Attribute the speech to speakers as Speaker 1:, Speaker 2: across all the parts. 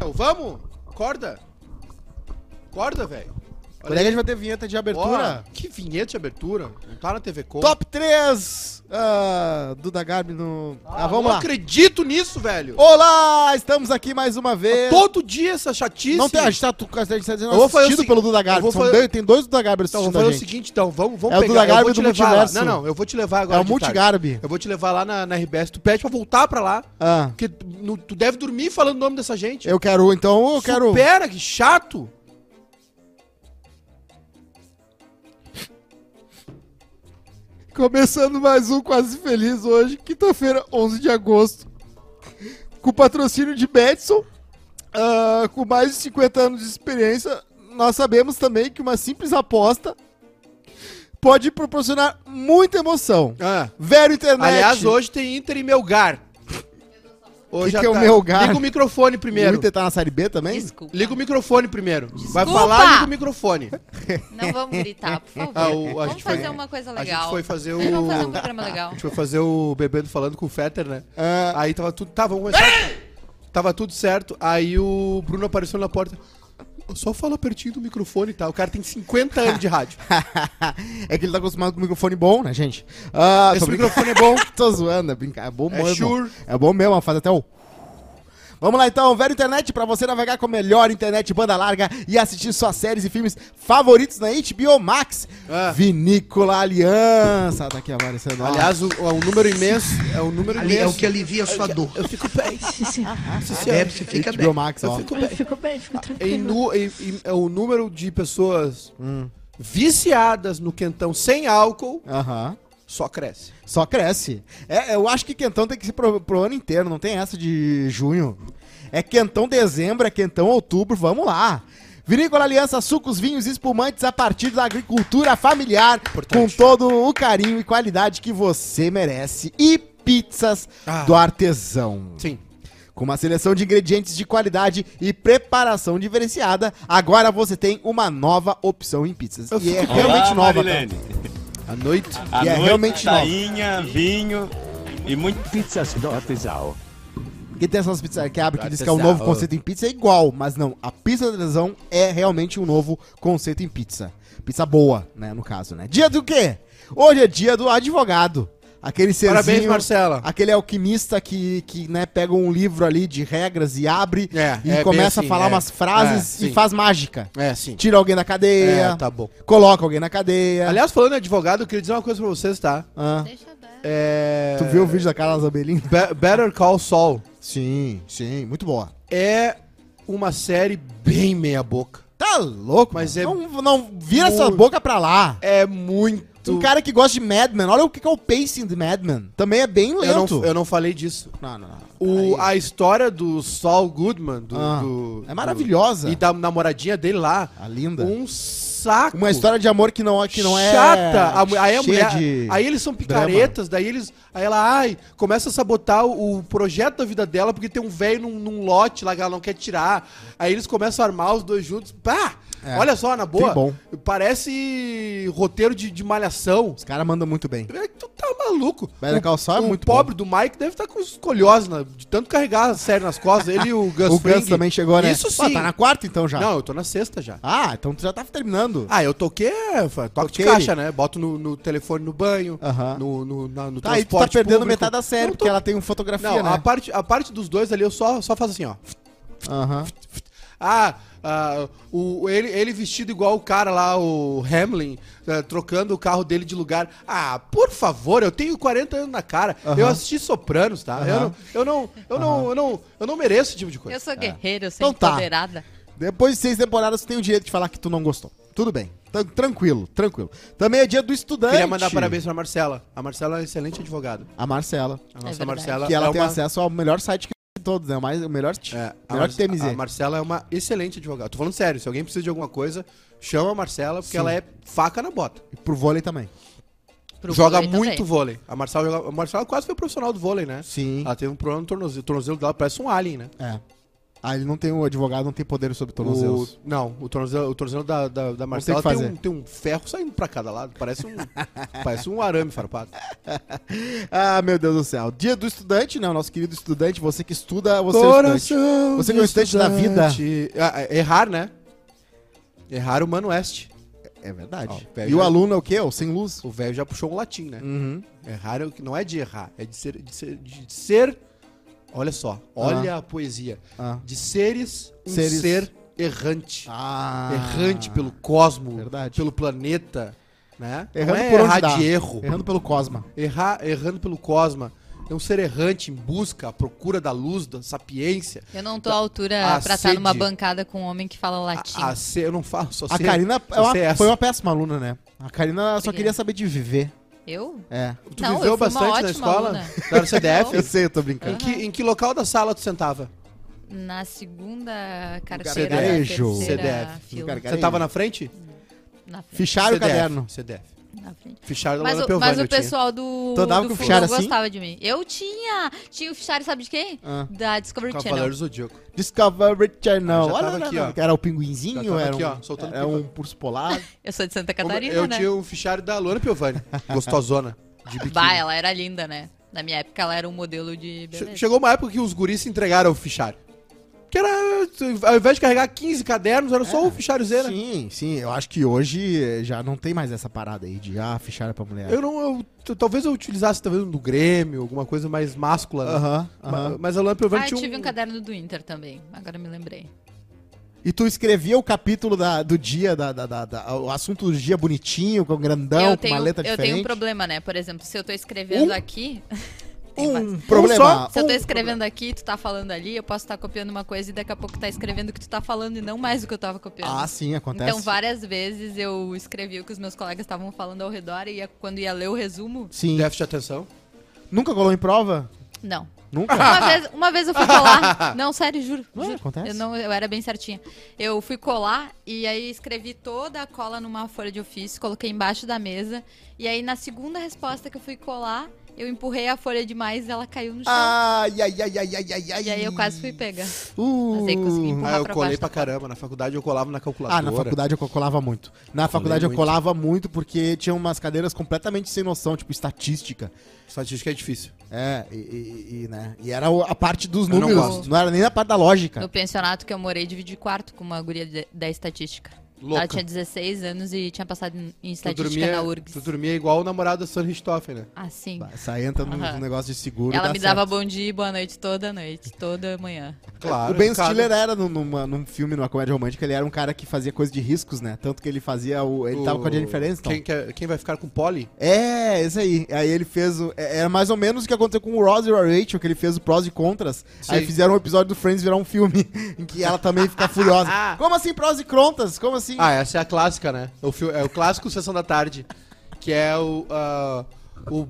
Speaker 1: meu. Vamos! Corda! Corda, velho.
Speaker 2: Quando é que a gente vai ter vinheta de abertura?
Speaker 1: Ó, que vinheta de abertura. Não tá na TV Com.
Speaker 2: Top 3 ah, do da Garbi no. Ah,
Speaker 1: Ah,
Speaker 2: vamos
Speaker 1: não
Speaker 2: lá.
Speaker 1: acredito nisso, velho.
Speaker 2: Olá, estamos aqui mais uma vez.
Speaker 1: Tá Todo dia essa chatice.
Speaker 2: é. Não tem, a gente tá, tu- a gente tá sendo
Speaker 1: Eu vou fazer o
Speaker 2: assistido
Speaker 1: segui-
Speaker 2: pelo Duda
Speaker 1: eu
Speaker 2: Garbi.
Speaker 1: vou
Speaker 2: São
Speaker 1: fazer-
Speaker 2: dois- Tem dois Duda Garbi
Speaker 1: Então,
Speaker 2: assistindo
Speaker 1: vou fazer
Speaker 2: a
Speaker 1: o
Speaker 2: gente.
Speaker 1: seguinte, então. Vamos, vamos
Speaker 2: É
Speaker 1: pegar.
Speaker 2: o Duda
Speaker 1: eu vou
Speaker 2: Garbi
Speaker 1: te
Speaker 2: do
Speaker 1: levar lá.
Speaker 2: multiverso.
Speaker 1: Não, não. Eu vou te levar
Speaker 2: é
Speaker 1: agora
Speaker 2: o
Speaker 1: de tarde.
Speaker 2: Multigarbi.
Speaker 1: Eu vou te levar lá na, na RBS. Tu pede pra voltar pra lá.
Speaker 2: Ah,
Speaker 1: Porque tu- no- tu deve dormir falando o nome dessa gente.
Speaker 2: eu quero, então eu quero.
Speaker 1: Supera, que chato.
Speaker 2: Começando mais um Quase Feliz hoje, quinta-feira, 11 de agosto. Com o patrocínio de Betson, ah, com mais de 50 anos de experiência, nós sabemos também que uma simples aposta pode proporcionar muita emoção.
Speaker 1: Ah.
Speaker 2: Velho internet.
Speaker 1: Aliás, hoje tem Inter e Melgar. Hoje
Speaker 2: Que
Speaker 1: à
Speaker 2: que é o
Speaker 1: tarde.
Speaker 2: Melgar?
Speaker 1: Liga o microfone
Speaker 2: primeiro.
Speaker 1: primeiro.
Speaker 2: O Inter tá na série B também?
Speaker 3: Desculpa.
Speaker 1: Liga o microfone primeiro. Vai
Speaker 3: Desculpa! Tá
Speaker 1: falar, liga o microfone.
Speaker 3: Não vamos gritar, por favor.
Speaker 1: Ah, o- a gente
Speaker 3: vamos fazer
Speaker 1: foi-
Speaker 3: uma coisa
Speaker 1: A
Speaker 3: legal.
Speaker 1: gente foi fazer o. Ah,
Speaker 3: Vamos fazer um
Speaker 1: A
Speaker 3: programa legal.
Speaker 1: gente foi fazer o Bebendo Falando com o Fetter, né?
Speaker 2: Ah,
Speaker 1: Aí tava tudo. Tá, vamos começar. tava tudo certo. Aí o Bruno apareceu na porta. Só fala pertinho do microfone e tal. O cara tem 50 anos de rádio.
Speaker 2: é que ele tá acostumado com o microfone bom, né, gente? Ah,
Speaker 1: Esse
Speaker 2: tô brincando.
Speaker 1: microfone é bom.
Speaker 2: Tô zoando, é brincar. É bom
Speaker 1: É
Speaker 2: mesmo.
Speaker 1: sure.
Speaker 2: É bom mesmo, faz até o. Vamos lá então, Velho Internet, pra você navegar com a melhor internet banda larga e assistir suas séries e filmes favoritos na HBO Max.
Speaker 1: Ah.
Speaker 2: Vinícola Aliança, tá aqui aparecendo. ó.
Speaker 1: Aliás, o- é um número imenso. É um número
Speaker 4: Ah. Ali é o
Speaker 1: imenso.
Speaker 4: que alivia a sua dor.
Speaker 1: Eu fico bem.
Speaker 4: Bebe, você fica
Speaker 2: HBO
Speaker 4: bem.
Speaker 2: Max,
Speaker 1: Eu
Speaker 2: ó.
Speaker 1: fico
Speaker 5: Eu
Speaker 1: bem.
Speaker 5: fico bem, fico tranquilo.
Speaker 1: em nu- em- em- é o número de pessoas
Speaker 4: Hum.
Speaker 1: viciadas no quentão sem álcool
Speaker 2: Aham.
Speaker 1: só cresce.
Speaker 2: Só cresce. É, eu acho que quentão tem que ser pro, pro ano inteiro, não tem essa de junho. É quentão dezembro, é quentão outubro, vamos lá. Vinícola Aliança, sucos, vinhos e espumantes a partir da agricultura familiar, com todo o carinho e qualidade que você merece. E pizzas
Speaker 1: Ah.
Speaker 2: do artesão.
Speaker 1: Sim.
Speaker 2: Com uma seleção de ingredientes de qualidade e preparação diferenciada, agora você tem uma nova opção em pizzas.
Speaker 1: Eu
Speaker 2: E é
Speaker 1: fico-
Speaker 2: realmente
Speaker 6: Olá,
Speaker 2: nova. tá?
Speaker 6: Marilene.
Speaker 1: À noite.
Speaker 6: A
Speaker 2: E é
Speaker 6: noite, tá
Speaker 2: realmente nova.
Speaker 6: tainha, vinho e muito pizzas do artesão.
Speaker 2: Porque tem essas pizzas que abrem que diz que é um
Speaker 1: Artesanal.
Speaker 2: novo conceito em pizza, é igual, mas não. A pizza da lesão é realmente um novo conceito em pizza. Pizza boa, né, no caso, né? Dia do quê? Hoje é dia do advogado. Aquele serzinho,
Speaker 1: Parabéns, Marcela.
Speaker 2: Aquele alquimista que, que né, pega um livro ali de regras e abre
Speaker 1: É,
Speaker 2: e
Speaker 1: é bem
Speaker 2: começa
Speaker 1: assim,
Speaker 2: a falar
Speaker 1: é.
Speaker 2: umas frases
Speaker 1: É,
Speaker 2: e
Speaker 1: sim.
Speaker 2: faz mágica.
Speaker 1: É, sim.
Speaker 2: Tira alguém da cadeia,
Speaker 1: É, tá bom.
Speaker 2: coloca alguém na cadeia.
Speaker 1: Aliás, falando em advogado, eu queria dizer uma coisa pra vocês, tá?
Speaker 2: Ah,
Speaker 3: Deixa aberto.
Speaker 1: É...
Speaker 2: tu viu o vídeo da Carla Zabelinho?
Speaker 1: Be- Better Call Saul
Speaker 2: Sim, sim, muito boa.
Speaker 1: é uma série bem meia boca.
Speaker 2: Tá louco,
Speaker 1: Mas
Speaker 2: mano.
Speaker 1: é
Speaker 2: Não, não vira sua
Speaker 1: muito-
Speaker 2: boca pra lá.
Speaker 1: É muito...
Speaker 2: Um cara que gosta de Mad Men, olha o que que é o pacing de Mad Men. Também é bem
Speaker 1: eu,
Speaker 2: lento.
Speaker 1: não, eu não falei disso.
Speaker 2: não, não, não.
Speaker 1: O, a história do Saul Goodman, do...
Speaker 2: Ah,
Speaker 1: do-
Speaker 2: é maravilhosa.
Speaker 1: do- e da namoradinha dele lá.
Speaker 2: A linda.
Speaker 1: Um saco.
Speaker 2: Uma história de amor que não, que não é...
Speaker 1: chata. A mu- aí, a
Speaker 2: cheia
Speaker 1: mulher,
Speaker 2: de-
Speaker 1: aí é eles são
Speaker 2: drama.
Speaker 1: picaretas, daí eles. Aí ela, ai, começa a sabotar o, o projeto da vida dela, porque tem um velho num, num lote lá que ela não quer tirar. Aí eles começam a armar os dois juntos. Pá!
Speaker 2: É.
Speaker 1: Olha só, na boa.
Speaker 2: Que bom.
Speaker 1: Parece roteiro de, de malhação.
Speaker 2: Os caras mandam muito bem.
Speaker 1: É, Tu tá maluco.
Speaker 2: Better Call Saul é
Speaker 1: o
Speaker 2: muito
Speaker 1: pobre do Mike deve estar com escolhose, na- de tanto carregar a série nas costas. Ele e o Gus
Speaker 2: o Guns
Speaker 1: Fring.
Speaker 2: também chegou, né?
Speaker 1: Isso sim.
Speaker 2: Pô, tá na quarta então já.
Speaker 1: Não, eu tô na sexta já.
Speaker 2: Ah, então tu já tá terminando.
Speaker 1: Ah, eu toquei, é, fa- toque
Speaker 2: Toquei.
Speaker 1: de caixa, né? Boto no, no telefone no banho,
Speaker 2: Aham.
Speaker 1: no, no, na, no
Speaker 2: tá, aí tu tá
Speaker 1: transporte
Speaker 2: perdendo
Speaker 1: público.
Speaker 2: metade da série,
Speaker 1: Não, tô-
Speaker 2: porque ela tem uma fotografia,
Speaker 1: Não,
Speaker 2: né?
Speaker 1: a, parte, a parte dos dois ali eu só, só faço assim, ó.
Speaker 2: Aham.
Speaker 1: Ah, ah, o, ele, ele vestido igual o cara lá, o Hamlin, eh, trocando o carro dele de lugar. Ah, por favor, eu tenho 40 anos na cara. Eu assisti Sopranos, tá? Eu, não, eu, não, eu, não, eu, não, eu não mereço esse tipo de coisa.
Speaker 3: Eu sou guerreira, eu sou
Speaker 2: Então tá.
Speaker 3: empoderada.
Speaker 2: Depois de seis temporadas, tu tem o direito de falar que tu não gostou. Tudo bem. Tan- Tranquilo, tranquilo. Também é dia do estudante.
Speaker 1: Queria mandar parabéns pra Marcela. A Marcela é uma excelente advogada.
Speaker 2: A Marcela.
Speaker 1: A nossa
Speaker 3: verdade.
Speaker 1: Marcela
Speaker 2: que ela
Speaker 1: é
Speaker 2: tem
Speaker 1: uma...
Speaker 2: acesso ao melhor site que tem todos, né? O mais- o melhor,
Speaker 1: É, a,
Speaker 2: melhor
Speaker 1: Mar
Speaker 2: TMZ.
Speaker 1: a Marcela é uma excelente advogada. Tô falando sério, se alguém precisa de alguma coisa, chama a Marcela, porque
Speaker 2: Sim.
Speaker 1: ela é faca na bota.
Speaker 2: E pro vôlei também.
Speaker 3: Pro
Speaker 1: joga
Speaker 3: vôlei
Speaker 1: muito
Speaker 3: também.
Speaker 1: vôlei. A Marcela, joga- a Marcela quase foi profissional do vôlei, né?
Speaker 2: Sim.
Speaker 1: Ela teve um problema no tornozelo. O tornozelo dela parece um alien, né?
Speaker 2: É. Ah, ele não tem o advogado, não tem poder sobre
Speaker 1: O,
Speaker 2: tornozelos.
Speaker 1: não, o tornozelo, o tornozelo da, da, da Marcela
Speaker 2: que
Speaker 1: tem
Speaker 2: fazer.
Speaker 1: um, tem um ferro saindo pra cada lado. Parece um, parece um arame farpado.
Speaker 2: Ah, meu Deus do céu. Dia do estudante, né? O nosso querido estudante, você que estuda, você é o estudante.
Speaker 1: Coração. de
Speaker 2: Você que é um estudante da vida.
Speaker 1: estudante. Ah, é, errar, né? Errar o Mano Oeste.
Speaker 2: É verdade.
Speaker 1: Ó, pega-
Speaker 2: e o aluno é o quê? O sem luz?
Speaker 1: O velho já puxou um latim, né?
Speaker 2: Uhum.
Speaker 1: Errar é o que não é de errar, é de ser. De ser, de ser- olha só, olha a poesia.
Speaker 2: Ah.
Speaker 1: De seres, um
Speaker 2: Seres.
Speaker 1: ser errante.
Speaker 2: Ah.
Speaker 1: errante pelo cosmo,
Speaker 2: Verdade.
Speaker 1: pelo planeta. Né? Não
Speaker 2: Errando
Speaker 1: é
Speaker 2: por onde
Speaker 1: errar
Speaker 2: dá.
Speaker 1: de erro.
Speaker 2: Errando pelo Cosma.
Speaker 1: Errar, errando pelo cosma. É um ser errante em busca, à procura da luz, da sapiência.
Speaker 3: Eu não tô à altura
Speaker 1: A
Speaker 3: pra estar numa
Speaker 1: Tá. Ah, sede. Ah,
Speaker 3: bancada com um homem que fala latim.
Speaker 1: A, a ser, eu não falo, só
Speaker 2: A
Speaker 1: ser-
Speaker 2: Karina
Speaker 1: só
Speaker 2: é uma-
Speaker 1: ser essa.
Speaker 2: foi uma péssima aluna, né? A Karina só
Speaker 3: Por quê?
Speaker 2: queria saber de viver.
Speaker 3: Eu?
Speaker 2: É.
Speaker 1: Tu
Speaker 3: Não,
Speaker 1: viveu
Speaker 3: eu fui uma
Speaker 1: bastante na
Speaker 3: ótima
Speaker 1: escola?
Speaker 3: aluna.
Speaker 1: Da CDF?
Speaker 2: Eu
Speaker 3: Eu
Speaker 2: sei, eu tô
Speaker 1: Em
Speaker 2: brincando.
Speaker 1: que, em que local da sala tu sentava?
Speaker 3: Na segunda carteira, na
Speaker 2: Gargarejo.
Speaker 3: terceira
Speaker 1: CDF.
Speaker 3: fila.
Speaker 2: Gargarejo.
Speaker 1: Sentava na frente?
Speaker 3: Na
Speaker 1: É.
Speaker 3: frente.
Speaker 2: Ficharam o
Speaker 1: CDF,
Speaker 2: caderno.
Speaker 1: CDF.
Speaker 3: Na frente.
Speaker 1: Ficharam da
Speaker 3: Mas,
Speaker 1: Luana
Speaker 3: o, mas
Speaker 1: Piovani,
Speaker 3: o
Speaker 1: eu tinha.
Speaker 3: pessoal do,
Speaker 2: Tu andava
Speaker 3: do
Speaker 2: com o
Speaker 3: fu-
Speaker 2: fichário
Speaker 3: não
Speaker 2: assim?
Speaker 3: gostava de mim. Eu tinha! Tinha o fichário, sabe de quem?
Speaker 2: Ah.
Speaker 3: Da Discovery
Speaker 1: Cavaleiro
Speaker 3: Channel.
Speaker 1: do Zodíaco.
Speaker 2: Discovery Channel.
Speaker 1: Ah, já
Speaker 2: Olha,
Speaker 1: tava
Speaker 2: não,
Speaker 1: aqui,
Speaker 2: não,
Speaker 1: ó.
Speaker 2: era o
Speaker 1: Já
Speaker 2: pinguinzinho,
Speaker 1: tava
Speaker 2: era,
Speaker 1: aqui,
Speaker 2: um,
Speaker 1: ó, soltando
Speaker 2: era
Speaker 1: pipa.
Speaker 2: um urso polar.
Speaker 3: Eu sou de Santa
Speaker 1: Como
Speaker 3: Catarina,
Speaker 1: eu
Speaker 3: né?
Speaker 1: tinha um fichário da Luana Piovani, gostosona, de biquíni.
Speaker 3: Bah, ela era linda, né? Na minha época ela era um modelo de
Speaker 1: Che-
Speaker 3: beleza.
Speaker 1: Chegou uma época que os guris se entregaram ao fichário. Que era, ao invés de carregar 15 cadernos, era só o fichário zero.
Speaker 2: É. Sim, sim. Eu acho que hoje eh, já não tem mais essa parada aí de ah, ficharam pra mulher.
Speaker 1: Eu não, eu- t- talvez eu utilizasse talvez um do Grêmio, alguma coisa mais máscula. né?
Speaker 2: Aham, aham.
Speaker 1: Ma- Mas a Luana Piovani
Speaker 3: Ah, eu
Speaker 1: tinha
Speaker 3: tive
Speaker 1: um...
Speaker 3: um caderno do Inter também. Agora eu me lembrei.
Speaker 2: E tu escrevia o capítulo da- do dia, da, da- da- da- o assunto do dia bonitinho, com grandão,
Speaker 3: eu
Speaker 2: com uma
Speaker 3: tenho,
Speaker 2: letra
Speaker 3: eu
Speaker 2: diferente.
Speaker 3: tenho um problema, né? Por exemplo, se eu tô escrevendo
Speaker 2: Um?
Speaker 3: aqui. Tem vários.
Speaker 2: Um problema.
Speaker 3: Se eu tô
Speaker 2: um
Speaker 3: escrevendo aqui, tu tá falando ali, eu posso estar copiando uma coisa e daqui a pouco tá escrevendo o que tu tá falando e não mais o que eu tava copiando.
Speaker 2: Ah, sim, acontece.
Speaker 3: então, várias vezes eu escrevi o que os meus colegas estavam falando ao redor e ia- quando ia ler o resumo,
Speaker 2: Sim.
Speaker 1: Déficit de atenção.
Speaker 2: Nunca colou em prova?
Speaker 3: não.
Speaker 2: Nunca?
Speaker 3: Uma vez, uma vez eu fui colar. Não, sério, juro.
Speaker 2: Ué,
Speaker 3: juro.
Speaker 2: acontece.
Speaker 3: Eu, não, eu era bem certinha. Eu fui colar e aí escrevi toda a cola numa folha de ofício, coloquei embaixo da mesa. E aí, na segunda resposta que eu fui colar, eu empurrei a folha demais e ela caiu no chão.
Speaker 2: Ai, ai, ai, ai, ai, ai, ai.
Speaker 3: E aí eu quase fui pega.
Speaker 2: Uh.
Speaker 3: Mas aí consegui empurrar
Speaker 1: Ah, eu
Speaker 3: pra
Speaker 1: colei
Speaker 3: baixo.
Speaker 1: pra caramba. Na faculdade eu colava na calculadora.
Speaker 2: Ah, na faculdade eu colava muito. Na faculdade eu
Speaker 1: muito.
Speaker 2: colava muito porque tinha umas cadeiras completamente sem noção, tipo estatística.
Speaker 1: Estatística é difícil.
Speaker 2: É, e, e- e, né? E era o- a parte dos
Speaker 1: Eu não
Speaker 2: números, não,
Speaker 3: gosto.
Speaker 2: era nem a parte da lógica.
Speaker 3: No pensionato que eu morei, dividi quarto com uma guria de- da estatística.
Speaker 1: Louca.
Speaker 3: Ela tinha 16 anos e tinha passado em- em
Speaker 1: Tu
Speaker 3: estatística
Speaker 1: dormia,
Speaker 3: na URGS.
Speaker 1: tu dormia igual o namorado da Sir Richthofen, né?
Speaker 3: Ah, sim.
Speaker 2: Essa entra no
Speaker 3: Aham.
Speaker 2: negócio de seguro.
Speaker 3: Ela
Speaker 2: dá
Speaker 3: me dava
Speaker 2: certo.
Speaker 3: bom dia e boa noite toda noite, toda manhã.
Speaker 1: Claro.
Speaker 2: O Ben
Speaker 1: cara.
Speaker 2: Stiller era num, numa- num filme, numa comédia romântica, ele era um cara que fazia coisa de riscos, né? Tanto que ele fazia o. Ele tava com a Jennifer Aniston.
Speaker 1: Quem, quer- quem vai ficar com o Polly?
Speaker 2: É, isso aí. Aí ele fez. o- é- Era mais ou menos o que aconteceu com o Ross e a Rachel, que ele fez o prós e contras. Aí
Speaker 1: Sim.
Speaker 2: fizeram um episódio do Friends virar um filme, em que ela também fica furiosa. Como assim prós e contras? Como assim?
Speaker 1: Ah, essa é a clássica, né? O fi- é o clássico Sessão da Tarde. Que é o, ah, o,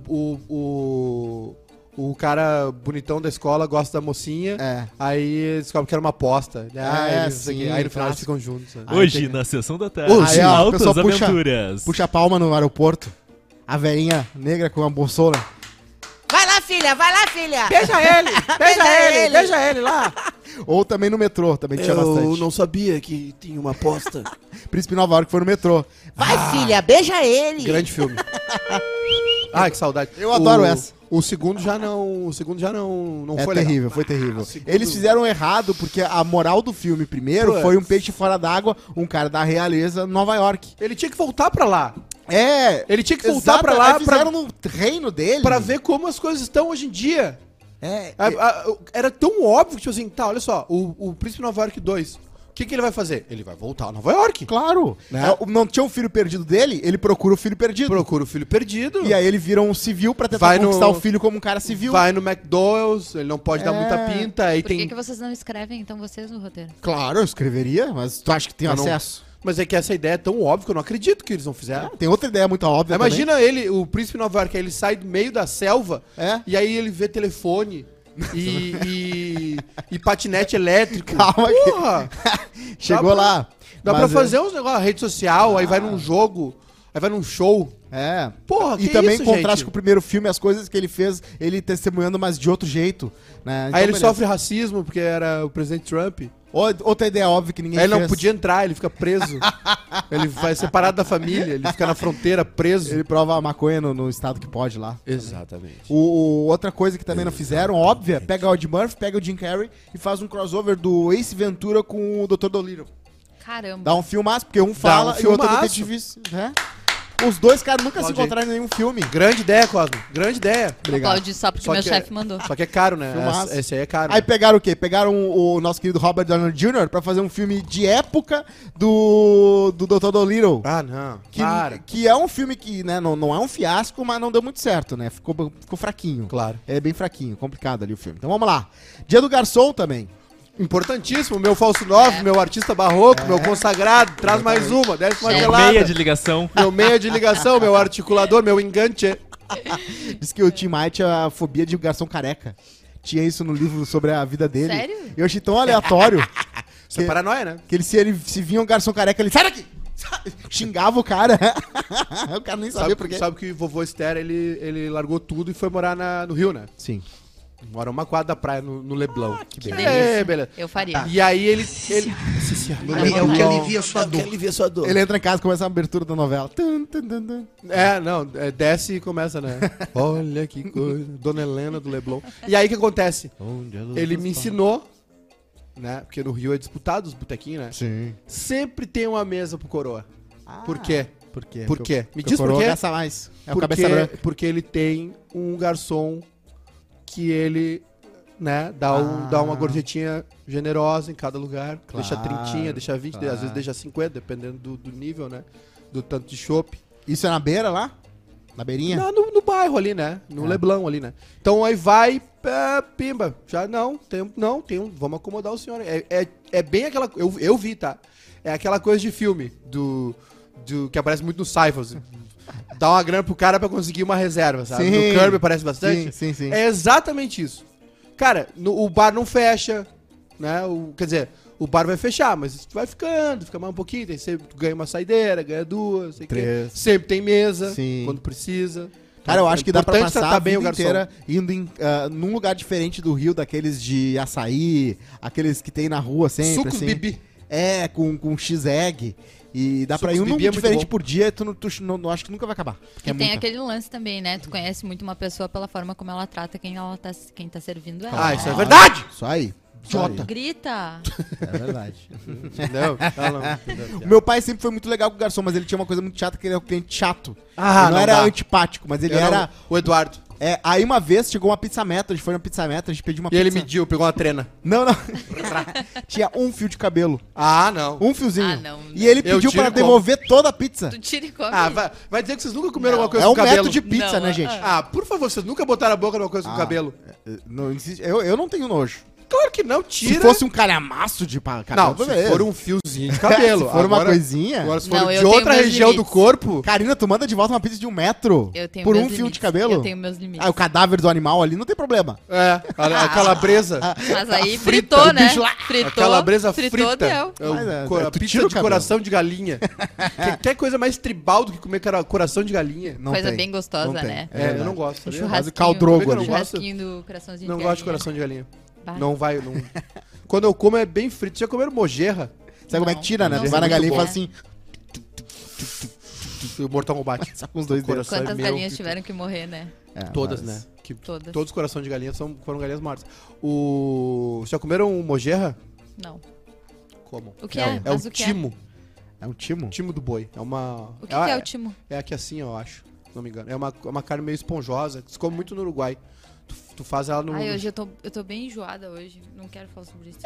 Speaker 1: o, o. O cara bonitão da escola gosta da mocinha.
Speaker 2: É.
Speaker 1: Aí descobre que era uma aposta. né? Ah,
Speaker 2: É,
Speaker 1: eles, não sei o
Speaker 2: sim,
Speaker 1: quê. aí no final eles ficam
Speaker 2: clássico.
Speaker 1: juntos. né?
Speaker 2: Aí
Speaker 5: Hoje,
Speaker 2: tem-
Speaker 5: na sessão da tarde,
Speaker 2: Hoje, ó,
Speaker 5: altas
Speaker 2: o pessoal puxa-
Speaker 5: aventuras.
Speaker 2: Puxa a palma no aeroporto. A velhinha negra com a bolsola.
Speaker 7: Vai lá, filha, vai lá, filha.
Speaker 1: Beija ele! Beija Ah, ele! Beija ele lá!
Speaker 2: Ou também no metrô, também tinha bastante.
Speaker 1: sabia que tinha uma aposta.
Speaker 2: Príncipe Nova York foi no metrô.
Speaker 7: Vai, filha, beija ele.
Speaker 1: Grande filme. Ai, que saudade.
Speaker 2: Eu adoro essa.
Speaker 1: O segundo já não. O segundo já não, não
Speaker 2: é
Speaker 1: foi legal.
Speaker 2: terrível, foi terrível.
Speaker 1: segundo-
Speaker 2: Eles fizeram errado porque a moral do filme primeiro
Speaker 1: Putz.
Speaker 2: foi um peixe fora d'água, um cara da realeza, Nova York.
Speaker 1: Ele tinha que voltar pra lá.
Speaker 2: É.
Speaker 1: Ele tinha que voltar
Speaker 2: exato,
Speaker 1: pra
Speaker 2: aí
Speaker 1: lá
Speaker 2: é, fizeram
Speaker 1: pra,
Speaker 2: um no reino dele.
Speaker 1: pra ver como as coisas estão hoje em dia.
Speaker 2: É,
Speaker 1: A-
Speaker 2: é,
Speaker 1: a- o- era tão óbvio que, tipo assim, tá, olha só, o, o Príncipe Nova York 2, o que, que ele vai fazer? Ele vai voltar a Nova York.
Speaker 2: claro.
Speaker 1: Né?
Speaker 2: É, o- não tinha um filho perdido dele, ele procura o filho perdido.
Speaker 1: Procura o filho perdido.
Speaker 2: E aí ele vira um civil pra tentar
Speaker 1: Hum. Vai no-
Speaker 2: conquistar o filho como um cara civil.
Speaker 1: Vai no McDowell's, ele não pode dar
Speaker 2: É.
Speaker 1: muita pinta, aí
Speaker 3: Por
Speaker 1: tem...
Speaker 3: que, que vocês não escrevem, então, vocês no roteiro?
Speaker 2: Claro, eu escreveria, mas tu acha que tem
Speaker 1: Eu não-
Speaker 2: acesso?
Speaker 1: Mas é que essa ideia é tão óbvia que eu não acredito que eles não fizeram.
Speaker 2: Tem outra ideia muito óbvia também.
Speaker 1: Imagina ele, o Príncipe Nova York, aí ele sai do meio da selva
Speaker 2: É.
Speaker 1: e aí ele vê telefone e, e, e patinete elétrico.
Speaker 2: Calma que-
Speaker 1: Porra!
Speaker 2: Chegou
Speaker 1: Dá pra-
Speaker 2: lá.
Speaker 1: Dá pra
Speaker 2: mas é- Ah.
Speaker 1: fazer uns negócios, rede social, aí vai num jogo, aí vai num show.
Speaker 2: É, É.
Speaker 1: Porra, que
Speaker 2: e também
Speaker 1: isso,
Speaker 2: em contraste
Speaker 1: gente?
Speaker 2: com o primeiro filme, as coisas que ele fez, ele testemunhando, mas de outro jeito. Né? Então,
Speaker 1: Aí ele
Speaker 2: beleza.
Speaker 1: sofre racismo porque era o presidente Trump.
Speaker 2: Ou- Outra ideia óbvia que ninguém
Speaker 1: Aí ele não
Speaker 2: fez.
Speaker 1: podia entrar, ele fica preso. ele vai separado da família, ele fica na fronteira preso.
Speaker 2: Ele prova a maconha no, no estado que pode lá.
Speaker 1: Exatamente.
Speaker 2: O, o- outra coisa que também não fizeram, óbvia, pega o Ed Murphy, pega o Jim Carrey e faz um crossover do Ace Ventura com o Dr. Dolittle.
Speaker 3: Caramba.
Speaker 2: Dá um filmaço, porque um fala e o outro
Speaker 1: filmaço.
Speaker 2: detetive, né? Os dois caras nunca se
Speaker 1: Aplaudi.
Speaker 2: encontraram em nenhum filme.
Speaker 1: Grande ideia, Cosmo. Grande ideia.
Speaker 3: Aplaude só porque
Speaker 1: Só
Speaker 3: meu
Speaker 1: que-
Speaker 3: chefe mandou.
Speaker 1: Só que é caro, né?
Speaker 2: Filmaço.
Speaker 1: Esse, esse aí é caro.
Speaker 2: Aí pegaram o quê? Pegaram o nosso querido Robert Downey Jr. pra fazer um filme de época do, do Dr. Dolittle.
Speaker 1: Ah, não.
Speaker 2: Que,
Speaker 1: Para.
Speaker 2: que é um filme que, né, não, não é um fiasco, mas não deu muito certo, né? Ficou, ficou fraquinho.
Speaker 1: Claro.
Speaker 2: É bem fraquinho, complicado ali o filme. Então vamos lá. Dia do Garçom também.
Speaker 1: Importantíssimo, meu falso
Speaker 4: É.
Speaker 1: nove, meu artista barroco, meu consagrado, traz mais uma, desce uma
Speaker 5: Meu
Speaker 1: gelada.
Speaker 5: meia de ligação.
Speaker 1: Meu meia de ligação, meu articulador, meu engante.
Speaker 2: Diz que o Tim Maia tinha a fobia de garçom careca. Tinha isso no livro sobre a vida dele.
Speaker 3: Sério?
Speaker 2: Eu achei tão aleatório
Speaker 1: Isso é
Speaker 2: Que-
Speaker 1: paranoia, né?
Speaker 2: que ele, se ele se via um garçom careca, ele sai daqui! Xingava o cara. o cara nem sabia
Speaker 1: Sabe,
Speaker 2: por quê.
Speaker 1: sabe que o vovô Esther, ele, ele largou tudo e foi morar na- no Rio, né?
Speaker 2: Sim.
Speaker 1: Mora uma quadra da praia, no, no
Speaker 4: Ah,
Speaker 1: Leblon. que
Speaker 3: beleza.
Speaker 1: É, beleza.
Speaker 3: Eu faria.
Speaker 1: E aí ele... ele... Cícia.
Speaker 4: É o que alivia a sua dor.
Speaker 2: Ele entra em casa e começa a abertura da novela. Tum, tum, tum, tum.
Speaker 1: É, não, é, desce e começa, né? Olha que coisa. Dona Helena do Leblon. E aí o que acontece? Ele me ensinou, né? Porque no Rio é disputado os botequinhos, né?
Speaker 2: Sim.
Speaker 1: Sempre tem uma mesa pro coroa.
Speaker 2: Ah.
Speaker 1: Por quê?
Speaker 2: Por quê?
Speaker 1: Por
Speaker 2: Porque
Speaker 1: quê?
Speaker 2: o-
Speaker 1: Me
Speaker 2: porque
Speaker 1: diz
Speaker 2: o
Speaker 1: por
Speaker 2: coroa
Speaker 1: quê.
Speaker 2: gasta mais. É o cabeça branca.
Speaker 1: Porque, porque ele tem um garçom que ele, né, dá, um,
Speaker 2: Ah.
Speaker 1: dá uma gorjetinha generosa em cada lugar.
Speaker 2: Claro,
Speaker 1: deixa trintinha, deixa 20,
Speaker 2: claro.
Speaker 1: às vezes deixa 50, dependendo do, do nível, né? Do tanto de chopp.
Speaker 2: Isso é na beira lá? Na beirinha?
Speaker 1: Não, no, no bairro ali, né? No
Speaker 2: É.
Speaker 1: Leblon ali, né? Então aí vai, é, pimba. Já não, tem, um- não, tem um. Vamos acomodar o senhor. É, é, é bem aquela. Eu, eu vi, tá? É aquela coisa de filme do. do que aparece muito no Cyphers. Dá uma grana pro cara pra conseguir uma reserva, sabe?
Speaker 2: Sim.
Speaker 1: No Kirby aparece bastante.
Speaker 2: Sim, sim, sim.
Speaker 1: É exatamente isso. Cara, no- o bar não fecha, né? O, quer dizer, o bar vai fechar, mas tu vai ficando, fica mais um pouquinho, tem sempre, tu ganha uma saideira, ganha duas, sei o quê.
Speaker 2: Três.
Speaker 1: Sempre tem mesa,
Speaker 2: Sim.
Speaker 1: quando precisa.
Speaker 2: Cara, eu acho
Speaker 1: É
Speaker 2: que dá pra
Speaker 1: importante
Speaker 2: passar
Speaker 1: tratar
Speaker 2: a
Speaker 1: bem o
Speaker 2: vida
Speaker 1: garçom.
Speaker 2: inteira indo em, ah, num lugar diferente do Rio, daqueles de açaí, aqueles que tem na rua sempre,
Speaker 1: Sucos
Speaker 2: assim.
Speaker 1: Bibi.
Speaker 2: É, com, com X-Egg. E dá pra
Speaker 1: Sucos
Speaker 2: ir um
Speaker 1: Bibi é muito
Speaker 2: diferente
Speaker 1: bom.
Speaker 2: por dia, tu, não- tu não, não acho que nunca vai acabar. Porque
Speaker 3: E
Speaker 2: é
Speaker 3: tem
Speaker 2: muita.
Speaker 3: aquele lance também, né? Tu conhece muito uma pessoa pela forma como ela trata quem, ela tá, quem tá servindo ela.
Speaker 1: Ah,
Speaker 3: né?
Speaker 1: isso é verdade!
Speaker 2: Isso aí. Jota.
Speaker 3: Grita.
Speaker 2: É verdade.
Speaker 1: Não, não, não.
Speaker 2: O meu pai sempre foi muito legal com o garçom, mas ele tinha uma coisa muito chata, que ele era um cliente chato.
Speaker 1: Ah,
Speaker 2: ele não,
Speaker 1: não
Speaker 2: era
Speaker 1: dá.
Speaker 2: antipático, mas ele
Speaker 1: Eu não-
Speaker 2: era...
Speaker 1: o Eduardo.
Speaker 2: é, aí uma vez chegou uma pizza meta, a gente foi na pizza meta, a gente pediu uma
Speaker 1: E
Speaker 2: pizza...
Speaker 1: ele mediu, pegou uma trena.
Speaker 2: Não, não. tinha um fio de cabelo.
Speaker 1: Ah, não.
Speaker 2: Um fiozinho.
Speaker 3: Ah, não.
Speaker 2: E ele
Speaker 1: Eu
Speaker 2: pediu
Speaker 1: tiro
Speaker 2: pra
Speaker 1: como.
Speaker 2: devolver toda a pizza.
Speaker 3: Tu tira e come.
Speaker 1: Ah, vai, vai dizer que vocês nunca comeram
Speaker 3: Não.
Speaker 1: alguma coisa
Speaker 2: É um
Speaker 1: com cabelo.
Speaker 2: metro de pizza,
Speaker 3: Não,
Speaker 2: né,
Speaker 3: ah,
Speaker 2: gente?
Speaker 1: Ah, por favor, vocês nunca botaram a boca numa coisa
Speaker 2: Ah.
Speaker 1: com cabelo.
Speaker 2: Eh, Não, existe- eu, eu não tenho nojo.
Speaker 1: Claro que não, tira.
Speaker 2: Se fosse um calhamaço de pa- cabelo,
Speaker 1: não, se
Speaker 2: beleza.
Speaker 1: for um fiozinho de cabelo.
Speaker 2: se for uma
Speaker 1: Agora-
Speaker 2: coisinha...
Speaker 1: Agora, se for
Speaker 3: Não, eu
Speaker 1: de
Speaker 3: tenho
Speaker 1: outra
Speaker 3: meus
Speaker 1: região do
Speaker 3: limites.
Speaker 1: corpo.
Speaker 2: Karina, tu manda de volta uma pizza de um metro
Speaker 3: Eu tenho
Speaker 2: por um
Speaker 3: meus
Speaker 2: fio de
Speaker 3: limites.
Speaker 2: cabelo?
Speaker 3: Eu tenho meus limites.
Speaker 2: Ah, o cadáver do animal ali não tem problema.
Speaker 1: É, a, a calabresa.
Speaker 3: Mas
Speaker 1: tá
Speaker 3: aí fritou, né? Ah. Fritou.
Speaker 1: a calabresa
Speaker 3: fritou,
Speaker 1: frita.
Speaker 3: deu.
Speaker 1: É o
Speaker 2: Mas, é,
Speaker 1: cor-
Speaker 2: tu
Speaker 1: a
Speaker 2: tira
Speaker 1: pizza
Speaker 2: o
Speaker 1: de
Speaker 2: cabelo.
Speaker 1: coração de galinha. que, que é coisa mais tribal do que comer cara- coração de galinha.
Speaker 2: Não
Speaker 3: Coisa
Speaker 2: tem.
Speaker 3: bem gostosa,
Speaker 2: Não tem.
Speaker 3: né?
Speaker 1: É, eu não gosto. sabia?
Speaker 3: Churrasco.
Speaker 2: Mas o caldrogo
Speaker 1: Como é
Speaker 2: ali.
Speaker 1: que eu não gosto?
Speaker 3: Churrasquinho do coraçãozinho é
Speaker 1: Não
Speaker 3: de
Speaker 1: gosto de
Speaker 3: galinha.
Speaker 1: coração de galinha.
Speaker 3: Bah.
Speaker 1: Não vai, não. Quando eu como é bem frito. Já comeram mojerra?
Speaker 2: Sabe como é que tira, né?
Speaker 3: Não,
Speaker 2: Tu
Speaker 3: não
Speaker 2: vai na
Speaker 3: sei.
Speaker 2: galinha e fala
Speaker 3: Muito bom.
Speaker 2: assim,
Speaker 1: E o Mortal Kombat.
Speaker 2: saca com os dois dedos.
Speaker 1: Coração é
Speaker 3: Quantas
Speaker 1: meu.
Speaker 3: galinhas tiveram que morrer, né?
Speaker 2: É,
Speaker 1: Todas,
Speaker 2: mas-
Speaker 1: né? Que
Speaker 3: Todas.
Speaker 1: Todos os corações de galinha são, foram galinhas mortas. O... Já comeram mojerra?
Speaker 3: Não.
Speaker 1: Como?
Speaker 3: O que é?
Speaker 1: É
Speaker 3: Mas
Speaker 1: o
Speaker 3: o que é?
Speaker 1: timo.
Speaker 2: É um timo?
Speaker 1: Timo do boi. É uma...
Speaker 3: O que, que é o
Speaker 1: timo?
Speaker 3: timo?
Speaker 1: É aqui assim, eu acho. Se não me engano. É uma, é uma carne meio esponjosa. que Se come muito no Uruguai. Tu, tu faz ela no...
Speaker 3: Ai, hoje eu tô, eu tô bem enjoada hoje. Não quero falar sobre isso.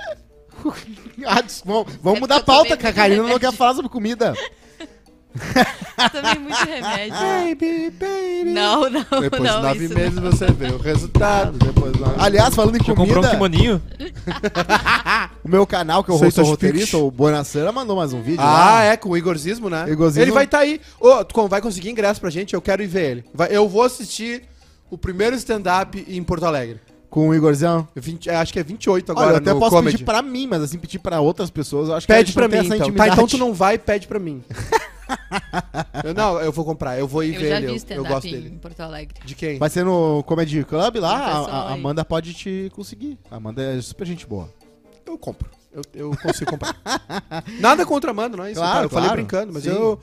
Speaker 2: Ah, des- vamos vamos
Speaker 3: É
Speaker 2: mudar a
Speaker 3: porque eu
Speaker 2: pauta,
Speaker 3: tomei
Speaker 2: que a
Speaker 3: muito
Speaker 2: Karina não
Speaker 3: remédio.
Speaker 2: quer falar sobre comida.
Speaker 3: Tomei muito remédio.
Speaker 1: Baby, baby.
Speaker 3: Não, não,
Speaker 1: Depois
Speaker 3: não.
Speaker 1: de nove
Speaker 3: isso
Speaker 1: meses você vê o resultado. Depois de nove
Speaker 2: Aliás, falando em
Speaker 5: Já comprou um
Speaker 2: comida,
Speaker 5: kimoninho?
Speaker 2: o meu canal, que eu
Speaker 1: Sei,
Speaker 2: sou
Speaker 1: sou
Speaker 2: roteirista,
Speaker 1: speech.
Speaker 2: o Bonassera, mandou mais um vídeo.
Speaker 1: Ah,
Speaker 2: lá.
Speaker 1: é, com o Igorzismo, né?
Speaker 2: Igorzismo.
Speaker 1: Ele vai estar aí. Ô, tu con- vai conseguir ingresso pra gente? Eu quero ir ver ele. Vai- eu vou assistir o primeiro stand-up em Porto Alegre.
Speaker 2: Com o Igorzão.
Speaker 1: 20 é, acho que é 28 agora
Speaker 2: Olha, eu até
Speaker 1: no
Speaker 2: posso
Speaker 1: comedy.
Speaker 2: pedir pra mim, mas assim, pedir pra outras pessoas, eu acho que a
Speaker 1: Pede
Speaker 2: gente
Speaker 1: pra
Speaker 2: não tem
Speaker 1: mim,
Speaker 2: essa
Speaker 1: então. Tá,
Speaker 2: intimidade.
Speaker 1: então tu não vai, pede pra mim. Eu- não, eu vou comprar, eu vou ir
Speaker 3: Eu
Speaker 1: ver
Speaker 3: já
Speaker 1: ele.
Speaker 3: vi
Speaker 1: Eu, eu
Speaker 3: stand-up
Speaker 1: gosto
Speaker 3: em
Speaker 1: dele.
Speaker 3: Porto Alegre.
Speaker 1: De quem?
Speaker 2: Vai ser no Comedy Club lá, a,
Speaker 3: Confessão
Speaker 2: a-
Speaker 3: aí.
Speaker 2: Amanda pode te conseguir. A Amanda é super gente boa.
Speaker 1: Eu compro. Eu, eu consigo comprar. Nada contra a Amanda, não é isso?
Speaker 2: Claro,
Speaker 1: cara? Eu falei
Speaker 2: claro.
Speaker 1: brincando, mas
Speaker 2: Sim.
Speaker 1: eu.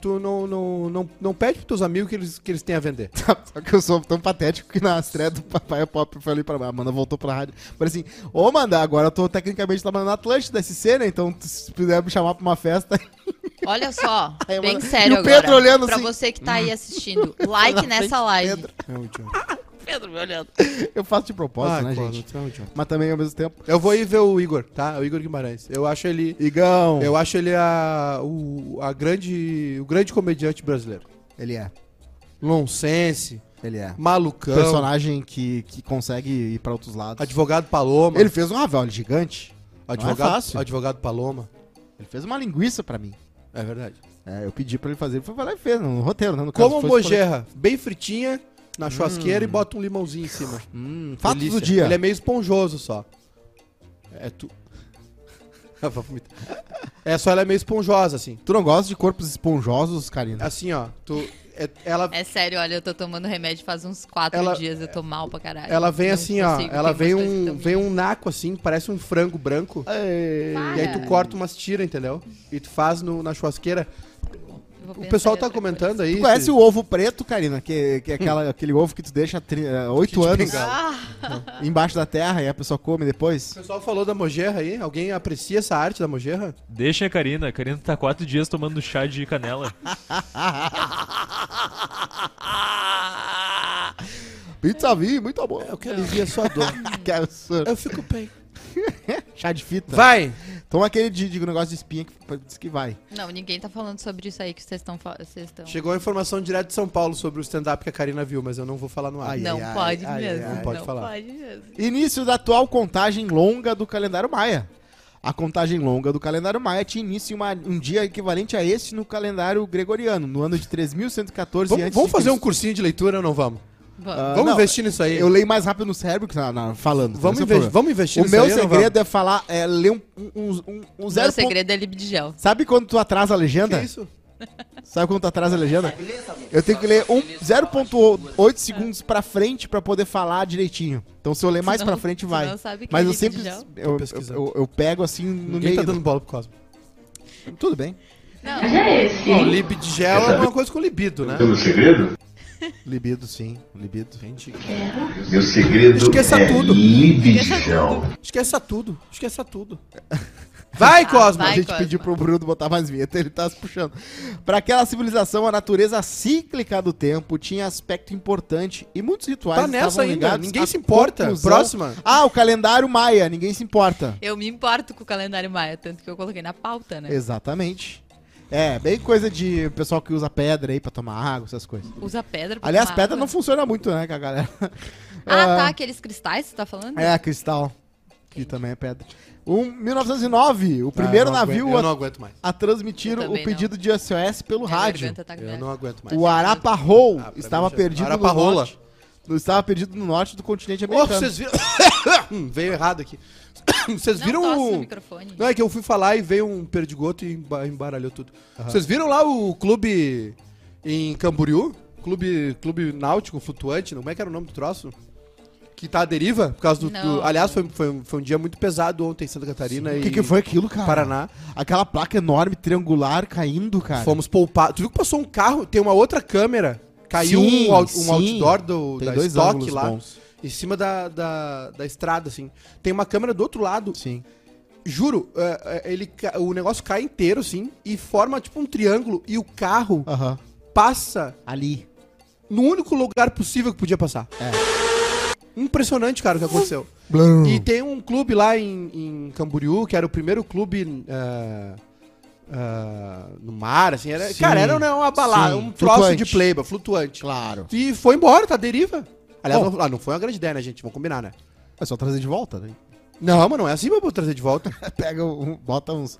Speaker 1: Tu não, não, não, não pede pros teus amigos que eles, que eles têm a vender.
Speaker 2: Só que eu sou tão patético que na estreia do Papai é Pop eu falei pra Amanda, voltou pra rádio. Falei assim, ô Amanda, agora eu tô tecnicamente trabalhando na Atlântida SC, né? Então se puder me chamar pra uma festa...
Speaker 3: Olha só,
Speaker 2: Aí,
Speaker 3: bem
Speaker 2: mano,
Speaker 3: sério
Speaker 2: É e o Pedro
Speaker 3: agora,
Speaker 2: olhando
Speaker 3: pra
Speaker 2: assim.
Speaker 3: você que tá aí assistindo, like nessa live.
Speaker 1: É
Speaker 7: Pedro, me olhando.
Speaker 2: eu faço de propósito,
Speaker 1: Ah,
Speaker 2: né,
Speaker 1: Cosmo,
Speaker 2: gente?
Speaker 1: tu é um idiota.
Speaker 2: Mas também ao mesmo tempo...
Speaker 1: Eu vou ir ver o Igor, tá? O Igor Guimarães. Eu acho ele.
Speaker 2: Igão!
Speaker 1: Eu acho ele a, o, a grande, o grande comediante brasileiro.
Speaker 2: Ele é,
Speaker 1: Nonsense,
Speaker 2: ele é.
Speaker 1: malucão,
Speaker 2: Personagem que, que consegue ir pra outros lados.
Speaker 1: advogado Paloma.
Speaker 2: Ele fez um Ravel gigante. não é
Speaker 1: advogado,
Speaker 2: fácil.
Speaker 1: advogado Paloma.
Speaker 2: Ele fez uma linguiça pra mim.
Speaker 1: É verdade.
Speaker 2: É, eu pedi pra ele fazer, ele foi vai lá e fez, no roteiro, né? No caso,
Speaker 1: Como
Speaker 2: foi
Speaker 1: mojerra, bem fritinha, na
Speaker 2: Hum.
Speaker 1: churrasqueira e bota um limãozinho em cima.
Speaker 2: escolher- Hum, fato
Speaker 1: Delícia.
Speaker 2: do dia.
Speaker 1: Ele é meio esponjoso só. É tu. Vai vomitar. é só ela é meio esponjosa, assim.
Speaker 2: Tu não gosta de corpos esponjosos, Karina?
Speaker 1: Assim, ó. Tu, é- ela,
Speaker 3: É sério, olha, eu tô tomando remédio faz uns quatro
Speaker 1: Ela-
Speaker 3: dias, eu tô mal pra caralho.
Speaker 1: ela vem
Speaker 3: É, Não
Speaker 1: assim, ó.
Speaker 3: consigo,
Speaker 1: Ela
Speaker 3: tem
Speaker 1: vem
Speaker 3: umas coisas que tão
Speaker 1: um,
Speaker 3: me-
Speaker 1: vem um naco, assim, que parece um frango branco. E aí tu corta umas tiras, entendeu? E tu faz no- na churrasqueira.
Speaker 3: Eu vou
Speaker 1: O
Speaker 3: pensar
Speaker 1: pessoal
Speaker 3: em
Speaker 1: tá
Speaker 3: outra
Speaker 1: comentando aí.
Speaker 2: Tu conhece
Speaker 1: se-
Speaker 2: o ovo preto, Karina? Que, que é aquela, aquele ovo que tu deixa 8
Speaker 1: Kit
Speaker 2: anos
Speaker 1: Bengala.
Speaker 2: embaixo da terra e a pessoa come
Speaker 1: O
Speaker 2: depois?
Speaker 1: pessoal falou da mojerra aí. Alguém aprecia essa arte da mojerra?
Speaker 5: Deixa a Karina. A Karina tá quatro dias tomando chá de canela.
Speaker 2: Pizza vi, muito bom.
Speaker 1: Eu quero ver só dor.
Speaker 2: Que absurdo.
Speaker 1: Eu fico bem.
Speaker 2: Chá de fita.
Speaker 1: Vai!
Speaker 2: Toma aquele de, de negócio de espinha que p- diz que vai.
Speaker 3: coisa. Não, ninguém tá falando sobre isso aí que vocês estão... Vocês estão...
Speaker 1: Chegou a informação direto de São Paulo sobre o stand-up que a Karina viu, mas eu não vou falar no ar.
Speaker 2: Ai,
Speaker 3: Não
Speaker 2: ai, ai,
Speaker 3: pode
Speaker 2: ai,
Speaker 3: mesmo,
Speaker 2: ai,
Speaker 1: não pode falar.
Speaker 3: pode mesmo.
Speaker 2: Início da atual contagem longa do calendário maia. A contagem longa do calendário maia tinha início em uma- um dia equivalente a este no calendário gregoriano, no ano de 3114
Speaker 1: Vamos,
Speaker 2: antes
Speaker 1: vamos
Speaker 2: de
Speaker 1: fazer um
Speaker 2: Cristo.
Speaker 1: cursinho de leitura ou não vamos?
Speaker 3: Vamos.
Speaker 2: Ah,
Speaker 1: vamos
Speaker 2: não,
Speaker 1: investir nisso aí.
Speaker 2: Eu leio mais rápido no cérebro que na, na- falando.
Speaker 1: vamos,
Speaker 2: Esse é o
Speaker 1: inve-
Speaker 2: problema.
Speaker 1: vamos investir
Speaker 2: O
Speaker 1: nisso
Speaker 2: meu
Speaker 1: aí ou não
Speaker 2: segredo é falar, é ler um, um, um, um
Speaker 3: Meu
Speaker 2: zero ponto-
Speaker 3: segredo é libdigel.
Speaker 2: Sabe quando tu atrasa a legenda?
Speaker 1: vamos? Que isso?
Speaker 2: Sabe quando tu atrasa a legenda? Eu tenho que ler um, 0.8 segundos pra frente pra poder falar direitinho. Então se eu ler mais
Speaker 3: Não,
Speaker 2: pra frente,
Speaker 3: tu
Speaker 2: vai.
Speaker 3: não sabe que
Speaker 2: Mas
Speaker 3: é
Speaker 2: eu sempre.
Speaker 3: libdigel?
Speaker 2: Eu,
Speaker 1: pesquisando.
Speaker 2: eu- eu pego assim no
Speaker 1: Ninguém
Speaker 2: meio.
Speaker 1: tá dando bola pro Cosmo.
Speaker 2: Tudo bem.
Speaker 1: Bom, libdigel é uma coisa com libido, né?
Speaker 8: Meu segredo?
Speaker 2: Libido, sim. Libido.
Speaker 8: Meu segredo
Speaker 1: Esqueça
Speaker 8: é
Speaker 1: tudo.
Speaker 8: libidjão.
Speaker 1: Esqueça tudo, esqueça tudo. Ah, Vai, Cosmo!
Speaker 2: A
Speaker 3: vai. Ai,
Speaker 2: gente
Speaker 3: Cosma.
Speaker 2: pediu pro Bruno botar mais vinheta, ele tá se puxando. Pra aquela civilização, a natureza cíclica do tempo tinha aspecto importante e muitos rituais
Speaker 1: Tá nessa
Speaker 2: estavam
Speaker 1: ainda,
Speaker 2: ligados
Speaker 1: ninguém
Speaker 2: à
Speaker 1: se importa.
Speaker 2: conclusão-
Speaker 1: Próxima.
Speaker 2: Ah, o calendário maia, ninguém se importa.
Speaker 3: Eu me importo com o calendário maia, tanto que eu coloquei na pauta, né?
Speaker 2: Exatamente. É, bem coisa de pessoal que usa pedra aí pra tomar água, essas coisas.
Speaker 3: Usa pedra pra
Speaker 2: Aliás,
Speaker 3: tomar
Speaker 2: pedra
Speaker 3: água.
Speaker 2: não funciona muito, né, com a galera.
Speaker 3: Ah, tá, aqueles cristais que você tá falando?
Speaker 2: É, a cristal, que também é pedra. Um, 1909, o primeiro
Speaker 1: Ah, eu não
Speaker 2: navio
Speaker 1: aguento, Eu
Speaker 2: a-
Speaker 1: não aguento mais.
Speaker 2: a transmitir
Speaker 3: Eu
Speaker 2: o
Speaker 3: também
Speaker 2: pedido de SOS pelo
Speaker 3: Minha
Speaker 2: rádio.
Speaker 3: garganta tá
Speaker 1: Eu
Speaker 3: grande.
Speaker 1: não aguento mais.
Speaker 2: O Arapahoe
Speaker 1: Ah, pra
Speaker 2: estava
Speaker 1: mim já-
Speaker 2: perdido
Speaker 1: Arapahola.
Speaker 2: no norte. no- Estava perdido no norte do continente
Speaker 1: Oh,
Speaker 2: americano.
Speaker 1: vocês viram. Hum, veio errado aqui. Vocês
Speaker 3: Não
Speaker 1: viram
Speaker 3: tosse
Speaker 1: o.
Speaker 3: no microfone.
Speaker 1: Não, é que eu fui falar e veio um perdigoto e emba- embaralhou tudo. Vocês viram lá o clube em Camboriú? Clube, clube náutico flutuante, não? como é que era o nome do troço? Que tá à deriva, por causa do... do-
Speaker 3: Não.
Speaker 1: aliás, foi, foi, um- foi um dia muito pesado ontem em Santa Catarina e
Speaker 2: O que, que foi aquilo, cara?
Speaker 1: Paraná.
Speaker 2: Aquela placa enorme, triangular, caindo, cara.
Speaker 1: Fomos poupados. Tu viu que passou um carro, tem uma outra câmera, caiu
Speaker 2: Sim,
Speaker 1: um, out- um
Speaker 2: sim.
Speaker 1: outdoor do,
Speaker 2: Tem
Speaker 1: da
Speaker 2: dois
Speaker 1: Stock
Speaker 2: ângulos
Speaker 1: lá,
Speaker 2: bons.
Speaker 1: em cima da, da, da estrada, assim. Tem uma câmera do outro lado,
Speaker 2: Sim.
Speaker 1: Juro, é, é, ele, ca- o negócio cai inteiro, assim, e forma tipo um triângulo. E o carro
Speaker 2: Aham.
Speaker 1: passa
Speaker 2: Ali.
Speaker 1: no único lugar possível que podia passar.
Speaker 2: É.
Speaker 1: Impressionante, cara, o que aconteceu.
Speaker 2: Blum.
Speaker 1: E tem um clube lá em, em Camboriú, que era o primeiro clube ah, ah, no mar, assim. Era,
Speaker 2: Sim.
Speaker 1: cara, era né, uma balada,
Speaker 2: Sim.
Speaker 1: um troço
Speaker 2: Flutuante.
Speaker 1: de pleiba, flutuante.
Speaker 2: Claro.
Speaker 1: E foi embora, tá à deriva. Aliás,
Speaker 2: Bom.
Speaker 1: não, ah, não foi uma grande ideia, né, gente? Vamos combinar, né?
Speaker 2: É só trazer de volta, né?
Speaker 1: Não, mas não é assim pra eu trazer de volta.
Speaker 2: Pega um, bota uns...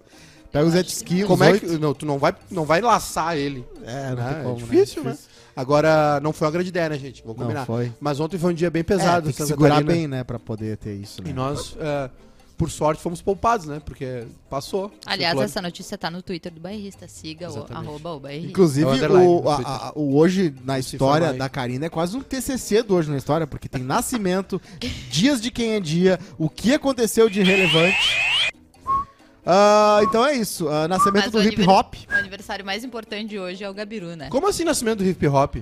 Speaker 2: Pega uns jet ski,
Speaker 1: Como
Speaker 2: uns
Speaker 1: é que.
Speaker 2: oito.
Speaker 1: Não, tu não vai, não vai laçar ele.
Speaker 2: É, não
Speaker 1: Ah,
Speaker 2: tem como,
Speaker 1: é difícil, né?
Speaker 2: Difícil.
Speaker 1: Agora, não foi uma grande ideia, né, gente? Vamos
Speaker 2: Não,
Speaker 1: combinar.
Speaker 2: foi.
Speaker 1: Mas ontem foi um dia bem
Speaker 2: É,
Speaker 1: pesado.
Speaker 2: tem que
Speaker 1: Santa
Speaker 2: segurar
Speaker 1: Catarina.
Speaker 2: bem, né, pra poder ter isso, né?
Speaker 1: E nós, é, por sorte, fomos poupados, né? Porque passou.
Speaker 3: Aliás,
Speaker 1: Circulou.
Speaker 3: essa notícia tá no Twitter do bairrista. Siga o
Speaker 1: Exatamente.
Speaker 3: arroba o bairrista.
Speaker 2: Inclusive,
Speaker 1: É o underline
Speaker 2: o,
Speaker 1: no
Speaker 2: a-
Speaker 1: Twitter.
Speaker 2: a- o hoje na
Speaker 1: Se
Speaker 2: história
Speaker 1: informar aí.
Speaker 2: da Karina é quase um TCC do hoje na história, porque tem nascimento, dias de quem é dia, o que aconteceu de relevante. Ah, então é isso. Ah, nascimento
Speaker 3: Mas
Speaker 2: do
Speaker 3: o
Speaker 2: hip
Speaker 3: aniversário-
Speaker 2: hop.
Speaker 3: O aniversário mais importante de hoje é o Gabiru, né?
Speaker 1: Como assim nascimento do hip hop?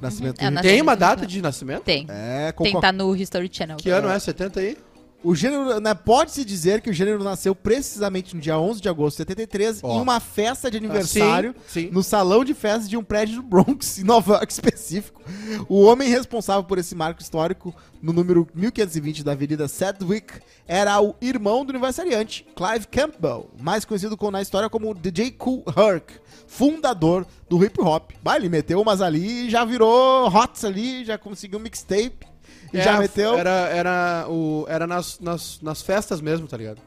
Speaker 2: Nascimento
Speaker 3: É,
Speaker 2: do hip
Speaker 1: Tem
Speaker 3: nascimento
Speaker 1: uma
Speaker 3: do
Speaker 1: data
Speaker 3: hip-hop.
Speaker 1: de nascimento?
Speaker 3: Tem.
Speaker 2: É, com
Speaker 3: Tem,
Speaker 2: qual-
Speaker 3: tá no History Channel.
Speaker 1: Que ano é? 70 aí?
Speaker 2: O gênero, né, pode-se dizer que o gênero nasceu precisamente no dia 11 de agosto de 73,
Speaker 1: Ó. Ah,
Speaker 2: em uma festa de aniversário
Speaker 1: Sim, sim.
Speaker 2: no salão de festas de um prédio do Bronx, em Nova York específico. O homem responsável por esse marco histórico, no número 1520 da Avenida Sedgwick, era o irmão do aniversariante, Clive Campbell, mais conhecido com- na história como DJ Cool Herc, fundador do hip hop. Bah, ele meteu umas ali e já virou hots ali, já conseguiu mixtape. e
Speaker 1: É,
Speaker 2: já meteu.
Speaker 1: Era, era, o, era nas, nas, nas festas mesmo, tá ligado?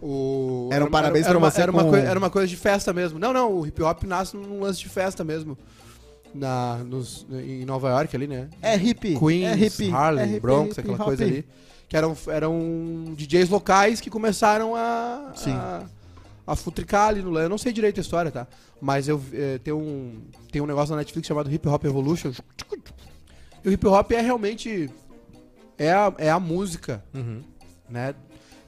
Speaker 1: O,
Speaker 2: Era um parabéns
Speaker 1: era,
Speaker 2: pra
Speaker 1: uma,
Speaker 2: você
Speaker 1: era, uma
Speaker 2: com-
Speaker 1: coi- era uma coisa de festa mesmo. Não, não, o hip hop nasce num lance de festa mesmo. Na, nos, em Nova York ali, né?
Speaker 2: É hippie.
Speaker 1: Queens,
Speaker 2: é hippie,
Speaker 1: Harlem,
Speaker 2: é hippie,
Speaker 1: Bronx,
Speaker 2: hippie,
Speaker 1: aquela
Speaker 2: hop.
Speaker 1: coisa ali. Que eram, eram DJs locais que começaram a.
Speaker 2: Sim.
Speaker 1: A, a futricar ali no lance. Eu não sei direito a história, tá? Mas eu eh, tem um tem um negócio na Netflix chamado Hip Hop Evolution. E o hip hop é realmente. É a, é a música, né?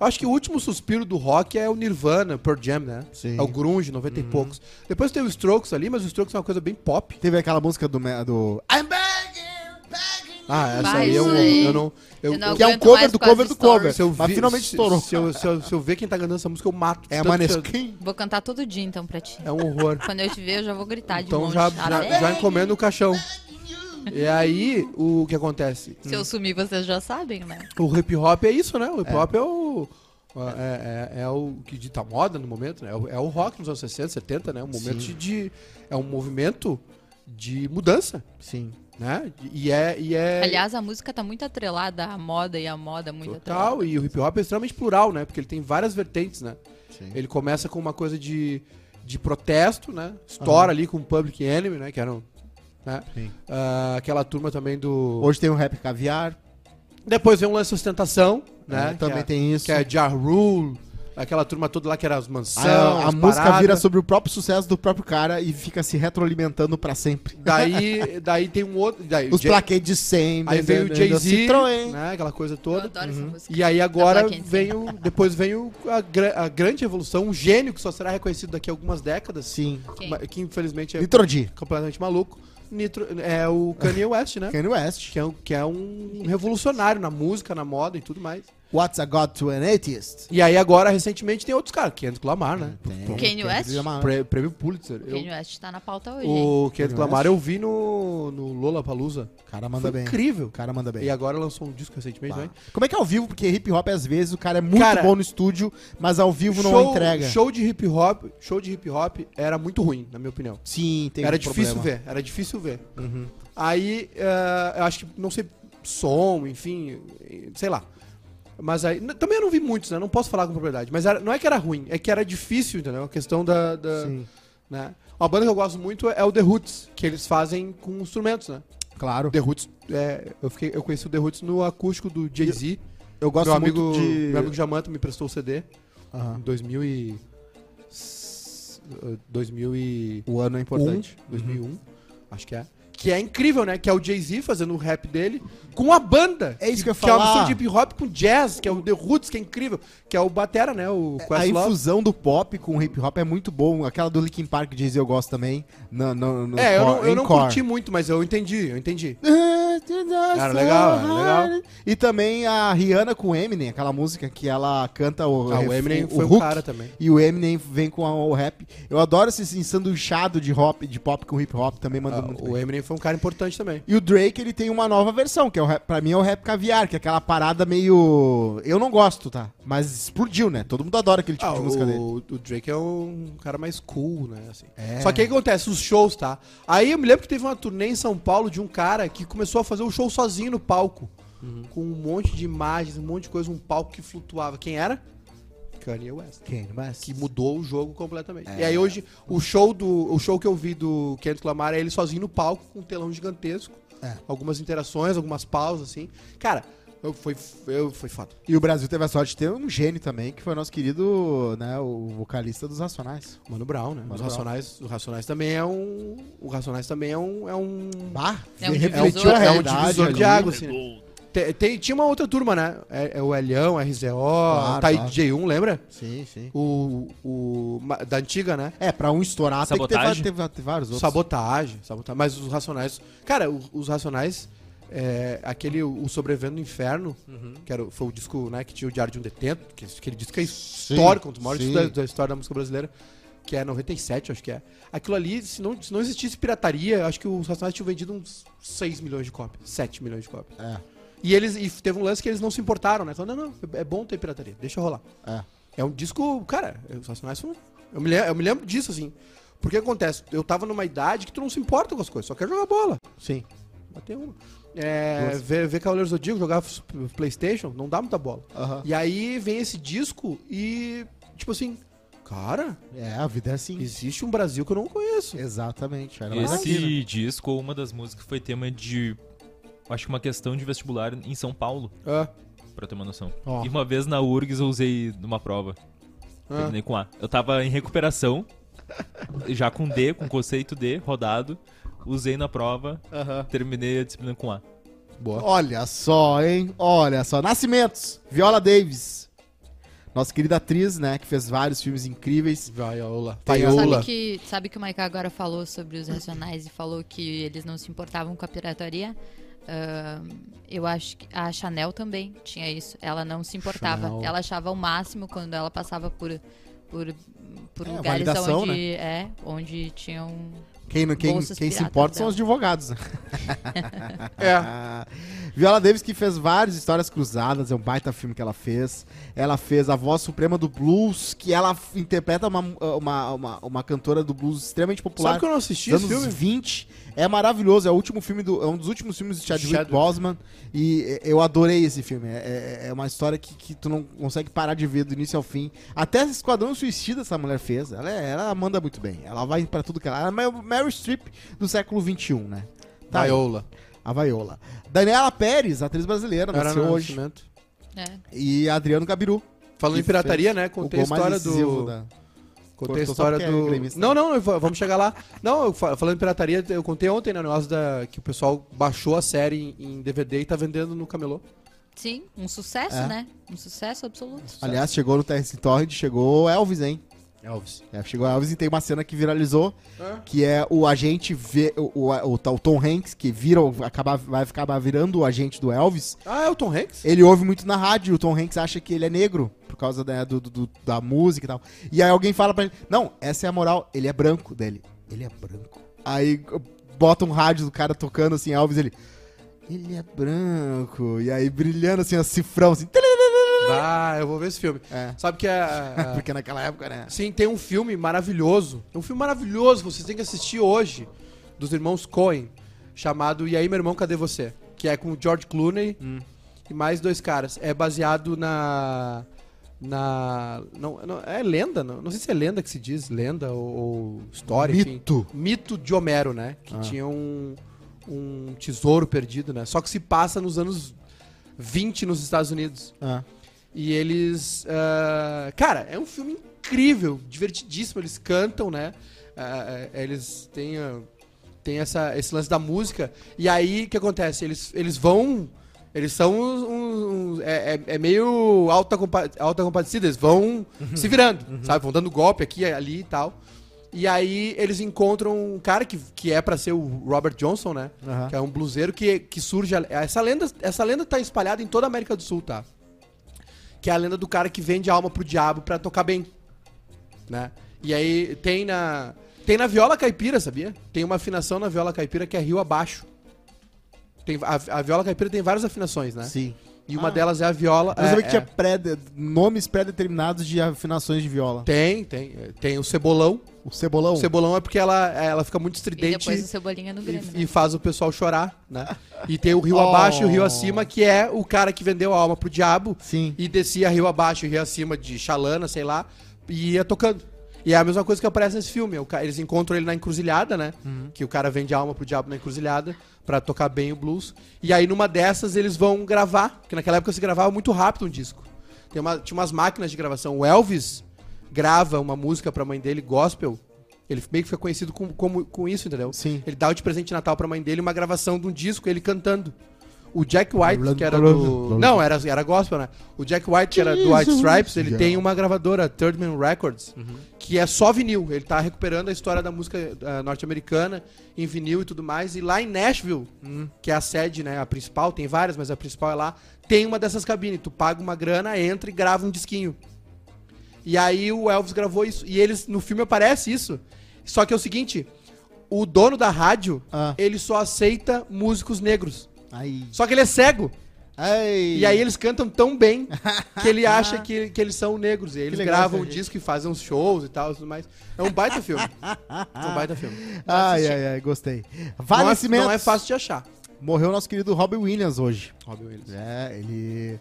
Speaker 1: Eu acho que o último suspiro do rock é o Nirvana, o Pearl Jam, né?
Speaker 2: Sim.
Speaker 1: É o grunge, 90 e poucos. Depois tem o Strokes ali, mas o Strokes é uma coisa bem pop.
Speaker 2: Teve aquela música do. me- do I'm begging, begging.
Speaker 1: Ah, essa
Speaker 3: Vai,
Speaker 1: aí eu,
Speaker 3: isso aí.
Speaker 1: eu não... Eu,
Speaker 3: Eu não
Speaker 2: que é um
Speaker 3: aguento
Speaker 2: cover
Speaker 3: mais
Speaker 2: do
Speaker 3: com as
Speaker 2: cover do cover.
Speaker 3: stories.
Speaker 1: Se eu
Speaker 2: mas
Speaker 1: vi-
Speaker 2: finalmente
Speaker 1: se-
Speaker 2: estourou.
Speaker 1: Se eu, se, eu, se eu ver quem tá cantando essa música, eu mato.
Speaker 2: é
Speaker 1: Tanto que eu-
Speaker 2: Maneskin.
Speaker 3: Vou cantar todo dia, então, pra ti.
Speaker 1: É um horror.
Speaker 3: Quando eu te ver, eu já vou gritar de
Speaker 1: Então
Speaker 3: longe.
Speaker 1: já,
Speaker 3: Até
Speaker 1: já, já encomendo o caixão. E aí, o que acontece?
Speaker 3: Se eu sumir, vocês já sabem, né?
Speaker 1: O hip hop é isso, né? O hip hop é, o. É, é- é o que dita moda no momento, né? É o- É o rock nos anos 60, 70, né? Um momento de, de- É um movimento de mudança,
Speaker 2: Sim.
Speaker 1: né? E é. E é
Speaker 3: Aliás, a música tá muito atrelada à moda e a moda muito atrelada.
Speaker 1: Total, e o hip hop é extremamente plural, né? Porque ele tem várias vertentes, né?
Speaker 2: Sim.
Speaker 1: Ele começa com uma coisa de, de protesto, né? Estoura ali com o Public Enemy, né? Que era um, né?
Speaker 2: Sim.
Speaker 1: Ah, aquela turma também do...
Speaker 2: Hoje tem o rap caviar.
Speaker 1: Depois vem um lance de ostentação,
Speaker 2: né?
Speaker 1: né? Que
Speaker 2: Também
Speaker 1: é,
Speaker 2: tem isso.
Speaker 1: Que é Ja Rule, aquela turma toda lá que era as mansão,
Speaker 2: a Ah, a
Speaker 1: as
Speaker 2: música
Speaker 1: paradas.
Speaker 2: vira sobre o próprio sucesso do próprio cara e fica se retroalimentando pra sempre.
Speaker 1: Daí, daí tem um outro... Daí, o
Speaker 2: Os
Speaker 1: Jay-
Speaker 2: plaquetes de 100.
Speaker 1: Aí vem o
Speaker 2: vendendo
Speaker 1: Jay-Z,
Speaker 2: assim, Citroën.
Speaker 1: né? Aquela coisa
Speaker 3: Eu
Speaker 1: toda.
Speaker 3: adoro essa música.
Speaker 1: E aí agora
Speaker 3: Black and
Speaker 1: vem o, depois vem o, a, gra- a grande revolução, um gênio que só será reconhecido daqui a algumas décadas,
Speaker 2: Sim.
Speaker 3: Quem?
Speaker 1: ma- que infelizmente é
Speaker 2: Nitrodi.
Speaker 1: completamente maluco. Nitro, é o Kanye West, né?
Speaker 2: Kanye West.
Speaker 1: que, é, um- que é um revolucionário na música, na moda e tudo mais.
Speaker 2: What's a God to an Atheist?
Speaker 1: E aí agora, recentemente, tem outros caras. Kendrick Lamar, né? Pô,
Speaker 3: Kanye West?
Speaker 1: Prê- prêmio Pulitzer. Eu-
Speaker 3: Kanye West tá na pauta hoje, hein?
Speaker 1: o Kendrick Lamar eu vi no, no Lollapalooza.
Speaker 2: O cara manda
Speaker 1: Foi
Speaker 2: bem.
Speaker 1: incrível.
Speaker 2: O cara manda bem.
Speaker 1: E agora lançou um disco recentemente,
Speaker 2: Bah.
Speaker 1: né?
Speaker 2: Como é que é ao vivo? Porque hip hop às vezes o cara é muito
Speaker 1: Cara,
Speaker 2: bom no estúdio, mas ao vivo não entrega.
Speaker 1: show de hip hop, show de hip hop era muito ruim, na minha opinião.
Speaker 2: Sim, tem
Speaker 1: era
Speaker 2: um
Speaker 1: difícil
Speaker 2: problema. Uhum.
Speaker 1: ver, era difícil ver. Aí, eh, eu acho que, não sei, som, enfim, eh, sei lá. Mas aí, n- também eu não vi muitos, né? Não posso falar com propriedade. Mas era- não é que era ruim, é que era difícil, entendeu? A questão da... da-
Speaker 2: Sim.
Speaker 1: né? Uma banda que eu gosto muito é o The Roots, que eles fazem com instrumentos, né?
Speaker 2: Claro.
Speaker 1: The Roots, é, eu, fiquei, eu conheci o The Roots no acústico do Jay-Z.
Speaker 2: Eu gosto
Speaker 1: Meu amigo,
Speaker 2: muito de.
Speaker 1: meu amigo Jamanta me prestou o CD
Speaker 2: Aham.
Speaker 1: em 2000 e... 2000 e...
Speaker 2: O ano é importante.
Speaker 1: 2001, 2001 acho que é. Que é incrível, né? Que é o Jay-Z fazendo o rap dele com a banda.
Speaker 2: É isso que eu ia
Speaker 1: Que é uma
Speaker 2: falar.
Speaker 1: mistura de hip hop com jazz, que é o The Roots, que é incrível. Que é o Batera, né? O
Speaker 2: A
Speaker 1: Questlove.
Speaker 2: infusão do pop com o hip hop é muito bom. Aquela do Linkin Park diz eu gosto também. No, no, no
Speaker 1: É, eu
Speaker 2: core-
Speaker 1: não, eu
Speaker 2: em
Speaker 1: não
Speaker 2: core.
Speaker 1: curti muito, mas eu entendi, eu entendi.
Speaker 2: Cara,
Speaker 1: legal, era legal.
Speaker 2: E também a Rihanna com o Eminem, aquela música que ela canta o,
Speaker 1: Ah, o
Speaker 2: ref-
Speaker 1: Eminem foi um
Speaker 2: hook,
Speaker 1: cara também.
Speaker 2: E o Eminem vem com a- o rap. Eu adoro esse ensanduchado de hop, de pop com hip hop, também manda
Speaker 1: Ah,
Speaker 2: muito bem.
Speaker 1: o Eminem foi um cara importante também.
Speaker 2: E o Drake, ele tem uma nova versão, que é o rap, pra mim é o rap caviar, que é aquela parada meio. Eu não gosto, tá? Mas explodiu, né? Todo mundo adora aquele tipo
Speaker 1: Ah,
Speaker 2: de música dele. É.
Speaker 1: o, o Drake é um cara mais cool, né? assim. Só que aí o que acontece? Os shows, tá? Aí eu me lembro que teve uma turnê em São Paulo de um cara que começou a fazer o show sozinho no palco.
Speaker 2: Uhum.
Speaker 1: Com um monte de imagens, um monte de coisa, um palco que flutuava. Quem era? Kanye West.
Speaker 2: Quem? Mas... assim,
Speaker 1: Que mudou o jogo completamente.
Speaker 2: É.
Speaker 1: E aí hoje, o show do o show que eu vi do Kendrick Lamar é ele sozinho no palco, com um telão gigantesco.
Speaker 2: É.
Speaker 1: Algumas interações, algumas pausas, assim. Cara, Eu- foi, eu, foi foda.
Speaker 2: E o Brasil teve a sorte de ter um gênio também, que foi o nosso querido, né, o vocalista dos Racionais.
Speaker 1: Mano Brown, né?
Speaker 2: Mano
Speaker 1: Os
Speaker 2: Brown.
Speaker 1: Racionais, o Racionais também é um. O Racionais também é um. É um,
Speaker 2: Bah,
Speaker 3: É um
Speaker 2: refletiu
Speaker 3: divisor,
Speaker 2: a
Speaker 3: né?
Speaker 1: é um
Speaker 2: realidade.
Speaker 1: divisor de
Speaker 2: ali.
Speaker 1: água, assim. né? Te- tem- tinha uma outra turma, né? É, é o Elhão, RZO,
Speaker 2: Claro,
Speaker 1: tá aí
Speaker 2: claro.
Speaker 1: DJ1, lembra?
Speaker 2: Sim, sim.
Speaker 1: O, o. ma- Da antiga, né?
Speaker 2: É, pra um estourar
Speaker 5: Sabotagem.
Speaker 2: tem que ter, va- ter vários outros.
Speaker 1: Sabotagem, sabotagem. Mas os Racionais. Cara, o- os Racionais. é, aquele o o Sobrevivendo no Inferno,
Speaker 2: Uhum.
Speaker 1: que era, o- foi o disco né, que tinha o Diário de um Detento, que, aquele disco que é histórico, um dos maiores
Speaker 2: sim.
Speaker 1: da, da história da música brasileira, que é 97, acho que é. Aquilo ali, se não, se não existisse pirataria, acho que os Racionais tinham vendido uns 6 milhões de cópias, 7 milhões de cópias.
Speaker 2: É.
Speaker 1: E eles e teve um lance que eles não se importaram, né? Falaram, não, não, é bom ter pirataria, deixa rolar.
Speaker 2: É.
Speaker 1: É um disco, cara, os Racionais são. um, Eu me, lem- eu me lembro disso, assim. Porque acontece, eu tava numa idade que tu não se importa com as coisas, só quer jogar bola.
Speaker 2: Sim.
Speaker 1: Bater uma. É, ver, ver Cavaleiros do Zodíaco, jogar s- Playstation, não dá muita bola.
Speaker 2: Aham.
Speaker 1: E aí vem esse disco e, tipo assim, cara,
Speaker 2: É, a vida é assim.
Speaker 1: existe um Brasil que eu não conheço.
Speaker 2: Exatamente. Era mais
Speaker 5: Esse
Speaker 2: aqui, né?
Speaker 5: disco, uma das músicas, foi tema de. Acho que uma questão de vestibular em São Paulo,
Speaker 2: É,
Speaker 1: Ah,
Speaker 5: pra ter uma noção.
Speaker 1: Ó.
Speaker 5: E uma vez na URGS eu usei numa prova.
Speaker 1: ah.
Speaker 5: Terminei com A. Eu tava em recuperação, já com D, com conceito D, rodado. Usei na prova, terminei a disciplina com A.
Speaker 2: Olha só, hein? Olha só. Nascimentos. Viola Davis. Nossa querida atriz, né? Que fez vários filmes incríveis.
Speaker 1: Vaiola.
Speaker 2: Tem a-
Speaker 1: Vaiola.
Speaker 3: Sabe que, sabe que o Maiká agora falou sobre os Racionais e falou que eles não se importavam com a pirataria? Ahn, eu acho que a Chanel também tinha isso. Ela não se importava.
Speaker 1: Chanel.
Speaker 3: Ela achava o máximo quando ela passava por, por, por
Speaker 2: É,
Speaker 3: lugares
Speaker 2: validação,
Speaker 3: onde,
Speaker 1: né?
Speaker 3: é, onde tinham.
Speaker 2: Quem, não- quem,
Speaker 3: Bolsas
Speaker 2: quem se
Speaker 3: piratas
Speaker 2: importa são
Speaker 3: dela.
Speaker 2: os advogados. né?
Speaker 1: É.
Speaker 2: Viola Davis que fez várias histórias cruzadas, é um baita filme que ela fez. Ela fez a voz suprema do blues, que ela f- interpreta uma, uma, uma, uma cantora do blues extremamente
Speaker 1: Sabe
Speaker 2: popular
Speaker 1: que eu não assisti
Speaker 2: dos
Speaker 1: esse
Speaker 2: anos
Speaker 1: filme?
Speaker 2: 20. É maravilhoso, é o último filme do, é um dos últimos filmes de Chadwick
Speaker 1: Chadwick.
Speaker 2: Boseman e é, eu adorei esse filme. É, é- é uma história que, que tu não consegue parar de ver do início ao fim. Até esse Esquadrão Suicida essa mulher fez. Ela, é- ela manda muito bem. Ela vai pra tudo que ela. Ela é a Meryl Streep do século 21, né? Tá aí.
Speaker 1: Vaiola.
Speaker 2: A Vaiola. Daniela Pérez, atriz brasileira,
Speaker 1: Era
Speaker 2: nasceu
Speaker 1: no
Speaker 2: hoje.
Speaker 1: Nascimento.
Speaker 3: É,
Speaker 2: E Adriano Gabiru.
Speaker 1: Falando
Speaker 2: que
Speaker 1: em pirataria,
Speaker 2: fez
Speaker 1: né?
Speaker 2: o
Speaker 1: Contei a
Speaker 2: gol mais
Speaker 1: história do.
Speaker 2: decisivo da-
Speaker 1: Contei a
Speaker 2: Cortou só
Speaker 1: história
Speaker 2: porque é
Speaker 1: do.
Speaker 2: gremista.
Speaker 1: não, não, eu fa- vamos chegar lá. Não, eu fa- falando em pirataria, eu contei ontem né, o negócio da, que o pessoal baixou a série em, em DVD e tá vendendo no camelô.
Speaker 3: sim, um sucesso,
Speaker 2: É.
Speaker 3: né? Um sucesso absoluto.
Speaker 2: Aliás, chegou no Terrence Torrent, chegou Elvis, hein?
Speaker 1: Elvis.
Speaker 2: É, chegou Elvis e tem uma cena que viralizou, que é o agente, vê, o, o, o, tal Tom Hanks, que vira, o- acaba, vai acabar virando o agente do Elvis.
Speaker 1: Ah, é o Tom Hanks?
Speaker 2: Ele ouve muito na rádio, o Tom Hanks acha que ele é negro, por causa da, do- do- do- da música e tal. E aí alguém fala pra ele, não, essa é a moral, ele é branco dele. Ele é branco. Aí bota um rádio do cara tocando assim, Elvis, ele... Ele é branco. E aí brilhando assim, ó, cifrão, assim...
Speaker 1: Ah, eu vou ver esse filme.
Speaker 2: É.
Speaker 1: Sabe que a, a-
Speaker 2: Porque naquela época, né?
Speaker 1: Sim, tem um filme maravilhoso. É um filme maravilhoso que vocês têm que assistir hoje, dos irmãos Coen, chamado E aí, meu irmão, cadê você? Que é com o George Clooney e mais dois caras. É baseado na. Na. Não, não- é lenda, não, não sei se é lenda que se diz, lenda ou, ou história. assim. enfim.
Speaker 2: Mito.
Speaker 1: Mito de Homero, né? Que tinha um, um tesouro perdido, né? Só que se passa nos anos 20 nos Estados Unidos.
Speaker 2: Ah.
Speaker 1: E eles. ah, cara, é um filme incrível, divertidíssimo. Eles cantam, né? Ah, ah, eles têm, ah, têm essa, esse lance da música. E aí o que acontece? Eles, eles vão. Eles são uns. uns- uns- é, é- é meio alta, compa- alta compadecida. Eles vão se virando, sabe? Vão dando golpe aqui, ali e tal. E aí eles encontram um cara que, que é pra ser o Robert Johnson, né?
Speaker 2: Aham.
Speaker 1: Que é um bluseiro que, que surge. a- Essa lenda, essa lenda tá espalhada em toda a América do Sul, tá? que é a lenda do cara que vende a alma pro diabo pra tocar bem, né? E aí tem na tem na viola caipira, sabia? Tem uma afinação na viola caipira que é rio abaixo. Tem a, a viola caipira tem várias afinações, né?
Speaker 2: Sim.
Speaker 1: E uma
Speaker 2: Ah.
Speaker 1: delas é a viola.
Speaker 2: Eu
Speaker 1: é,
Speaker 2: sabia que
Speaker 1: é.
Speaker 2: tinha pré nomes pré-determinados de afinações de viola.
Speaker 1: é, Tem, tem, tem o cebolão.
Speaker 2: O cebolão.
Speaker 1: O cebolão é porque ela ela fica muito
Speaker 3: E
Speaker 1: estridente.
Speaker 3: depois o Cebolinha no Grêmio.
Speaker 1: E,
Speaker 3: né?
Speaker 1: e faz o pessoal chorar, né? E tem o rio abaixo e o rio
Speaker 2: Oh.
Speaker 1: acima, que é o cara que vendeu a alma pro diabo
Speaker 2: Sim.
Speaker 1: e descia rio abaixo, rio acima de Xalana, sei lá, e ia tocando. E é a mesma coisa que aparece nesse filme. o ca- Eles encontram ele na encruzilhada, né? Que o cara vende alma pro diabo na encruzilhada pra tocar bem o blues. E aí numa dessas eles vão gravar, porque naquela época se gravava muito rápido um disco. Tem uma- tinha umas máquinas de gravação. O Elvis grava uma música pra mãe dele, gospel. Ele meio que fica conhecido com, como- com isso, entendeu?
Speaker 2: Sim.
Speaker 1: Ele dá de presente de Natal pra mãe dele uma gravação de um disco, ele cantando. O Jack White, que era do. Não, era, era gospel, né? O Jack White, que era do White Stripes, ele tem uma gravadora, Third Man Records, que é só vinil. Ele tá recuperando a história da música ah, norte-americana em vinil e tudo mais. E lá em Nashville, que é a sede, né? A principal, tem várias, mas a principal é lá. Tem uma dessas cabines. Tu paga uma grana, entra e grava um disquinho. E aí o Elvis gravou isso. E eles, no filme aparece isso. Só que é o seguinte: o dono da rádio,
Speaker 2: Ah.
Speaker 1: ele só aceita músicos negros.
Speaker 2: Ai.
Speaker 1: Só que ele é cego.
Speaker 2: Ai.
Speaker 1: E aí eles cantam tão bem que ele acha que, que eles são negros. E eles
Speaker 2: legal
Speaker 1: gravam o
Speaker 2: essa gente.
Speaker 1: disco e fazem uns shows e tal e tudo mais. É um baita filme. É um baita filme.
Speaker 2: Ai, ai, ai, gostei.
Speaker 1: Não é,
Speaker 2: Falecimento.
Speaker 1: não é fácil de achar.
Speaker 2: Morreu nosso querido Robin Williams hoje.
Speaker 1: Robin Williams.
Speaker 2: É, ele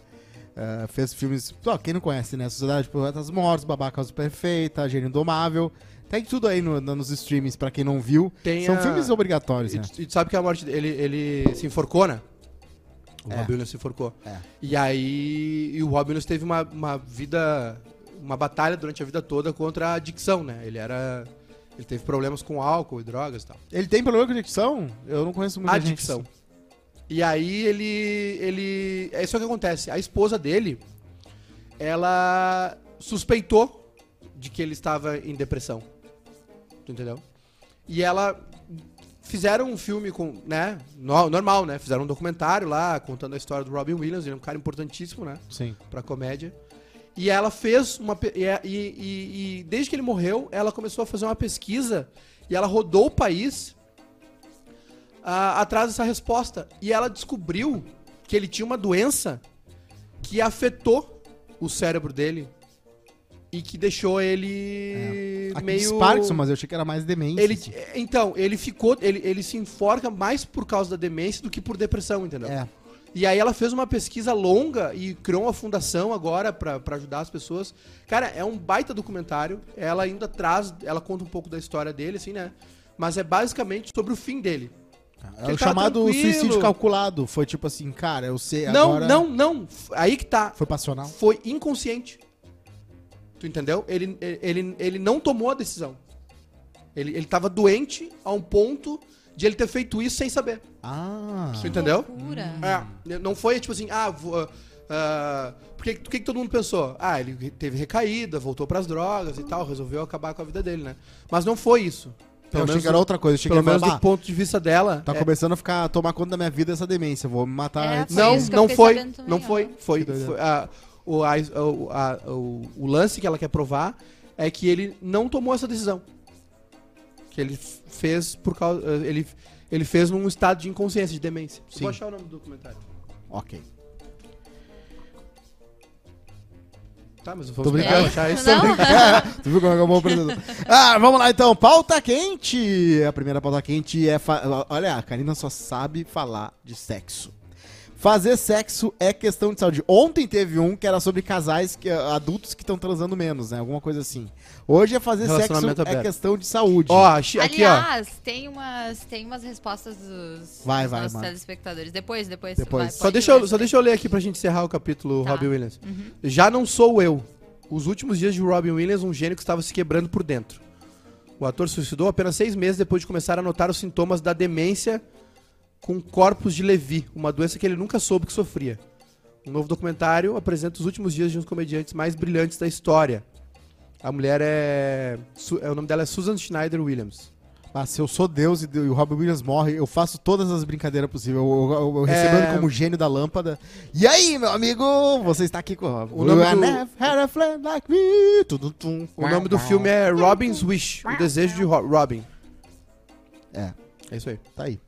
Speaker 2: eh, fez filmes. Ó, quem não conhece, né? Sociedade de Poetas Mortos, Babá Causa Perfeita, Gênio Indomável. Tem tudo aí no- no- nos streamings, pra quem não viu.
Speaker 1: Tem
Speaker 2: São
Speaker 1: a-
Speaker 2: filmes obrigatórios,
Speaker 1: E
Speaker 2: né?
Speaker 1: tu- e tu sabe que a morte dele, ele, ele se enforcou, né? O Robin Williams se enforcou.
Speaker 2: É.
Speaker 1: E aí, e o Robin Williams teve uma, uma vida, uma batalha durante a vida toda contra a adicção, né? Ele era, ele teve problemas com álcool e drogas e tal.
Speaker 2: Ele tem problema com adicção? Eu não conheço muito
Speaker 1: Adicção. E aí ele, ele, é isso que acontece. A esposa dele, ela suspeitou de que ele estava em depressão. Tu entendeu? E ela fizeram um filme com, né, no- normal, né? Fizeram um documentário lá contando a história do Robin Williams, ele é um cara importantíssimo, né?
Speaker 2: Sim.
Speaker 1: pra comédia. E ela fez uma. pe- E, é, e- e- e desde que ele morreu, ela começou a fazer uma pesquisa e ela rodou o país ah, atrás dessa resposta. E ela descobriu que ele tinha uma doença que afetou o cérebro dele e que deixou ele
Speaker 2: Aqui
Speaker 1: meio.
Speaker 2: diz É. Parkinson, mas eu achei que era mais demência.
Speaker 1: Ele,
Speaker 2: assim.
Speaker 1: então, ele ficou. Ele, ele se enforca mais por causa da demência do que por depressão, entendeu?
Speaker 2: É.
Speaker 1: E aí ela fez uma pesquisa longa e criou uma fundação agora pra pra ajudar as pessoas. Cara, é um baita documentário. Ela ainda traz, ela conta um pouco da história dele, assim, né? Mas é basicamente sobre o fim dele.
Speaker 2: É
Speaker 1: Ele tava
Speaker 2: o chamado
Speaker 1: tranquilo.
Speaker 2: suicídio calculado. Foi tipo assim, cara, eu sei
Speaker 1: não,
Speaker 2: agora...
Speaker 1: não, não. F- Aí que tá.
Speaker 2: Foi passional?
Speaker 1: Foi inconsciente. Tu entendeu? Ele, ele, ele não tomou a decisão. Ele, ele tava doente a um ponto de ele ter feito isso sem saber.
Speaker 2: Ah.
Speaker 1: Tu entendeu?
Speaker 3: Loucura.
Speaker 1: É, não foi tipo assim, ah, vou, ah, ah, porque o que, que todo mundo pensou? Ah, ele teve recaída, voltou pras drogas e tal, resolveu acabar com a vida dele, né? Mas não foi isso.
Speaker 2: Então,
Speaker 1: Pelo
Speaker 2: eu achei
Speaker 1: menos,
Speaker 2: que era outra coisa. Eu achei
Speaker 1: pelo
Speaker 2: que ele
Speaker 1: menos
Speaker 2: falava,
Speaker 1: do ponto de vista dela.
Speaker 2: "Ah, tá
Speaker 1: é-
Speaker 2: começando a ficar, a tomar conta da minha vida essa demência. eu Vou me matar
Speaker 3: É,
Speaker 2: antes.
Speaker 3: Foi
Speaker 1: não,
Speaker 3: isso que eu
Speaker 1: não
Speaker 3: fiquei
Speaker 1: foi,
Speaker 3: sabendo também,
Speaker 1: não
Speaker 3: ó.
Speaker 1: foi, foi,
Speaker 2: Que doideira.
Speaker 1: foi- a- o, a- o- a- o- o lance que ela quer provar é que ele não tomou essa decisão. Que ele f- fez por causa, ele, ele fez num estado de inconsciência, de demência.
Speaker 2: Sim.
Speaker 1: Vou achar o nome do documentário.
Speaker 2: Ok.
Speaker 1: Tá, mas eu
Speaker 2: Tô
Speaker 1: vou
Speaker 2: brincando.
Speaker 1: achar isso.
Speaker 3: Não?
Speaker 2: Tu viu como né? é que é um bom apresentador? Ah, vamos lá então. Pauta quente. A primeira pauta quente é. fa- Olha, a Karina só sabe falar de sexo. Fazer sexo é questão de saúde. Ontem teve um que era sobre casais que, adultos que estão transando menos, né? Alguma coisa assim. Hoje é fazer sexo
Speaker 1: Relacionamento
Speaker 2: é
Speaker 1: aberto.
Speaker 2: questão de saúde.
Speaker 1: Ó, achei- aqui, ó.
Speaker 3: Aliás, tem, umas, tem umas respostas dos,
Speaker 2: Vai,
Speaker 3: dos
Speaker 2: vai,
Speaker 3: nossos
Speaker 2: mano.
Speaker 3: telespectadores. Depois, depois.
Speaker 2: Depois.
Speaker 3: vai,
Speaker 1: Só
Speaker 3: pode
Speaker 1: deixa,
Speaker 3: ler,
Speaker 1: eu, só deixa eu ler aqui pra gente encerrar o capítulo
Speaker 3: Tá.
Speaker 1: Robin Williams. Já não sou eu. Os últimos dias de Robin Williams, um gênio que estava se quebrando por dentro. O ator suicidou apenas seis meses depois de começar a notar os sintomas da demência com corpos de Levi, uma doença que ele nunca soube que sofria. Um novo documentário apresenta os últimos dias de um dos comediantes mais brilhantes da história. A mulher é. Su- é, O nome dela é Susan Schneider Williams.
Speaker 2: Ah, se eu sou Deus e, de- e o Robin Williams morre, eu faço todas as brincadeiras possíveis. Eu, eu,
Speaker 1: É.
Speaker 2: eu recebo ele como gênio da lâmpada. E aí, meu amigo? Você está aqui com o Robin.
Speaker 1: O nome
Speaker 2: I
Speaker 1: do-
Speaker 2: never had a friend like me. Tum, tum, tum.
Speaker 1: O nome do filme é Robin's Wish O Desejo de Ro- Robin.
Speaker 2: É.
Speaker 1: É isso aí.
Speaker 2: Tá aí.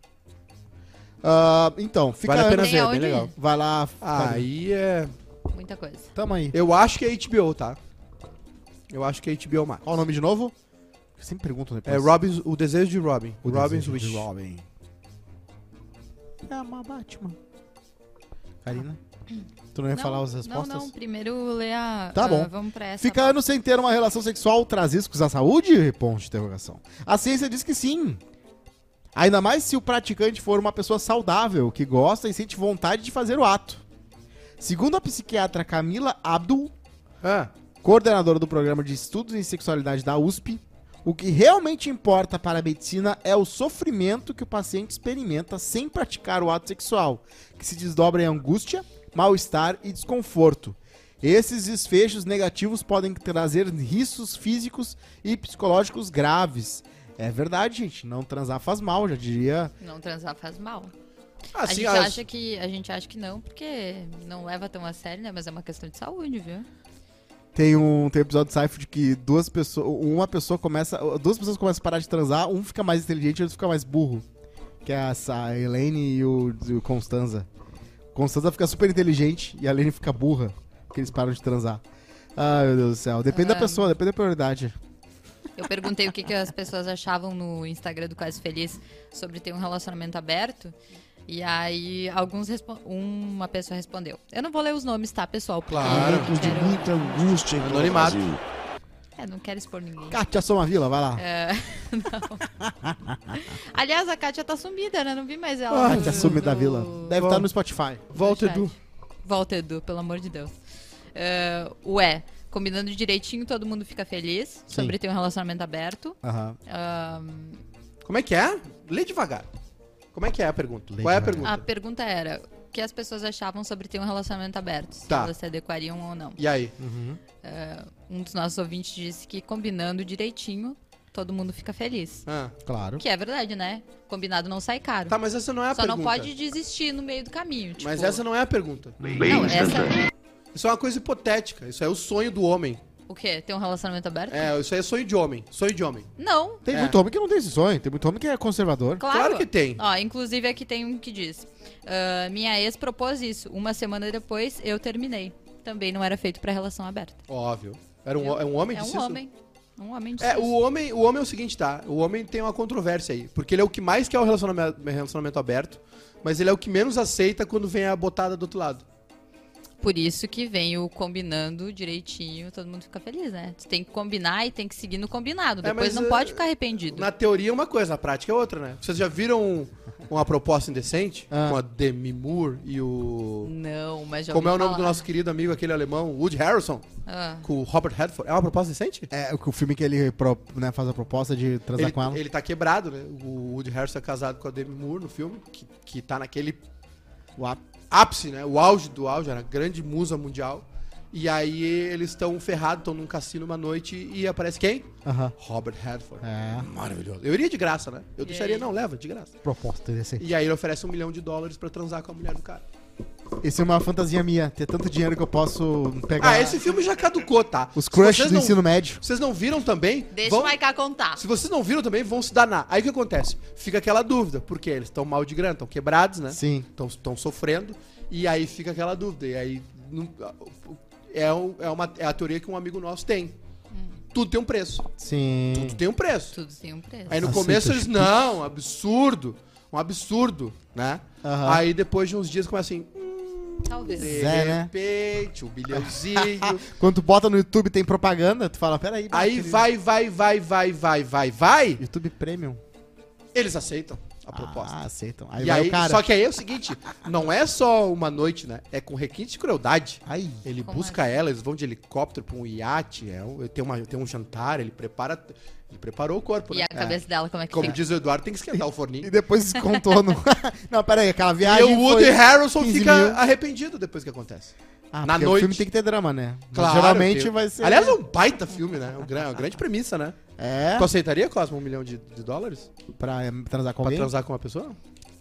Speaker 2: Ah, então, fica...
Speaker 1: Vale a pena
Speaker 3: Tem
Speaker 1: ver, é
Speaker 3: aonde?
Speaker 1: bem legal.
Speaker 2: Vai lá. Karina.
Speaker 1: Aí é.
Speaker 3: Muita coisa.
Speaker 2: Tamo aí.
Speaker 1: Eu acho que é HBO, tá? Eu acho que é HBO Max.
Speaker 2: Qual o nome de novo? Eu sempre pergunto depois.
Speaker 1: É Robin's, o desejo de Robin.
Speaker 2: O
Speaker 1: Robin's
Speaker 2: desejo de
Speaker 1: Wish.
Speaker 2: Robin. É uma Batman. Karina? Tu não ia falar as
Speaker 3: Não,
Speaker 2: respostas?
Speaker 3: não, primeiro lê a.
Speaker 2: Tá
Speaker 3: ah,
Speaker 2: bom.
Speaker 3: vamos pra essa.
Speaker 2: Ficar ano sem ter uma relação sexual traz riscos à saúde? Ponto de interrogação. A ciência diz que sim. Ainda mais se o praticante for uma pessoa saudável, que gosta e sente vontade de fazer o ato. Segundo a psiquiatra Camila Abdul,
Speaker 1: Ah,
Speaker 2: coordenadora do programa de estudos em sexualidade da USP, o que realmente importa para a medicina é o sofrimento que o paciente experimenta sem praticar o ato sexual, que se desdobra em angústia, mal-estar e desconforto. Esses desfechos negativos podem trazer riscos físicos e psicológicos graves. É verdade, gente. Não transar faz mal, já diria.
Speaker 3: Não transar faz mal.
Speaker 1: Ah,
Speaker 3: a
Speaker 1: sim,
Speaker 3: gente
Speaker 1: as-
Speaker 3: acha que a gente acha que não, porque não leva tão a sério, né? Mas é uma questão de saúde, viu?
Speaker 2: Tem um, tem um episódio de Seinfeld que duas pessoas, uma pessoa começa, duas pessoas começam a parar de transar, um fica mais inteligente e outro fica mais burro. Que é essa, a Elaine e o, e o Constanza. Constanza fica super inteligente e a Elaine fica burra, porque eles param de transar. Ai, meu Deus do céu.
Speaker 3: Ah.
Speaker 2: Depende da pessoa, depende da prioridade.
Speaker 3: Eu perguntei o que, que as pessoas achavam no Instagram do Quase Feliz sobre ter um relacionamento aberto. E aí, alguns respon- uma pessoa respondeu. Eu não vou ler os nomes, tá, pessoal? Porque
Speaker 1: Claro.
Speaker 3: eu não
Speaker 4: de
Speaker 3: quero,
Speaker 4: muita angústia em todo o
Speaker 1: Anonimato.
Speaker 4: Brasil.
Speaker 3: é, não quero expor ninguém.
Speaker 2: Kátia Somavila, vai lá.
Speaker 3: É. Aliás, a Kátia tá sumida, né? Não vi mais ela.
Speaker 2: Ah,
Speaker 3: no-
Speaker 2: Kátia Sumi da
Speaker 3: no-
Speaker 2: Vila. Deve
Speaker 1: Bom.
Speaker 2: estar no Spotify.
Speaker 1: tá Volta,
Speaker 3: Chat.
Speaker 1: Edu.
Speaker 3: Volta, Edu, pelo amor de Deus. Ah, ué, combinando direitinho, todo mundo fica feliz sobre ter um relacionamento aberto.
Speaker 2: Aham.
Speaker 1: Como é que é? Lê devagar. Como é que é a pergunta?
Speaker 2: Lê
Speaker 1: Qual é a
Speaker 2: devagar.
Speaker 1: pergunta?
Speaker 3: A pergunta era o que as pessoas achavam sobre ter um relacionamento aberto, se
Speaker 1: Tá.
Speaker 3: elas se adequariam ou não.
Speaker 1: E aí?
Speaker 3: Um dos nossos ouvintes disse que combinando direitinho, todo mundo fica feliz.
Speaker 1: Ah.
Speaker 2: Claro.
Speaker 3: Que é verdade, né? Combinado não sai caro.
Speaker 1: Tá, mas essa não é a
Speaker 3: Só
Speaker 1: pergunta.
Speaker 3: não pode tipo, desistir no meio do caminho. Tipo,
Speaker 1: Mas essa não é a pergunta.
Speaker 8: Lei
Speaker 3: Não, essa-
Speaker 8: instantânea.
Speaker 1: Isso é uma coisa hipotética. Isso é o sonho do homem.
Speaker 3: O quê? Ter um relacionamento aberto?
Speaker 1: É, isso aí é sonho de homem. Sonho de homem.
Speaker 3: Não,
Speaker 2: Tem
Speaker 1: É.
Speaker 2: muito homem que não tem esse sonho, tem muito homem que é conservador.
Speaker 3: Claro.
Speaker 1: Claro que tem.
Speaker 3: Ó, inclusive aqui tem um que diz: "Ah, Minha ex propôs isso. Uma semana depois eu terminei. Também não era feito pra relação aberta.
Speaker 1: Óbvio. Era um, é um homem
Speaker 3: é um
Speaker 1: disse isso?
Speaker 3: homem. Um homem disse
Speaker 1: É,
Speaker 3: isso.
Speaker 1: o homem, o homem é o seguinte, tá? O homem tem uma controvérsia aí. Porque ele é o que mais quer o relacionamento, relacionamento aberto, mas ele é o que menos aceita quando vem a botada do outro lado.
Speaker 3: Por isso que vem o combinando direitinho, todo mundo fica feliz, né? Você tem que combinar e tem que seguir no combinado.
Speaker 1: É,
Speaker 3: Depois
Speaker 1: mas,
Speaker 3: não
Speaker 1: eh,
Speaker 3: pode ficar arrependido.
Speaker 1: Na teoria é uma coisa, na prática é outra, né? Vocês já viram uma proposta indecente?
Speaker 2: Ah.
Speaker 1: Com a Demi Moore e o...
Speaker 3: Não, mas já
Speaker 1: Como é o
Speaker 3: ouvi
Speaker 1: nome do
Speaker 3: falar.
Speaker 1: nosso querido amigo, aquele alemão, Woody Harrison,
Speaker 3: Ah,
Speaker 1: com o Robert Redford. É uma proposta decente?
Speaker 2: É, o que- o filme que ele pro- né, faz a proposta de transar
Speaker 1: Ele,
Speaker 2: com ela.
Speaker 1: ele tá quebrado, né? O Woody Harrison é casado com a Demi Moore no filme, que, que tá naquele
Speaker 2: O ato.
Speaker 1: ápice, né? O auge do auge, era a grande musa mundial. E aí eles estão ferrados, estão num cassino uma noite e aparece quem?
Speaker 2: Aham.
Speaker 1: Robert Redford.
Speaker 2: É.
Speaker 1: Maravilhoso. Eu iria de graça, né? Eu
Speaker 3: E
Speaker 1: deixaria,
Speaker 3: aí?
Speaker 1: não, leva, de graça.
Speaker 2: Proposta desse aí.
Speaker 1: E aí ele oferece um milhão de dólares pra transar com a mulher do cara.
Speaker 2: Esse é uma fantasia minha, ter tanto dinheiro que eu posso pegar
Speaker 1: Ah, esse filme já caducou, tá?
Speaker 2: os
Speaker 1: Se
Speaker 2: crushes
Speaker 1: vocês
Speaker 2: do
Speaker 1: não-
Speaker 2: ensino médio.
Speaker 1: Vocês não viram também?
Speaker 3: Deixa
Speaker 1: Vão-
Speaker 3: o Maiká contar.
Speaker 1: Se vocês não viram também, vão se danar. Aí o que acontece? Fica aquela dúvida, porque eles estão mal de grana, estão quebrados, né?
Speaker 2: Sim.
Speaker 1: Estão sofrendo. E aí fica aquela dúvida. E aí não- é, um- é uma, é a teoria que um amigo nosso tem. Tudo tem um preço.
Speaker 2: Sim.
Speaker 1: Tudo tem um preço.
Speaker 3: Tudo tem um preço.
Speaker 1: Aí no
Speaker 2: Aceita
Speaker 1: começo
Speaker 2: de
Speaker 1: eles, não, absurdo. Um absurdo, né?
Speaker 2: Aham.
Speaker 1: Aí depois de uns dias começa assim,
Speaker 3: Talvez.
Speaker 1: de
Speaker 2: É, né?
Speaker 1: repente, o bilhãozinho.
Speaker 2: Quando tu bota no YouTube tem propaganda, tu fala, peraí.
Speaker 1: aí
Speaker 2: aquele
Speaker 1: vai, vai, vai, vai, vai, vai, vai.
Speaker 2: YouTube Premium.
Speaker 1: Eles aceitam a proposta.
Speaker 2: Ah, aceitam. Aí
Speaker 1: e
Speaker 2: vai
Speaker 1: aí,
Speaker 2: o cara.
Speaker 1: Só que aí é o seguinte, não é só uma noite, né? É com requinte de crueldade.
Speaker 2: Aí.
Speaker 1: Ele
Speaker 3: Como assim?
Speaker 1: busca ela, eles vão de helicóptero pra um iate, é, um- tem, uma, tem um jantar, ele prepara. Ele preparou o corpo,
Speaker 3: E
Speaker 1: né?
Speaker 3: a cabeça dela, como é que
Speaker 1: Como
Speaker 3: fica?
Speaker 1: diz o Eduardo, tem que esquentar o
Speaker 2: E
Speaker 1: forninho.
Speaker 2: depois descontou no... Não, peraí, aquela
Speaker 1: E
Speaker 2: viagem
Speaker 1: o Woody
Speaker 2: foi...
Speaker 1: Harrelson
Speaker 2: 15
Speaker 1: fica
Speaker 2: mil.
Speaker 1: arrependido depois que acontece.
Speaker 2: Ah,
Speaker 1: na
Speaker 2: porque o
Speaker 1: noite.
Speaker 2: filme tem que ter drama, né? Mas
Speaker 1: Claro,
Speaker 2: geralmente
Speaker 1: tem-
Speaker 2: vai ser...
Speaker 1: Aliás, é um baita filme, né? É um gran- Uma grande premissa, né?
Speaker 2: É,
Speaker 1: Tu aceitaria, Cosmo, um milhão de, de dólares?
Speaker 2: pra eh, transar com
Speaker 1: Pra
Speaker 2: alguém.
Speaker 1: transar com uma pessoa?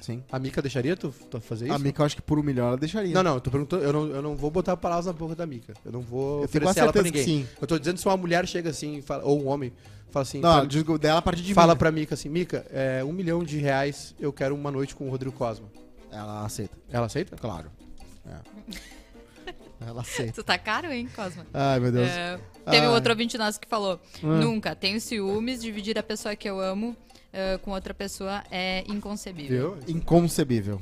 Speaker 2: Sim.
Speaker 1: A Mika deixaria tu, tu fazer isso?
Speaker 2: A Mika, eu acho que por um milhão ela deixaria.
Speaker 1: Não, não, eu tô perguntando, eu não, eu não vou botar palavras na boca da Mica. Eu não vou
Speaker 2: Eu tenho
Speaker 1: oferecer ela pra
Speaker 2: quase certeza
Speaker 1: ninguém.
Speaker 2: que sim.
Speaker 1: Eu tô dizendo se uma mulher chega assim, e fala- ou um homem, fala assim,
Speaker 2: Não,
Speaker 1: pra-
Speaker 2: digo dela a partir de
Speaker 1: fala
Speaker 2: mim.
Speaker 1: pra Mica assim, Mica, é, um milhão de reais, eu quero uma noite com o Rodrigo Cosmo.
Speaker 2: Ela aceita.
Speaker 1: Ela aceita?
Speaker 2: Claro. É. Ela aceita.
Speaker 3: Tu tá caro, hein, Cosma?
Speaker 2: Ai, meu Deus.
Speaker 3: É, teve
Speaker 2: Ai. Hum.
Speaker 3: um outro ouvinte nosso que falou: Nunca, tenho ciúmes, dividir a pessoa que eu amo eh, com outra pessoa é inconcebível.
Speaker 1: Viu?
Speaker 2: Inconcebível.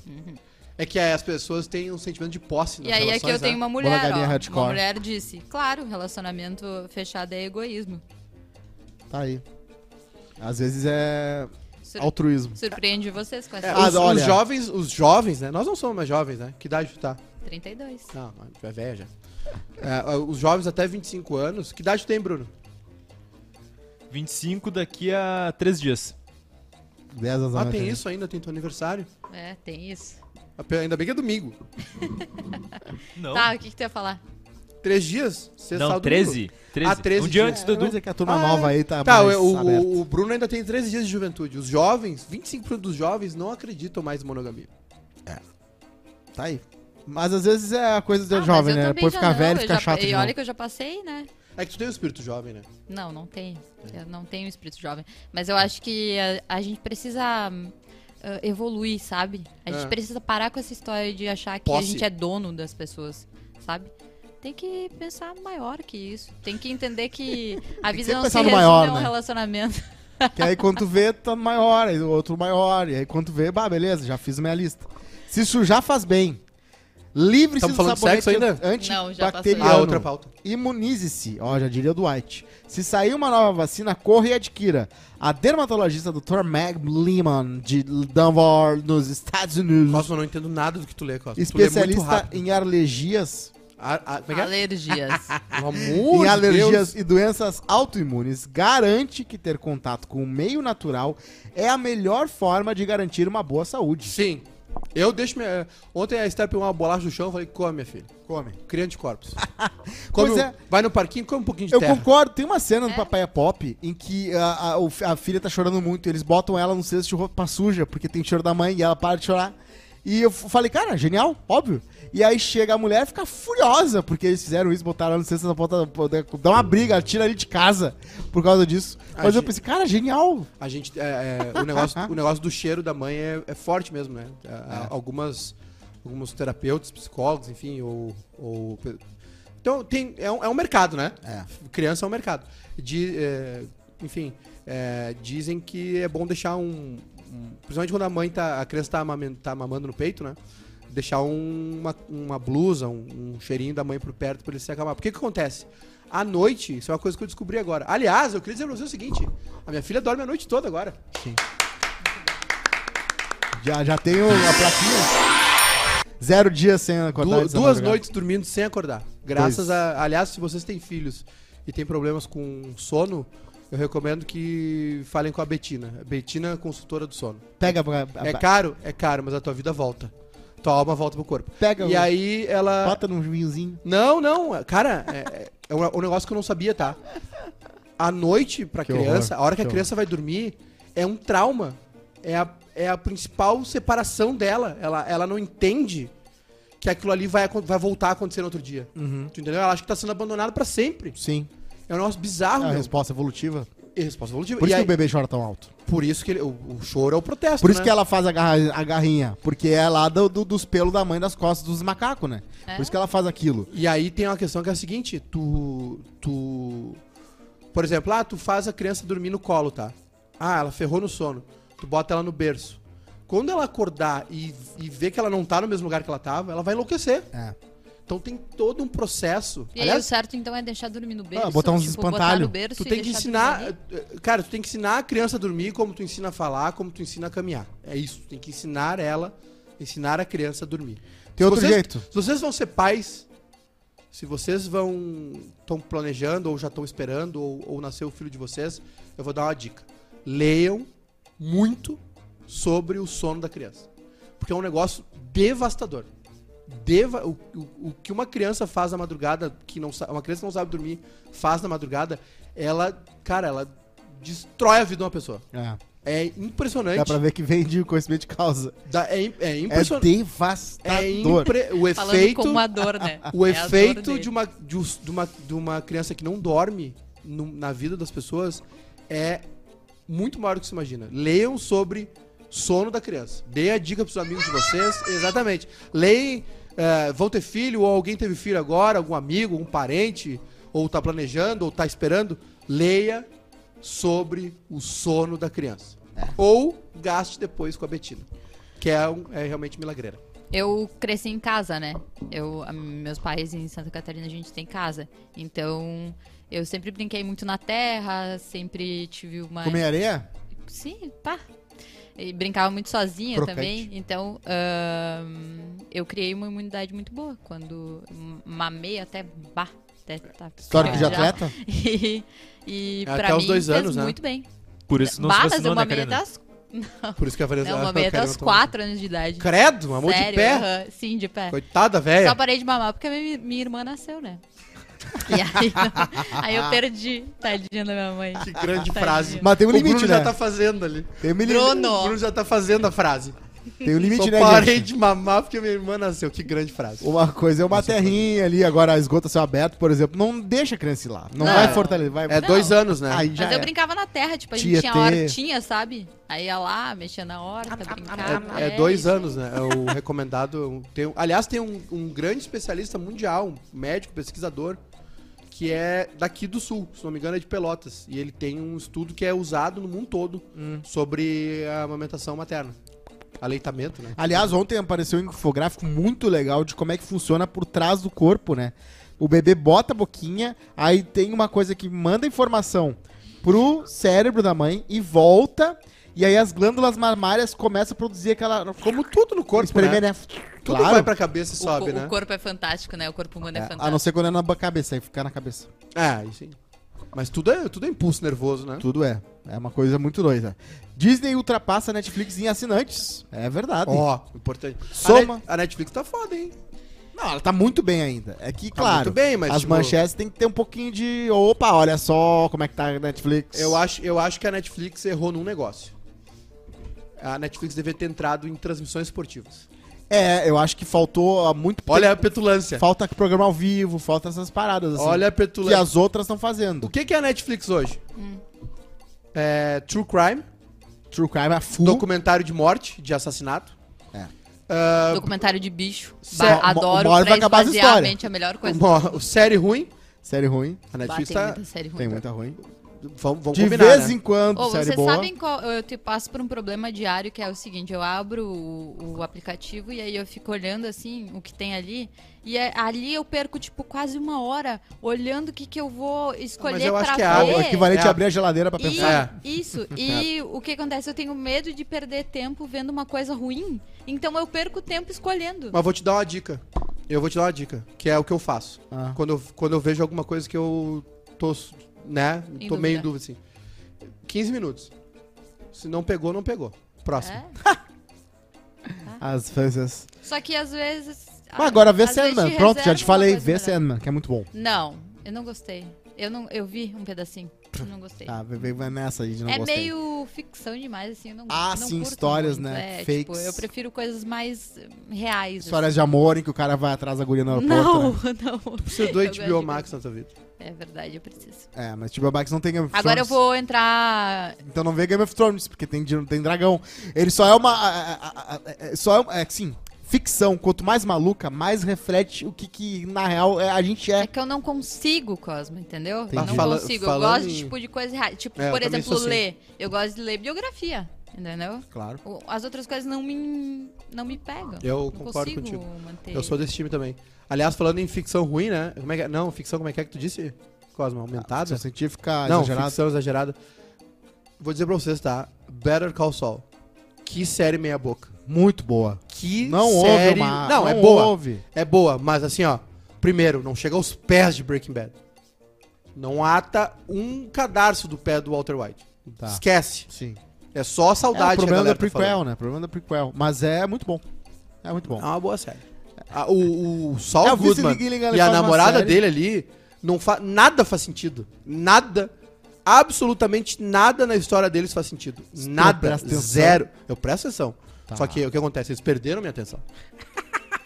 Speaker 1: É que as pessoas têm um sentimento de posse nas
Speaker 3: E aí aqui eu
Speaker 1: relações, né?
Speaker 3: tenho uma
Speaker 2: Boa
Speaker 3: mulher,
Speaker 2: galinha
Speaker 3: ó,
Speaker 2: hardcore.
Speaker 3: uma mulher disse, claro, relacionamento fechado é egoísmo.
Speaker 2: Tá aí. Às vezes é
Speaker 3: Sur-
Speaker 2: altruísmo.
Speaker 3: Surpreende vocês com essa
Speaker 1: É,
Speaker 2: Ah,
Speaker 1: os,
Speaker 2: olha.
Speaker 1: os jovens, os jovens, né? Nós não somos mais jovens, né? Que idade tu tá?
Speaker 3: 32.
Speaker 1: Não, é velha já. É, os jovens até 25 anos. Que idade tu tem, Bruno?
Speaker 5: 25 daqui a 3 dias.
Speaker 2: 10 anos a
Speaker 1: Ah,
Speaker 2: mais
Speaker 1: tem
Speaker 2: também.
Speaker 1: isso ainda, tem teu aniversário.
Speaker 3: É, tem isso.
Speaker 1: Ainda bem que é domingo.
Speaker 5: Não.
Speaker 3: Tá, o que, que tu ia falar?
Speaker 1: Três dias? Sexta,
Speaker 5: Não,
Speaker 1: sábado,
Speaker 5: 13. 13.
Speaker 1: Ah, 13
Speaker 5: um dia
Speaker 1: dias.
Speaker 5: antes
Speaker 2: É,
Speaker 5: do
Speaker 2: mas
Speaker 5: Edu.
Speaker 2: é que a turma
Speaker 1: Ah,
Speaker 2: nova aí tá,
Speaker 1: Tá,
Speaker 2: mais
Speaker 1: o,
Speaker 2: aberta.
Speaker 1: o, o Bruno ainda tem 13 dias de juventude. Os jovens, 25% dos jovens não acreditam mais em monogamia.
Speaker 2: Tá aí. Mas às vezes é a coisa de
Speaker 3: Ah, mas
Speaker 2: jovem,
Speaker 3: eu
Speaker 2: né?
Speaker 3: também
Speaker 2: Depois
Speaker 3: já
Speaker 2: ficar
Speaker 3: não,
Speaker 2: velho,
Speaker 3: eu
Speaker 2: ficar
Speaker 3: já-
Speaker 2: chato de
Speaker 3: E
Speaker 2: novo.
Speaker 3: olha que eu já passei, né?
Speaker 1: É que tu tem um espírito jovem, né?
Speaker 3: Não, não tem.
Speaker 1: É.
Speaker 3: Eu não tenho espírito jovem. Mas eu acho que a, a gente precisa hum, ah, evoluir, sabe? A gente
Speaker 1: É.
Speaker 3: precisa parar com essa história de achar que
Speaker 1: Posse.
Speaker 3: a gente é dono das pessoas, sabe? Tem que pensar maior que isso. Tem que entender que a vida
Speaker 2: sempre
Speaker 3: não se
Speaker 2: pensar no
Speaker 3: resume
Speaker 2: maior,
Speaker 3: a um
Speaker 2: né?
Speaker 3: relacionamento.
Speaker 2: Que aí quando tu vê, tá maior, aí o outro maior. E aí quando tu vê, bah, beleza, já fiz minha lista. Se sujar faz bem. Livre-se
Speaker 1: Tamo falando de sexo ainda?
Speaker 3: Não, já passou.
Speaker 2: antibacteriano.
Speaker 1: Ah, outra pauta.
Speaker 2: Imunize-se, ó, já diria o Dwight. Se sair uma nova vacina, corra e adquira. A dermatologista Dr. Meg Lehman, de Dunbar, nos Estados Unidos,
Speaker 1: Cosmo, eu não entendo nada do que tu lê, Cosmo. tu lê muito
Speaker 2: especialista
Speaker 1: rápido.
Speaker 2: em alergias,
Speaker 1: A- a- como é que é?
Speaker 3: Alergias.
Speaker 1: Pelo amor
Speaker 2: em
Speaker 1: de
Speaker 2: alergias
Speaker 1: Deus.
Speaker 2: e doenças autoimunes, garante que ter contato com o meio natural é a melhor forma de garantir uma boa saúde.
Speaker 1: Sim. Eu deixo minha... Ontem a Esther pegou uma bolacha do chão e falei, come, minha filha.
Speaker 2: Come. Ah,
Speaker 1: Cria anticorpos.
Speaker 2: Pois
Speaker 1: come um-
Speaker 2: é.
Speaker 1: Vai no parquinho, come um pouquinho de
Speaker 2: Eu
Speaker 1: terra.
Speaker 2: concordo, tem uma cena do
Speaker 3: É.
Speaker 2: Papai é Pop em que a, a- o fi- a filha tá chorando muito e eles botam ela num cesto de roupa suja, porque tem cheiro da mãe e ela para de chorar. E eu f- falei, cara, genial, óbvio. E aí chega a mulher e fica furiosa, porque eles fizeram isso, botaram ela no cesto da porta, da- dá uma briga, ela tira ele de casa por causa disso.
Speaker 1: A
Speaker 2: Mas eu
Speaker 1: gente-
Speaker 2: pensei, cara, genial.
Speaker 1: A gente. é, é, o,
Speaker 2: Ah,
Speaker 1: negócio, o negócio do cheiro da mãe é, é forte mesmo, né? A- a-
Speaker 2: É.
Speaker 1: Algumas. Alguns terapeutas, psicólogos, enfim, ou. ou pe- então, tem, é, um, é um mercado, né? Criança é um mercado. De, é, enfim, é, dizem que é bom deixar um, um- Principalmente quando a mãe tá. A criança tá, amamen- tá mamando no peito, né? Deixar um- uma, uma blusa, um, um cheirinho da mãe por perto pra ele se acalmar. Porque que acontece? À noite, isso é uma coisa que eu descobri agora. Aliás, eu queria dizer pra você o seguinte: a minha filha dorme a noite toda agora.
Speaker 2: Já, já tem o- a plaquinha. Zero dias sem acordar.
Speaker 1: Du-
Speaker 2: antes da
Speaker 1: duas
Speaker 2: madrugada.
Speaker 1: noites dormindo sem acordar. Graças a. Aliás, se vocês têm filhos e têm problemas com sono, eu recomendo que falem com a Betina. A Betina é consultora do sono.
Speaker 2: Pega, a-
Speaker 1: É
Speaker 2: a-
Speaker 1: caro? É caro, mas a tua vida volta. Tua alma volta pro corpo.
Speaker 2: pega
Speaker 1: E
Speaker 2: o-
Speaker 1: aí ela.
Speaker 2: bota num vinhozinho.
Speaker 1: Não, não, cara, é, é- é um, um negócio que eu não sabia, tá? À noite, pra
Speaker 2: Que
Speaker 1: criança,
Speaker 2: horror,
Speaker 1: a hora que,
Speaker 2: que
Speaker 1: a criança vai dormir, é um trauma. É a, é a principal separação dela. Ela, ela não entende que aquilo ali vai, acon- vai voltar a acontecer no outro dia.
Speaker 2: Uhum.
Speaker 1: Tu entendeu? Ela acha que tá sendo abandonada pra sempre.
Speaker 2: Sim.
Speaker 1: É um negócio
Speaker 2: É
Speaker 1: bizarro,
Speaker 2: uma
Speaker 1: meu.
Speaker 2: resposta evolutiva.
Speaker 1: E resposta evolutiva.
Speaker 2: Por
Speaker 1: E
Speaker 2: isso
Speaker 1: aí-
Speaker 2: que o bebê chora tão alto.
Speaker 1: por isso que ele- o, o choro é o protesto,
Speaker 2: Por isso
Speaker 1: né?
Speaker 2: que ela faz a, garra- a garrinha. Porque é lá do- do- dos pelos da mãe das costas dos macacos, né?
Speaker 3: É.
Speaker 2: Por isso que ela faz aquilo.
Speaker 1: E aí tem uma questão que é a seguinte, tu. Tu. Por exemplo, ah, tu faz a criança dormir no colo, tá? Ah, ela ferrou no sono. Tu bota ela no berço. Quando ela acordar e, e ver que ela não tá no mesmo lugar que ela tava, ela vai enlouquecer.
Speaker 2: É.
Speaker 1: Então tem todo um processo.
Speaker 3: E aí o
Speaker 1: Aliás, Ah,
Speaker 3: certo então é deixar dormir no berço.
Speaker 2: botar uns
Speaker 3: tipo,
Speaker 2: espantalho.
Speaker 3: Botar no berço
Speaker 1: tu
Speaker 3: e
Speaker 1: tem que
Speaker 3: deixar
Speaker 1: ensinar.
Speaker 3: dormir ali.
Speaker 1: eh, Cara, tu tem que ensinar a criança a dormir como tu ensina a falar, como tu ensina a caminhar. É isso. Tu tem que ensinar ela, ensinar a criança a dormir.
Speaker 2: Tem outro
Speaker 1: vocês,
Speaker 2: jeito.
Speaker 1: Se vocês vão ser pais, se vocês vão estão planejando ou já estão esperando ou, ou nasceu o filho de vocês, eu vou dar uma dica. Leiam muito sobre o sono da criança, porque é um negócio devastador. Deva, o, o, o que uma criança faz na madrugada, que não sa- uma criança que não sabe dormir faz na madrugada, ela, cara, ela destrói a vida de uma pessoa.
Speaker 2: É.
Speaker 1: É impressionante.
Speaker 2: Dá pra ver que vem de conhecimento de causa.
Speaker 1: Dá- é, im- é
Speaker 2: É
Speaker 1: impressionante. É,
Speaker 2: devastador.
Speaker 1: impre, o
Speaker 3: Falando
Speaker 1: efeito
Speaker 3: como a dor, né?
Speaker 1: o
Speaker 3: É a dor
Speaker 1: efeito
Speaker 3: dele.
Speaker 1: de uma, de, us- de uma, de uma criança que não dorme no- na vida das pessoas é muito maior do que se imagina. Leiam sobre sono da criança. Dê a dica pros amigos de vocês. Exatamente. Leem, eh, vão ter filho, ou alguém teve filho agora, algum amigo, um parente, ou tá planejando, ou tá esperando. Leia sobre o sono da criança. Ou gaste depois com a Betina. Que é, um- é realmente milagreira.
Speaker 3: Eu cresci em casa, né? Eu, a- meus pais em Santa Catarina, a gente tem casa. Então, eu sempre brinquei muito na terra, sempre tive uma.
Speaker 2: Comer areia?
Speaker 3: Sim, pá. E brincava muito sozinha
Speaker 2: Crocante.
Speaker 3: também. Então, ahn, eu criei uma imunidade muito boa. Quando m- mamei até. Bah, até tá.
Speaker 2: Histórico de
Speaker 3: já.
Speaker 2: atleta?
Speaker 3: E, e
Speaker 1: Até
Speaker 3: pra
Speaker 1: os
Speaker 3: mim
Speaker 1: dois
Speaker 3: fez
Speaker 1: anos, né?
Speaker 3: muito bem.
Speaker 5: Por isso não
Speaker 3: bah,
Speaker 5: se
Speaker 3: mas eu
Speaker 5: vacinou, né,
Speaker 3: mamei
Speaker 5: Karina?
Speaker 3: até as. Não,
Speaker 1: Por isso que a Vanessa...
Speaker 3: não, eu
Speaker 1: a
Speaker 3: mamei até
Speaker 1: Karina
Speaker 3: os
Speaker 1: tomou.
Speaker 3: 4 anos de idade.
Speaker 1: um-" Credo, mamou
Speaker 3: Sério,
Speaker 1: de pé.
Speaker 3: aham, sim, de pé.
Speaker 1: Coitada,
Speaker 2: É.
Speaker 3: Só
Speaker 1: velha.
Speaker 3: parei de mamar porque minha, minha irmã nasceu, né? E aí, não- aí eu perdi, tadinha da minha mãe.
Speaker 1: Que grande
Speaker 3: Tadinha.
Speaker 1: frase.
Speaker 2: Mas tem um
Speaker 1: o
Speaker 2: limite,
Speaker 1: Bruno já
Speaker 2: né?
Speaker 1: tá fazendo ali.
Speaker 2: Tem um limite,
Speaker 1: O Bruno
Speaker 3: Bruno,
Speaker 1: já tá fazendo a frase.
Speaker 2: tem um limite
Speaker 1: Só
Speaker 2: né,
Speaker 1: parei
Speaker 2: gente?
Speaker 1: de mamar porque minha irmã nasceu. Que grande frase.
Speaker 2: Uma coisa é uma terrinha ali, agora a esgota céu aberto, por exemplo, não deixa a criança ir lá. Não,
Speaker 3: Não.
Speaker 2: vai fortalecer, vai...
Speaker 1: É dois anos, né?
Speaker 2: Aí já
Speaker 3: Mas eu
Speaker 2: é.
Speaker 3: brincava na terra, tipo, a gente
Speaker 2: Tietê.
Speaker 3: tinha hortinha, sabe? Aí ia lá, mexia na horta, brincava.
Speaker 1: É dois
Speaker 3: ah, isso.
Speaker 1: anos, né? É o recomendado. Tem, um- aliás, tem um, um grande especialista mundial, um médico, pesquisador, que é daqui do sul, se não me engano, é de Pelotas. E ele tem um estudo que é usado no mundo todo sobre a amamentação materna. Aleitamento, né?
Speaker 2: Aliás, ontem apareceu um infográfico muito legal de como é que funciona por trás do corpo, né? O bebê bota a boquinha, aí tem uma coisa que manda informação pro cérebro da mãe e volta, e aí as glândulas mamárias começam a produzir aquela.
Speaker 1: Como tudo no corpo,
Speaker 2: Espremer,
Speaker 1: né?
Speaker 2: né?
Speaker 1: Tudo
Speaker 2: Claro.
Speaker 1: vai pra cabeça e
Speaker 3: O,
Speaker 1: sobe,
Speaker 3: co-
Speaker 1: né?
Speaker 3: o corpo é fantástico, né? O corpo humano é,
Speaker 2: É, a
Speaker 3: fantástico.
Speaker 2: não ser quando é na ba- cabeça, aí ficar na cabeça.
Speaker 1: É, isso aí. Mas tudo é, tudo é impulso nervoso, né?
Speaker 2: Tudo é. É uma coisa muito doida. Disney ultrapassa a Netflix em assinantes. É verdade.
Speaker 1: Ó, importante.
Speaker 2: Soma.
Speaker 1: A, Net- a Netflix tá foda, hein?
Speaker 2: Não, ela tá muito bem ainda. É que,
Speaker 1: Tá
Speaker 2: claro,
Speaker 1: muito bem, mas,
Speaker 2: as
Speaker 1: tipo,
Speaker 2: manchetes tem que ter um pouquinho de... Opa, olha só como é que tá a Netflix.
Speaker 1: Eu acho, eu acho que a Netflix errou num negócio. A Netflix deveria ter entrado em transmissões esportivas.
Speaker 2: É, eu acho que faltou ah, muito...
Speaker 1: Olha a petulância.
Speaker 2: Falta programa ao vivo, falta essas paradas, assim.
Speaker 1: Olha é. a
Speaker 2: Que
Speaker 1: petulância.
Speaker 2: as outras estão
Speaker 1: O
Speaker 2: fazendo.
Speaker 1: que, que é a Netflix hoje?
Speaker 3: Hum.
Speaker 1: É, True Crime,
Speaker 2: True Crime é full.
Speaker 1: documentário de morte, de assassinato.
Speaker 3: Documentário de bicho.
Speaker 2: Cê-
Speaker 3: Bah,
Speaker 2: Mo-
Speaker 3: adoro
Speaker 2: uma hora
Speaker 3: pra
Speaker 2: vai acabar as
Speaker 3: esvaziar a
Speaker 2: histórias.
Speaker 3: mente, é a melhor coisa.
Speaker 1: Mo- série ruim.
Speaker 2: Série ruim.
Speaker 1: A
Speaker 3: Bah,
Speaker 1: Netflix
Speaker 3: tem
Speaker 1: tá.
Speaker 3: muita série ruim.
Speaker 2: Tem muita ruim.
Speaker 1: Vamos, vamos
Speaker 2: De
Speaker 1: combinar.
Speaker 2: vez
Speaker 1: né?
Speaker 2: em quando,
Speaker 3: Ô,
Speaker 2: série
Speaker 3: vocês
Speaker 2: boa.
Speaker 3: sabem qual. Eu te passo por um problema diário que é o seguinte: eu abro o, o aplicativo e aí eu fico olhando assim o que tem ali. E é- ali eu perco, tipo, quase uma hora olhando o que, que eu vou escolher
Speaker 1: Mas eu acho
Speaker 3: pra
Speaker 1: que é
Speaker 2: Ah,
Speaker 1: água,
Speaker 2: o
Speaker 3: ver.
Speaker 2: equivalente
Speaker 1: É.
Speaker 2: a abrir a geladeira pra
Speaker 3: E,
Speaker 2: pensar.
Speaker 3: Isso. E o que acontece? Eu tenho medo de perder tempo vendo uma coisa ruim. Então eu perco tempo escolhendo.
Speaker 1: Mas vou te dar uma dica. Eu vou te dar uma dica, que é o que eu faço.
Speaker 2: Ah.
Speaker 1: Quando, eu, quando eu vejo alguma coisa que eu tô, né,
Speaker 3: Em
Speaker 1: tô meio em dúvida,
Speaker 3: dúvida.
Speaker 1: assim. 15 minutos. Se não pegou, não pegou. Próximo.
Speaker 3: É.
Speaker 2: tá. As vezes...
Speaker 3: Só que às vezes.
Speaker 2: Mas agora vê
Speaker 3: Ah, às vezes
Speaker 2: Sandman.
Speaker 3: te
Speaker 2: Pronto, já
Speaker 3: reserva
Speaker 2: te
Speaker 3: uma
Speaker 2: falei.
Speaker 3: coisa
Speaker 2: Vê
Speaker 3: melhor.
Speaker 2: Sandman, que é muito bom.
Speaker 3: Não, eu não gostei. Eu, não, eu vi um pedacinho. Não gostei.
Speaker 2: Ah, vai- vai vai nessa aí de não
Speaker 3: é
Speaker 2: gostei.
Speaker 3: meio ficção demais, assim. Eu não,
Speaker 2: Ah,
Speaker 3: não
Speaker 2: sim,
Speaker 3: curto
Speaker 2: histórias,
Speaker 3: muito,
Speaker 2: né?
Speaker 3: é,
Speaker 2: Fakes.
Speaker 3: Tipo, eu prefiro coisas mais eh, reais.
Speaker 2: Histórias de amor em que o cara vai atrás da guria no
Speaker 3: assim.
Speaker 2: aeroporto.
Speaker 3: Não,
Speaker 2: né?
Speaker 3: não.
Speaker 1: Precisa
Speaker 3: Eu
Speaker 1: do
Speaker 3: gosto
Speaker 1: HBO
Speaker 3: de
Speaker 1: Max é na tua vida.
Speaker 3: É verdade, eu preciso.
Speaker 2: É, mas tipo, a Max não tem Game of
Speaker 3: Agora eu
Speaker 2: Thrones.
Speaker 3: vou entrar.
Speaker 2: Então não vê Game of Thrones, porque tem, di- tem dragão. Ele só é uma. a- a- a- é- só é, um- é sim, ficção. Quanto mais maluca, mais reflete o que, que na real é- a gente
Speaker 3: É
Speaker 2: é.
Speaker 3: que eu não consigo, Cosmo, entendeu?
Speaker 2: Entendi.
Speaker 3: Não
Speaker 1: Fala-
Speaker 3: consigo. Eu
Speaker 1: falando
Speaker 3: gosto
Speaker 1: em-
Speaker 3: de, tipo, de coisa reais. Tipo,
Speaker 1: É, eu
Speaker 3: por
Speaker 1: também sou
Speaker 3: exemplo,
Speaker 1: assim.
Speaker 3: ler. Eu gosto de ler biografia, entendeu?
Speaker 2: Claro.
Speaker 3: O- As outras coisas não me, não me pegam.
Speaker 1: Eu
Speaker 3: não
Speaker 1: concordo
Speaker 3: consigo
Speaker 1: contigo.
Speaker 3: Manter.
Speaker 1: Eu sou desse time também. Aliás, falando em ficção ruim, né? Como é que é? Não, ficção como é que é que tu disse? Cosmo, aumentada?
Speaker 2: Ah, Ficção científica
Speaker 1: não,
Speaker 2: exagerada.
Speaker 1: ficção exagerada. Vou dizer pra vocês, tá? Better Call Saul. Que série meia boca.
Speaker 2: Muito boa.
Speaker 1: Que
Speaker 2: Não
Speaker 1: série...
Speaker 2: houve uma.
Speaker 1: Não, é boa.
Speaker 2: houve.
Speaker 1: É boa, mas assim, ó. Primeiro, não chega aos pés de Breaking Bad. Não ata um cadarço do pé do Walter White.
Speaker 2: Tá.
Speaker 1: Esquece.
Speaker 2: Sim.
Speaker 1: É só a
Speaker 2: É, o
Speaker 1: saudade
Speaker 2: problema
Speaker 1: que a
Speaker 2: da
Speaker 1: galera tá falando.
Speaker 2: prequel, né? O problema da prequel. Mas é muito bom. É muito bom.
Speaker 1: É uma boa série. Ah, o, o Saul
Speaker 2: É, eu vi esse
Speaker 1: Goodman
Speaker 2: Liga- Liga-
Speaker 1: e a
Speaker 2: faz uma
Speaker 1: namorada
Speaker 2: série.
Speaker 1: dele ali, não fa nada faz sentido. Nada. Absolutamente nada na história deles faz sentido.
Speaker 2: não
Speaker 1: Nada.
Speaker 2: presta atenção.
Speaker 1: Zero. Eu presto atenção.
Speaker 2: Tá.
Speaker 1: Só que o que acontece? Eles perderam minha atenção.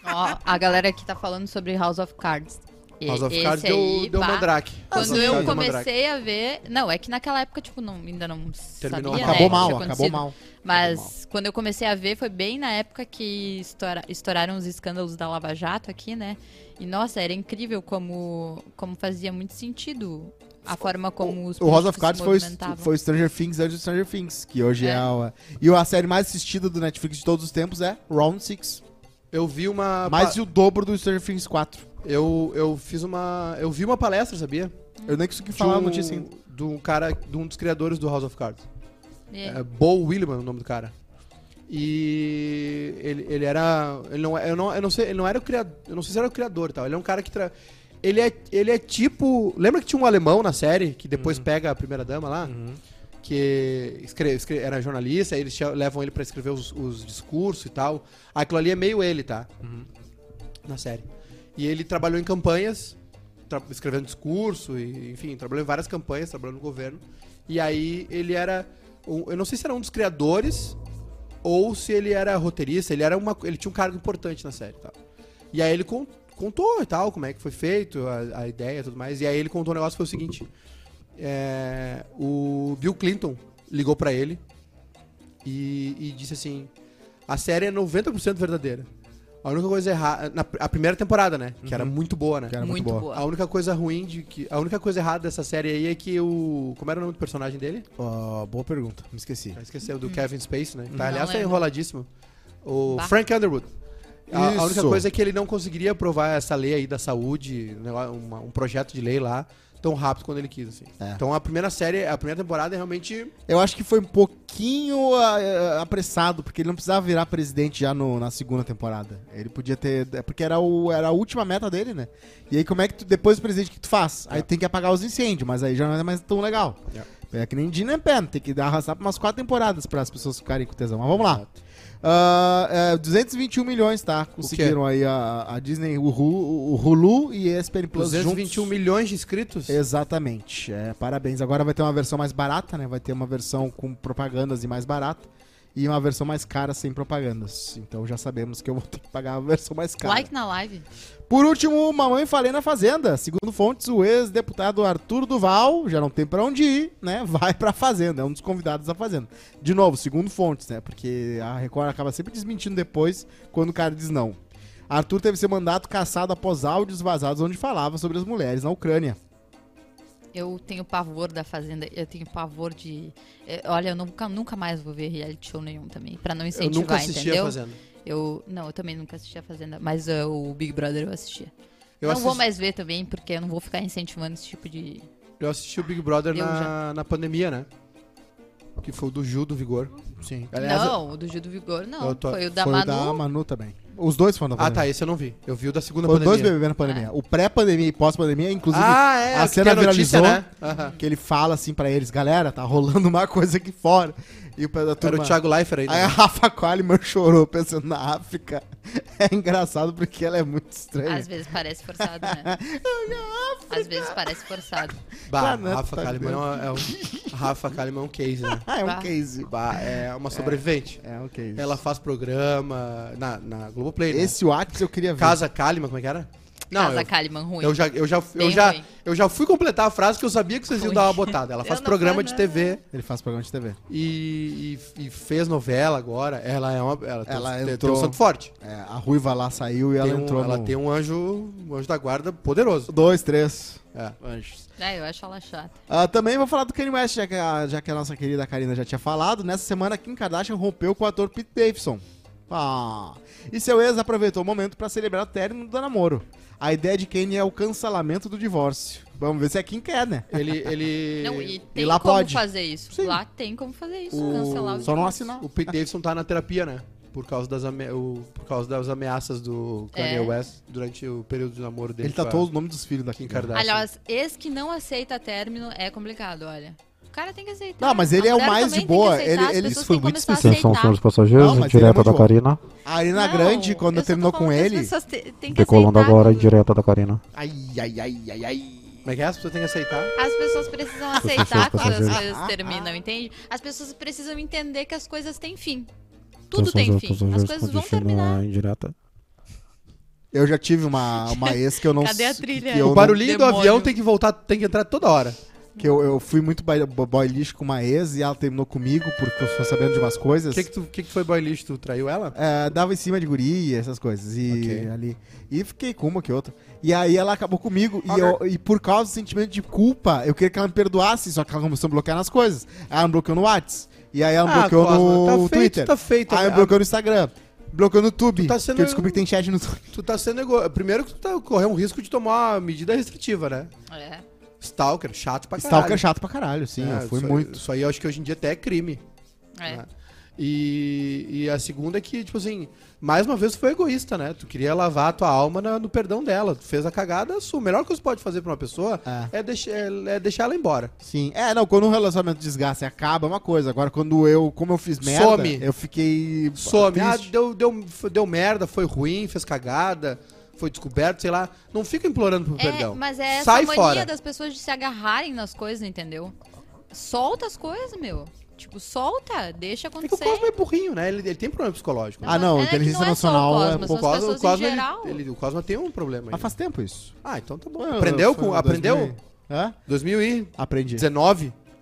Speaker 3: Ó, a galera aqui tá falando sobre House of Cards. E-
Speaker 1: House of
Speaker 3: esse
Speaker 1: Cards
Speaker 3: aí,
Speaker 1: deu, deu
Speaker 3: bah,
Speaker 1: mandrake.
Speaker 2: Ah,
Speaker 1: House
Speaker 3: Quando
Speaker 1: of
Speaker 3: eu
Speaker 1: Cards deu mandrake.
Speaker 3: comecei a ver. Não, é que naquela época, tipo, não, ainda não
Speaker 1: Terminou
Speaker 3: sabia.
Speaker 1: mal.
Speaker 3: né,
Speaker 2: acabou
Speaker 3: que
Speaker 2: mal, acabou
Speaker 3: tinha acontecido.
Speaker 2: mal.
Speaker 3: Mas quando eu comecei a ver, foi bem na época que estoura- estouraram os escândalos da Lava Jato aqui, né? E nossa, era incrível como, como fazia muito sentido a forma como os
Speaker 2: O House of
Speaker 3: políticos
Speaker 2: Cards
Speaker 3: se
Speaker 2: foi, o-
Speaker 3: movimentavam.
Speaker 2: foi o Stranger Things antes do Stranger Things, que hoje é,
Speaker 3: É.
Speaker 2: a. E a série mais assistida do Netflix de todos os tempos é Round Six
Speaker 1: Eu vi uma.
Speaker 2: Mais
Speaker 1: pa-
Speaker 2: o dobro do Stranger Things 4.
Speaker 1: eu, eu fiz uma. Eu vi uma palestra, sabia?
Speaker 2: Eu nem consegui
Speaker 1: De
Speaker 2: falar a
Speaker 1: um-
Speaker 2: notícia ainda.
Speaker 1: De um cara, de um dos criadores do House of Cards.
Speaker 3: E aí?
Speaker 1: É, Bo Williman, o nome do cara. E ele, ele era. Ele não, é- eu, não, eu não sei, ele não era o criador. Eu não sei se era o criador e tal. Ele é um cara que. Tra... Ele, é, ele é tipo. Lembra que tinha um alemão na série que depois pega a primeira dama lá? Que escre- escre- era jornalista, aí eles tinha- levam ele pra escrever os, os discursos e tal. Aquilo ali é meio ele, tá? Na série. E ele trabalhou em campanhas, tra- escrevendo discurso, e, enfim, trabalhou em várias campanhas, trabalhou no governo. E aí ele era. um- eu não sei se era um dos criadores ou se ele era roteirista, ele era uma. Ele tinha um cargo importante na série e tal. E aí ele con- contou e tal, como é que foi feito, a, a ideia e tudo mais. E aí ele contou um negócio que foi o seguinte. É, o Bill Clinton ligou pra ele e, e disse assim: a série é 90% verdadeira. A única coisa errada. na pr- A primeira temporada, né? Que era muito boa, né?
Speaker 2: Era muito
Speaker 3: muito,
Speaker 2: boa.
Speaker 3: boa.
Speaker 1: A única coisa ruim de que. A única coisa errada dessa série aí é que o. Como era o nome do personagem dele?
Speaker 2: Ó, boa pergunta, me esqueci.
Speaker 1: Já esqueceu, do Kevin Space, né? Tá,
Speaker 3: Hum. Não
Speaker 1: aliás, tá
Speaker 3: lembro.
Speaker 1: enroladíssimo. O
Speaker 3: Bah.
Speaker 1: Frank Underwood. A, a única
Speaker 2: Isso.
Speaker 1: coisa é que ele não conseguiria aprovar essa lei aí da saúde, um negócio- uma- um projeto de lei lá, tão rápido quando ele quis, assim.
Speaker 2: É.
Speaker 1: Então a primeira série, a primeira temporada é realmente.
Speaker 2: Eu acho que foi um pouquinho ah, eh, apressado, porque ele não precisava virar presidente já no- na segunda temporada. Ele podia ter. é Porque era, o, era a última meta dele, né? E aí, como é que tu, depois do presidente, o que tu faz? Aí tem que apagar os incêndios, mas aí já não é mais tão legal. É que nem Dina Pen, tem que dar- arrastar pra umas quatro temporadas para as pessoas ficarem com tesão. Mas vamos lá. Ah, é, 221 milhões, tá? Conseguiram aí a, a Disney, o Hulu, o Hulu e um ESPN Plus juntos.
Speaker 1: 221 milhões de inscritos.
Speaker 2: Exatamente. É, parabéns. Agora vai ter uma versão mais barata, né? Vai ter uma versão com propagandas e mais barata. E uma versão mais cara sem propagandas. Então já sabemos que eu vou ter que pagar a versão mais cara.
Speaker 3: Like na live.
Speaker 2: Por último, mamãe falei na fazenda. Segundo fontes, o ex-deputado Arthur Duval já não tem pra onde ir, né? Vai pra fazenda, é um dos convidados da fazenda. De novo, segundo fontes, né? Porque a Record acaba sempre desmentindo depois quando o cara diz não. Arthur teve seu mandato cassado após áudios vazados onde falava sobre as mulheres na Ucrânia.
Speaker 3: Eu tenho pavor da Fazenda, eu tenho pavor de. é, Olha, eu nunca, nunca mais vou ver reality show nenhum também, pra não
Speaker 1: Eu
Speaker 3: incentivar,
Speaker 1: nunca assisti
Speaker 3: entendeu?
Speaker 1: a Fazenda.
Speaker 3: Eu, não, eu também nunca assisti a Fazenda, mas é, o Big Brother eu assistia.
Speaker 1: Eu,
Speaker 3: não
Speaker 1: assisti,
Speaker 3: vou mais ver também, porque eu não vou ficar incentivando esse tipo de.
Speaker 1: eu assisti o Big Brother
Speaker 3: Deu
Speaker 1: na, na pandemia, né? Que foi o do Gil do Vigor.
Speaker 2: Sim.
Speaker 3: não, o do Gil do Vigor, não.
Speaker 1: Eu tô-
Speaker 3: Foi o da
Speaker 2: Foi
Speaker 3: Manu.
Speaker 2: o da Manu também. Os dois foram da
Speaker 1: Ah,
Speaker 2: pandemia.
Speaker 1: tá, esse eu não vi. Eu vi o da segunda
Speaker 2: Foram dois
Speaker 1: pandemia.
Speaker 2: BBB na
Speaker 3: É.
Speaker 2: pandemia. O pré-pandemia e pós-pandemia, inclusive,
Speaker 1: ah, é,
Speaker 2: a
Speaker 1: que
Speaker 2: cena
Speaker 1: tem notícia,
Speaker 2: viralizou.
Speaker 1: né? Aham.
Speaker 2: que ele fala assim pra eles, galera, tá rolando uma coisa aqui fora. E o pé da
Speaker 1: Era
Speaker 2: turma...
Speaker 1: o Thiago né? Leifert aí.
Speaker 2: Aí a Rafa Kalimann chorou pensando na África. É engraçado porque ela é muito estranha.
Speaker 3: Às vezes parece forçado, né? Às vezes parece forçado.
Speaker 1: Bah,
Speaker 2: Planeta
Speaker 1: Rafa Kalimann é um- é um, Rafa Kalimann é um case, né?
Speaker 2: Ah, é um
Speaker 3: Bah.
Speaker 2: case.
Speaker 1: Bah, é uma sobrevivente.
Speaker 2: É um case. É.
Speaker 1: Ela faz programa na, na Globoplay, né?
Speaker 2: Esse Whats eu queria ver.
Speaker 1: Casa Kalimann, como é que era? Não,
Speaker 3: Casa
Speaker 1: eu,
Speaker 3: Kalimann ruim.
Speaker 1: eu já, eu, já, eu,
Speaker 3: Bem
Speaker 1: já,
Speaker 3: ruim.
Speaker 1: eu já fui completar a frase que eu sabia que vocês iam
Speaker 3: Ruim.
Speaker 1: dar uma botada. Ela
Speaker 7: Eu
Speaker 1: faz
Speaker 7: não falo
Speaker 1: programa de
Speaker 3: né?
Speaker 7: nada.
Speaker 1: TV
Speaker 2: Ele faz programa de TV.
Speaker 1: e, e- e fez novela agora. Ela é uma. Ela, tem
Speaker 2: Ela
Speaker 1: um- tem, tem
Speaker 2: entrou-
Speaker 1: um santo forte.
Speaker 2: É, a Ruiva lá saiu e ela
Speaker 1: Tem um-
Speaker 2: entrou
Speaker 1: ela
Speaker 2: no...
Speaker 1: tem um anjo, um anjo da guarda poderoso.
Speaker 2: Dois, três.
Speaker 1: É.
Speaker 2: Anjos.
Speaker 3: É, eu acho ela chata.
Speaker 2: Ah, também vou falar do Kanye West, já que, a, já que a nossa querida Karina já tinha falado. Nessa semana, Kim Kardashian rompeu com o ator Pete Davidson. Ah. E seu ex aproveitou o momento para celebrar o término do namoro. A ideia de Kanye é o cancelamento do divórcio. Vamos ver se a Kim quer, né?
Speaker 1: Ele. ele
Speaker 3: Não, e tem
Speaker 2: lá
Speaker 3: como
Speaker 2: pode.
Speaker 3: fazer isso.
Speaker 2: Sim.
Speaker 3: Lá tem como fazer isso.
Speaker 1: O-
Speaker 3: Cancelar o
Speaker 2: Só não
Speaker 3: divórcio.
Speaker 2: assinar.
Speaker 1: O Pete Davidson tá na terapia, né? Por causa das, ame- o- por causa das ameaças do Kanye
Speaker 3: É.
Speaker 1: West durante o período de namoro dele.
Speaker 2: Ele tá tatuou
Speaker 1: todo
Speaker 2: os nomes dos filhos da Kim
Speaker 1: Kim
Speaker 2: Kardashian.
Speaker 1: Kardashian.
Speaker 3: Aliás, ex que não aceita término é complicado, olha. O cara tem que aceitar.
Speaker 2: Não, mas ele
Speaker 3: A
Speaker 2: é o
Speaker 3: mulher
Speaker 2: mais
Speaker 3: também
Speaker 2: de
Speaker 3: tem que
Speaker 2: boa.
Speaker 3: aceitar,
Speaker 2: Ele-
Speaker 3: as
Speaker 2: ele
Speaker 3: pessoas
Speaker 2: foi
Speaker 3: têm que
Speaker 2: muito
Speaker 3: começas
Speaker 9: Atenção, senhores passageiros,
Speaker 2: Não, mas ele é
Speaker 9: direta
Speaker 2: muito
Speaker 9: da
Speaker 2: bom.
Speaker 9: Karina.
Speaker 2: A Arena
Speaker 3: Não,
Speaker 2: Grande, quando
Speaker 3: eu só tô
Speaker 2: terminou
Speaker 3: falando
Speaker 2: com
Speaker 3: que as
Speaker 2: ele.
Speaker 3: pessoas te- têm que
Speaker 9: Decolando
Speaker 3: aceitar
Speaker 9: agora,
Speaker 3: tudo.
Speaker 9: indireta da Karina.
Speaker 2: Ai, ai, ai, ai, ai.
Speaker 1: Como é que é? As pessoas têm que aceitar.
Speaker 3: As pessoas precisam
Speaker 9: pessoas
Speaker 3: aceitar quando as
Speaker 9: passageiras.
Speaker 3: coisas terminam, entende? As pessoas precisam entender que as coisas têm fim.
Speaker 1: Então
Speaker 3: Tudo
Speaker 9: Atenção,
Speaker 3: tem
Speaker 9: senhores
Speaker 3: fim. As
Speaker 9: passageiros,
Speaker 3: coisas vão
Speaker 9: condição
Speaker 3: terminar.
Speaker 9: na Indireta.
Speaker 2: Eu já tive uma, uma ex que eu não
Speaker 3: Cadê a
Speaker 2: s-
Speaker 3: trilha?
Speaker 2: que eu
Speaker 1: O
Speaker 2: não-
Speaker 1: barulhinho do
Speaker 3: Demônio.
Speaker 1: avião tem que voltar, tem que entrar toda hora.
Speaker 2: Que eu, eu fui muito boy, boy lixo com uma ex e ela terminou comigo porque eu fui sabendo de umas
Speaker 1: O
Speaker 2: coisas.
Speaker 1: que, que, tu- que, que foi boy lixo? Tu traiu ela?
Speaker 2: É, dava em cima de guria, essas coisas. E
Speaker 1: Ok.
Speaker 2: ali. E fiquei com uma que outra. E aí ela acabou comigo. E, eu- e por causa do sentimento de culpa, eu queria que ela me perdoasse, só que ela começou a bloquear nas coisas. Aí ela me bloqueou no WhatsApp. E aí ela me bloqueou
Speaker 1: Cosma,
Speaker 2: no
Speaker 1: tá
Speaker 2: Twitter. Ah, é
Speaker 1: feito, tá feito.
Speaker 2: aí ela me bloqueou no Instagram. bloqueando o tube.
Speaker 1: Tu tá sendo-
Speaker 2: Que eu descobri que tem chat no tube.
Speaker 1: Tu tá sendo ego... Primeiro que tu tá correndo um risco de tomar uma medida restritiva, né?
Speaker 3: É.
Speaker 1: Stalker, chato pra caralho.
Speaker 2: Stalker é chato pra caralho, sim.
Speaker 1: É,
Speaker 2: eu fui
Speaker 1: isso aí-
Speaker 2: muito.
Speaker 1: Isso aí eu acho que hoje em dia até é crime.
Speaker 3: É.
Speaker 2: Ah,
Speaker 1: né? E, e a segunda é que, tipo assim, mais uma vez tu foi egoísta, né? Tu queria lavar a tua alma na- no perdão dela. Tu fez a cagada, sua. O melhor que você pode fazer pra uma pessoa é, deix- é- é deixar ela embora.
Speaker 2: Sim. É, não, quando um relacionamento desgasta e acaba, é uma coisa. Agora, quando eu, como eu fiz merda,
Speaker 1: Some.
Speaker 2: eu fiquei.
Speaker 1: Some. Ah,
Speaker 2: triste.
Speaker 1: deu, deu, f- deu merda, foi ruim, fez cagada, foi descoberto, sei lá. Não fica implorando pro
Speaker 3: É,
Speaker 1: perdão.
Speaker 3: mas é essa
Speaker 1: Sai
Speaker 3: mania
Speaker 1: fora.
Speaker 3: das pessoas de se agarrarem nas coisas, entendeu? Solta as coisas, meu. Tipo, solta, deixa
Speaker 1: É que o
Speaker 3: acontecer.
Speaker 1: Cosmo é burrinho, né? Ele, ele tem problema psicológico. né?
Speaker 2: Ah, não,
Speaker 3: é que
Speaker 2: inteligência
Speaker 3: não é só o
Speaker 2: emocional é-
Speaker 3: Cosmo, são
Speaker 1: o
Speaker 3: as
Speaker 1: Cosmo, o
Speaker 3: pessoas em
Speaker 1: Cosmo, ele-
Speaker 3: geral.
Speaker 1: ele- o Cosmo tem um problema aí.
Speaker 2: Mas faz tempo isso.
Speaker 1: Ah, então tá bom.
Speaker 2: Ah,
Speaker 1: Aprendeu?
Speaker 2: foi
Speaker 1: Com,
Speaker 2: em
Speaker 1: aprendeu?
Speaker 2: 2000 e- Hã?
Speaker 1: 2019?
Speaker 2: Aprendi.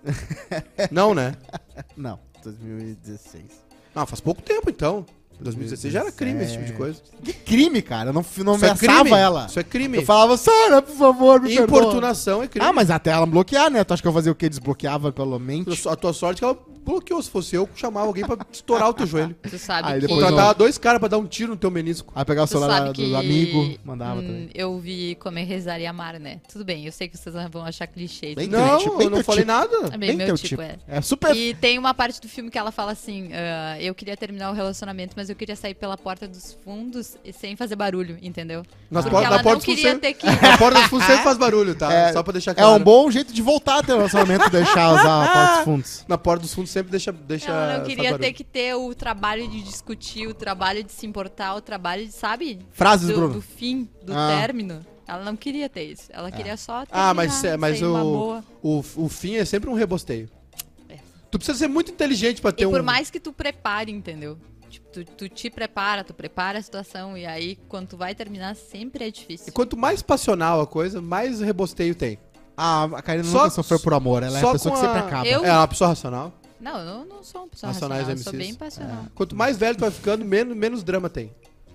Speaker 1: não, né?
Speaker 2: Não, 2016.
Speaker 1: Ah, faz pouco tempo então. 2016 já era crime esse tipo de coisa.
Speaker 2: Que crime, cara. Eu não, não
Speaker 1: Isso é
Speaker 2: ameaçava
Speaker 1: crime.
Speaker 2: ela.
Speaker 1: Isso é crime.
Speaker 2: Eu falava, Sara, por favor, me perdoa.
Speaker 1: Importunação é crime.
Speaker 2: Ah, mas até ela me bloquear, né? Tu acha que eu fazia o quê? Desbloqueava pelo
Speaker 1: A
Speaker 2: mente?
Speaker 1: sua- A tua sorte é que ela bloqueou. Se fosse eu, chamava alguém pra estourar o teu joelho.
Speaker 3: Tu sabe
Speaker 2: Aí
Speaker 3: que...
Speaker 2: Ah, depois eu-
Speaker 1: Contratava dois caras pra dar um tiro no teu menisco.
Speaker 2: Aí pegar Ah, o
Speaker 3: Tu
Speaker 2: celular
Speaker 3: sabe
Speaker 2: do
Speaker 3: que...
Speaker 2: amigo, mandava
Speaker 3: hum,
Speaker 2: também.
Speaker 3: Eu vi comer, rezar e amar, né? Tudo bem, eu sei que vocês vão achar clichê.
Speaker 2: Bem
Speaker 3: tudo
Speaker 1: Não,
Speaker 2: teu tipo,
Speaker 1: eu
Speaker 2: bem
Speaker 1: não
Speaker 2: teu
Speaker 1: falei
Speaker 2: tipo.
Speaker 1: nada.
Speaker 3: É bem, meu tipo, é.
Speaker 2: É super.
Speaker 3: E tem uma parte do filme que ela fala assim: ah, eu queria terminar o relacionamento, mas eu queria sair pela porta dos fundos e sem fazer barulho, entendeu?
Speaker 1: Na,
Speaker 3: Porque
Speaker 1: por- na
Speaker 3: ela
Speaker 1: Ah. porta
Speaker 3: não
Speaker 1: dos
Speaker 3: queria
Speaker 1: funcionários.
Speaker 3: ter que.
Speaker 1: Na porta dos funcionários faz barulho, tá?
Speaker 2: É-
Speaker 1: Só pra deixar
Speaker 2: É
Speaker 1: claro.
Speaker 2: um bom jeito de voltar a ter um relacionamento, deixar usar a porta dos fundos.
Speaker 1: Na porta dos fundos sempre deixa. deixa
Speaker 3: Ela não
Speaker 1: faz
Speaker 3: queria
Speaker 1: barulho.
Speaker 3: ter que ter o trabalho de discutir, o trabalho de se importar, o trabalho de, sabe?
Speaker 2: Frases,
Speaker 3: Do, do
Speaker 2: Bruno.
Speaker 3: fim, do
Speaker 2: Ah.
Speaker 3: término. Ela não queria ter isso. Ela queria só ter
Speaker 1: Ah, mas, é, mas o,
Speaker 3: uma boa.
Speaker 1: o, o fim é sempre um rebosteio.
Speaker 3: É.
Speaker 1: Tu precisa ser muito inteligente pra ter
Speaker 3: E por
Speaker 1: um.
Speaker 3: mais que tu prepare, entendeu? Tipo, tu, tu te prepara, tu prepara a situação, e aí quando tu vai terminar, sempre é
Speaker 1: E
Speaker 3: difícil.
Speaker 1: quanto mais passional a coisa, mais rebosteio tem.
Speaker 2: Ah, a Karina
Speaker 1: Só-
Speaker 2: nunca sofreu por amor. Ela é
Speaker 1: só
Speaker 2: a pessoa
Speaker 1: com
Speaker 2: que sempre
Speaker 1: a-
Speaker 2: acaba.
Speaker 3: Eu-
Speaker 1: É uma pessoa racional.
Speaker 3: Não, eu não- não sou uma pessoa
Speaker 1: Racionais É.
Speaker 3: racional, eu sou
Speaker 1: MCs.
Speaker 3: bem passional.
Speaker 1: Quanto mais velho tu vai ficando, menos, menos drama tem.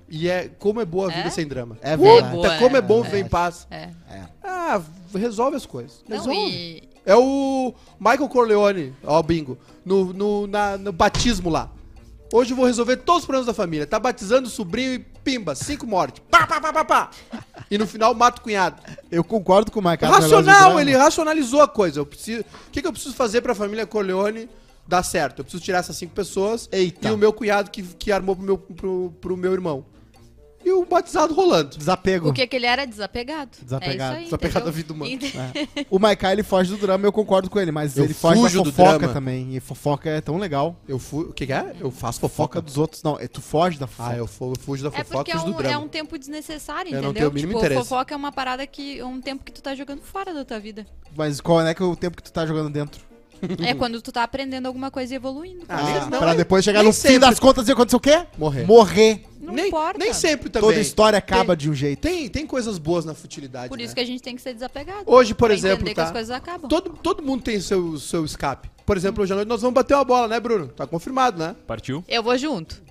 Speaker 1: E é como é boa a vida
Speaker 3: É?
Speaker 1: sem drama.
Speaker 2: É
Speaker 1: Puta,
Speaker 2: verdade.
Speaker 3: boa,
Speaker 1: como é,
Speaker 3: é.
Speaker 1: bom
Speaker 2: É.
Speaker 1: viver em paz.
Speaker 3: É.
Speaker 1: Ah, resolve as coisas.
Speaker 3: Não,
Speaker 1: Resolve.
Speaker 3: e
Speaker 1: É o Michael Corleone, ó, bingo, no, no, na- no batismo lá. Hoje eu vou resolver todos os problemas da família. Tá batizando o sobrinho e pimba, cinco mortes. Pá, pá, pá, pá, pá. E no final mata o cunhado.
Speaker 2: Eu concordo com o
Speaker 1: um é
Speaker 2: Mike.
Speaker 1: Racional, ele racionalizou a coisa. Eu preciso, o que, que eu preciso fazer pra família Corleone dar certo? Eu preciso tirar essas cinco pessoas
Speaker 2: Eita.
Speaker 1: e o meu cunhado que, que armou pro meu, pro, pro meu irmão. E o batizado rolando.
Speaker 2: Desapego.
Speaker 3: o que que ele era? Desapegado.
Speaker 2: Desapegado.
Speaker 3: É isso aí,
Speaker 1: Desapegado
Speaker 3: entendeu?
Speaker 1: da vida humana.
Speaker 3: Ente-
Speaker 2: É. O Maikai ele foge do drama, eu concordo com ele, mas
Speaker 1: Eu
Speaker 2: ele foge da
Speaker 1: fujo do
Speaker 2: fofoca
Speaker 1: drama.
Speaker 2: também. E fofoca é tão legal.
Speaker 1: Eu fui. O que, que é? Eu faço
Speaker 2: Fofoca
Speaker 1: fofoca.
Speaker 2: dos outros, não. é Tu foge da fofoca.
Speaker 1: Ah, eu fu- eu fujo da
Speaker 3: É
Speaker 1: fofoca
Speaker 3: porque
Speaker 1: e
Speaker 3: é
Speaker 1: fujo do
Speaker 3: um,
Speaker 1: drama.
Speaker 3: é um tempo desnecessário,
Speaker 1: Eu não
Speaker 3: entendeu?
Speaker 1: tenho o mínimo
Speaker 3: tipo,
Speaker 1: interesse.
Speaker 3: fofoca é uma parada que é um tempo que tu tá jogando fora da tua vida.
Speaker 2: Mas qual é que é o tempo que tu tá jogando dentro?
Speaker 3: é quando tu tá aprendendo alguma coisa e evoluindo.
Speaker 1: Ah, nem- não,
Speaker 2: pra
Speaker 1: nem-
Speaker 2: depois chegar
Speaker 1: nem
Speaker 2: no
Speaker 1: sempre.
Speaker 2: fim das contas e acontecer o quê?
Speaker 1: Morrer.
Speaker 2: Morrer.
Speaker 3: Não
Speaker 1: nem,
Speaker 3: importa.
Speaker 1: nem sempre também.
Speaker 2: Toda história acaba de um jeito.
Speaker 1: Tem, tem coisas boas na futilidade.
Speaker 3: Por
Speaker 1: né?
Speaker 3: isso que a gente tem que ser desapegado.
Speaker 1: Hoje, por
Speaker 3: pra
Speaker 1: exemplo,
Speaker 3: entender
Speaker 1: tá?
Speaker 3: que as coisas acabam.
Speaker 1: todo, todo mundo tem seu, seu escape. Por exemplo, hoje à noite nós vamos bater uma bola, né, Bruno? Tá confirmado, né?
Speaker 5: Partiu?
Speaker 3: Eu vou junto.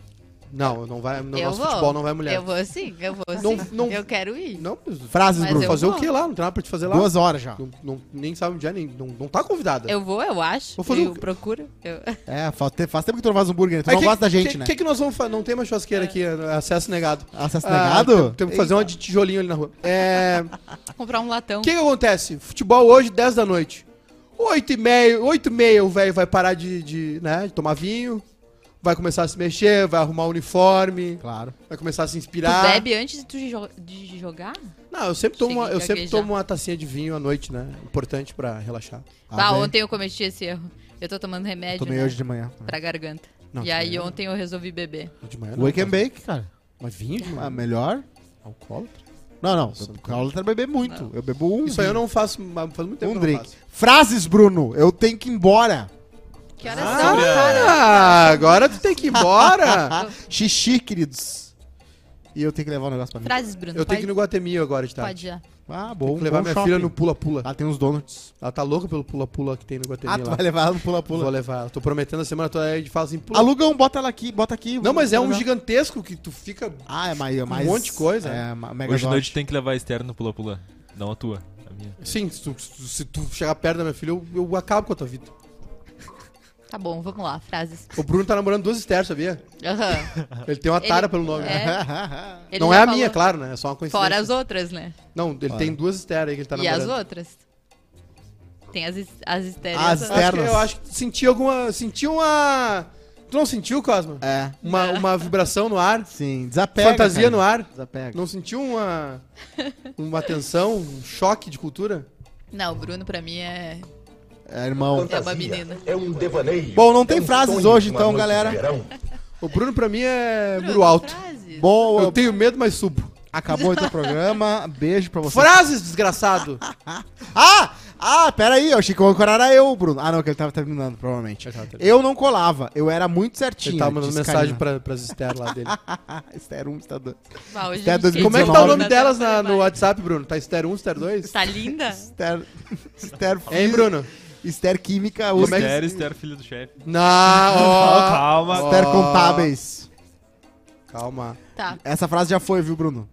Speaker 1: Não, não vai. No
Speaker 3: eu
Speaker 1: nosso
Speaker 3: vou.
Speaker 1: futebol não vai mulher.
Speaker 3: Eu vou sim, eu vou
Speaker 1: Não-
Speaker 3: sim.
Speaker 1: não-
Speaker 3: Eu quero ir.
Speaker 1: Não, mas
Speaker 2: Frases,
Speaker 3: Mas
Speaker 2: Bruno.
Speaker 3: eu-
Speaker 1: fazer o
Speaker 3: vou.
Speaker 1: que lá? Não tem nada pra te fazer lá.
Speaker 2: Duas horas já.
Speaker 1: Não, não- nem sabe onde é, nem, não, não tá convidada.
Speaker 3: Eu vou, eu acho.
Speaker 1: Vou fazer
Speaker 3: eu
Speaker 1: o-
Speaker 3: procuro. Eu...
Speaker 2: É, faz te- faz tempo que tu não faz hambúrguer, né? Tu
Speaker 1: Aí
Speaker 2: não
Speaker 1: É que-
Speaker 2: gosta da gente,
Speaker 1: que,
Speaker 2: né? é
Speaker 1: O que, que nós vamos fazer? Não tem mais churrasqueira aqui, é acesso negado.
Speaker 2: Acesso
Speaker 1: Ah,
Speaker 2: negado?
Speaker 1: tem- Temos que fazer uma de tijolinho ali na rua. É.
Speaker 3: Comprar um latão.
Speaker 1: O que, que acontece? Futebol hoje, 10 da noite. 8 e meia, 8 e meia o velho vai parar de, de, né, de tomar vinho, vai começar a se mexer, vai arrumar o uniforme,
Speaker 2: Claro.
Speaker 1: vai começar a se
Speaker 3: Tu
Speaker 1: inspirar.
Speaker 3: bebe antes de tu jo- de jogar?
Speaker 1: Não, eu sempre, tomo, uma- eu
Speaker 3: Cheguei a
Speaker 1: sempre tomo uma tacinha de vinho à noite, né? Importante pra relaxar.
Speaker 2: Ah,
Speaker 3: bah,
Speaker 2: velho.
Speaker 3: Tá, ontem eu cometi esse erro. Eu tô tomando remédio
Speaker 2: Tomei
Speaker 3: né,
Speaker 2: hoje de manhã.
Speaker 3: pra garganta.
Speaker 1: Não,
Speaker 3: e aí
Speaker 1: também não.
Speaker 3: ontem eu resolvi beber.
Speaker 1: De manhã, né? não,
Speaker 2: Wake and
Speaker 1: mas-
Speaker 2: bake, cara.
Speaker 1: Mas vinho de
Speaker 2: Ah,
Speaker 1: manhã?
Speaker 2: melhor.
Speaker 1: Alcoólatra?
Speaker 2: Não, não. O Caolatra bebe muito. Eu bebo um.
Speaker 1: Isso aí eu não faço, mas faz muito tempo
Speaker 2: Um
Speaker 1: que eu não
Speaker 2: drink.
Speaker 1: faço.
Speaker 2: Frases, Bruno. Eu tenho que ir embora.
Speaker 3: Que horas
Speaker 1: Ah,
Speaker 3: são,
Speaker 5: é-
Speaker 3: cara?
Speaker 1: agora tu tem que ir embora.
Speaker 2: Xixi, queridos. E eu tenho que levar o negócio pra mim.
Speaker 3: Frases, Bruno.
Speaker 1: eu tenho
Speaker 3: pode,
Speaker 1: que ir no Guatemi agora de tarde.
Speaker 3: pode já.
Speaker 2: Ah, bom.
Speaker 1: Vou levar
Speaker 2: bom
Speaker 1: minha
Speaker 2: shopping.
Speaker 1: filha no pula-pula.
Speaker 2: Lá tem uns donuts.
Speaker 1: Ela tá louca pelo pula-pula que tem no Guatemi
Speaker 2: Ah, tu
Speaker 1: lá.
Speaker 2: vai levar ela no
Speaker 1: Vou
Speaker 2: pula-pula.
Speaker 1: levar. Eu tô prometendo a semana toda aí de fala assim, pula.
Speaker 2: Aluga um, bota ela aqui, bota aqui.
Speaker 1: Não, mas é um
Speaker 2: Levar.
Speaker 1: gigantesco que tu fica.
Speaker 2: Ah, é mais, é mais-
Speaker 1: monte de coisa.
Speaker 2: É, ma-
Speaker 5: Hoje de
Speaker 2: Megazord.
Speaker 5: noite tem que levar a Esther no pula-pula. Não a tua. A minha.
Speaker 1: Sim, se tu, se tu chegar perto da minha filha, eu, eu acabo com a tua vida.
Speaker 3: Tá bom, vamos lá, frases.
Speaker 1: O Bruno tá namorando duas Esther, sabia?
Speaker 3: Aham.
Speaker 1: Ele tem uma
Speaker 3: Ele-
Speaker 1: tara pelo nome.
Speaker 3: é, Ele
Speaker 1: Não
Speaker 3: já
Speaker 1: é a
Speaker 3: falou.
Speaker 1: minha, claro, né? É só uma coincidência.
Speaker 3: Fora as outras, né?
Speaker 1: Não, ele tem duas Esther aí que ele tá
Speaker 3: e as
Speaker 1: namorando.
Speaker 3: outras? Tem as, es- as histérias.
Speaker 2: As
Speaker 1: Acho
Speaker 3: as-
Speaker 1: que-
Speaker 2: Externas.
Speaker 1: eu acho que senti alguma. Senti uma. Tu não sentiu, Cosma?
Speaker 2: É,
Speaker 1: Uma, uma vibração no ar?
Speaker 2: sim. Desapega.
Speaker 1: fantasia
Speaker 2: cara.
Speaker 1: no ar?
Speaker 2: Desapega.
Speaker 1: Não sentiu uma. Uma tensão, um choque de cultura?
Speaker 3: Não, o Bruno pra mim é,
Speaker 2: É, irmão.
Speaker 3: é uma menina.
Speaker 9: É um devaneio.
Speaker 2: Bom, não tem
Speaker 9: um
Speaker 2: frases
Speaker 9: sonho
Speaker 2: hoje,
Speaker 9: de uma
Speaker 2: então,
Speaker 9: noite de
Speaker 2: galera.
Speaker 9: verão.
Speaker 1: O Bruno pra mim é
Speaker 3: Bruno,
Speaker 1: muro alto.
Speaker 3: frases?
Speaker 1: Eu
Speaker 2: Boa.
Speaker 1: tenho medo, mas subo.
Speaker 2: Acabou então o teu programa. Beijo pra você.
Speaker 1: Frases, desgraçado!
Speaker 2: Ah! Ah, peraí, eu achei que o âncora era eu, Bruno. Ah, não, que ele tava terminando, provavelmente. Eu não colava, eu era muito certinho.
Speaker 1: Ele tava mandando
Speaker 2: disse
Speaker 1: mensagem
Speaker 2: Karina. Ah,
Speaker 1: pra, pras Esther lá dele.
Speaker 2: Esther 1, Esther 2.
Speaker 3: Bah, hoje
Speaker 2: Até
Speaker 3: eu me esqueci.
Speaker 1: Como é que tá o
Speaker 2: 19.
Speaker 1: nome delas na- no
Speaker 3: Tá
Speaker 1: WhatsApp, Bruno? Tá Esther 1, Esther 2?
Speaker 3: linda?
Speaker 2: Esther. Esther.
Speaker 1: Hein, Bruno?
Speaker 2: Esther Química,
Speaker 5: O
Speaker 2: os
Speaker 1: Como é que-
Speaker 5: Esther, Esther, filho do chefe.
Speaker 1: Não! ó,
Speaker 5: Calma, calma.
Speaker 2: Esther
Speaker 1: Ó.
Speaker 2: Contábeis.
Speaker 1: Calma.
Speaker 3: Tá.
Speaker 2: Essa frase já foi, viu, Bruno?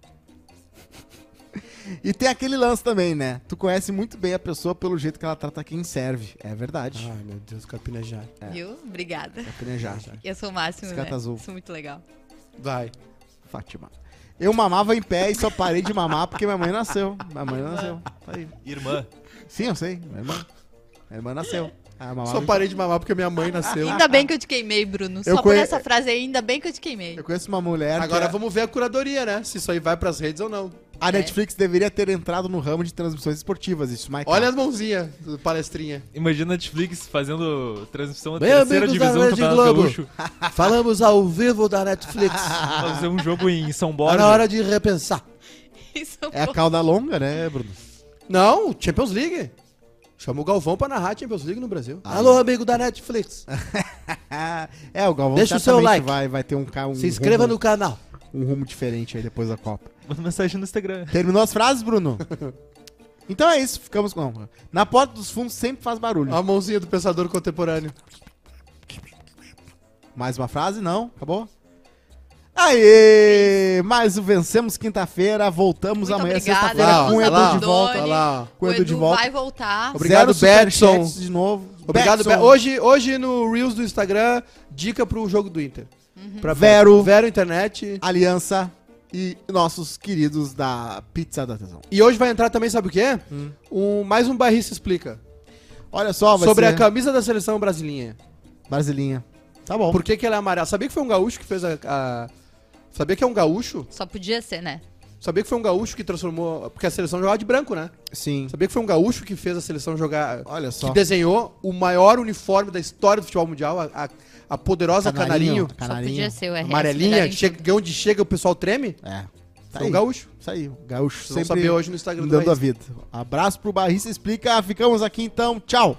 Speaker 2: E tem aquele lance também, né? Tu conhece muito bem a pessoa pelo jeito que ela trata quem serve. É verdade.
Speaker 1: Ai, meu Deus, capinejado.
Speaker 3: Viu? Obrigada.
Speaker 2: Capinejar.
Speaker 3: Eu sou o máximo,
Speaker 2: Escata
Speaker 1: tá
Speaker 3: né?
Speaker 2: azul.
Speaker 3: Sou muito legal.
Speaker 1: Vai.
Speaker 2: Fátima. Eu mamava em pé e só parei de mamar porque minha mãe nasceu. Minha mãe nasceu. Tá aí.
Speaker 5: Irmã.
Speaker 2: Sim, eu sei. Minha irmã. Minha irmã nasceu. Ah, mamava
Speaker 1: Só
Speaker 2: em
Speaker 1: parei de mamar porque minha mãe nasceu.
Speaker 3: Ainda bem que eu te queimei, Bruno.
Speaker 2: Eu
Speaker 3: Só
Speaker 2: conhe-
Speaker 3: por essa frase aí, ainda bem que eu te queimei.
Speaker 2: pé. Eu conheço uma mulher. que
Speaker 1: Agora
Speaker 2: a-
Speaker 1: vamos ver a curadoria, né? Se isso aí vai pras redes ou não.
Speaker 2: A Netflix deveria ter entrado no ramo de transmissões esportivas. Isso, Mike.
Speaker 1: Olha as mãozinhas do palestrinha.
Speaker 5: Imagina a Netflix fazendo transmissão da
Speaker 1: Bem, amigos
Speaker 5: terceira
Speaker 1: da
Speaker 5: divisão do
Speaker 1: Rede
Speaker 5: Campeonato
Speaker 1: Globo.
Speaker 5: Gaúcho.
Speaker 1: Falamos ao vivo da Netflix.
Speaker 5: Fazer um jogo em São
Speaker 1: Tá
Speaker 5: Borja.
Speaker 1: na hora de repensar.
Speaker 3: Isso
Speaker 2: É a
Speaker 3: pô.
Speaker 2: cauda longa, né, Bruno?
Speaker 1: Não, Champions League. Chama o Galvão pra narrar Champions League no Brasil. Alô, amigo da Netflix.
Speaker 2: Ah, é, o Galvão
Speaker 1: Deixa o seu
Speaker 2: certamente
Speaker 1: like.
Speaker 2: Vai, vai ter um, ca- um
Speaker 1: Se inscreva
Speaker 2: rumo,
Speaker 1: no canal.
Speaker 2: um rumo diferente aí depois da Copa.
Speaker 5: Manda mensagem no Instagram.
Speaker 2: Terminou as frases, Bruno? então é isso, ficamos com. não, Na porta dos fundos sempre faz barulho.
Speaker 1: A mãozinha do pensador contemporâneo.
Speaker 2: Mais uma frase? Não? Acabou? Aê! Mais o Vencemos quinta-feira, voltamos
Speaker 3: Muito
Speaker 2: amanhã,
Speaker 3: obrigada,
Speaker 2: sexta-feira,
Speaker 1: Edu
Speaker 2: com o
Speaker 1: Zandoni.
Speaker 2: Edu de volta.
Speaker 1: Olha Tá lá.
Speaker 2: Com o Edu de volta.
Speaker 3: vai voltar.
Speaker 1: Obri- Obrigado,
Speaker 2: Zero superchats
Speaker 1: Betson.
Speaker 2: de novo.
Speaker 1: Obrigado, Be
Speaker 2: Betson.
Speaker 1: hoje, hoje no Reels do Instagram, dica pro jogo do Inter. Pra
Speaker 2: Vero.
Speaker 1: Vero Internet.
Speaker 2: Aliança e nossos queridos da Pizza da Tesão.
Speaker 1: E hoje vai entrar também, sabe o quê? Um, mais um Barrista Explica.
Speaker 2: Olha só, vai
Speaker 1: sobre
Speaker 2: ser
Speaker 1: a camisa da seleção brasileira.
Speaker 2: Brasilinha. Tá bom.
Speaker 1: Por que, que ela é amarela? Sabia que foi um gaúcho que fez a, a- Sabia que é um gaúcho?
Speaker 3: Só podia ser, né?
Speaker 1: Sabia que foi um gaúcho que transformou. Porque a seleção jogava de branco, né?
Speaker 2: Sim.
Speaker 1: Sabia que foi um gaúcho que fez a seleção jogar.
Speaker 2: Olha só.
Speaker 1: Que desenhou o maior uniforme da história do futebol mundial, a, a- a poderosa
Speaker 2: um
Speaker 1: Canarinho.
Speaker 3: Só podia ser o RS.
Speaker 1: amarelinha,
Speaker 3: melhor em
Speaker 1: que chega, onde chega o pessoal treme.
Speaker 2: É. Tá
Speaker 1: Foi um
Speaker 2: aí.
Speaker 1: gaúcho.
Speaker 2: Isso aí. o Gaúcho
Speaker 1: Vocês vão
Speaker 2: sempre
Speaker 1: saber hoje no Instagram do
Speaker 2: dando a
Speaker 1: Barrista.
Speaker 2: vida. Abraço pro Barrista Explica. Ficamos aqui então. Tchau.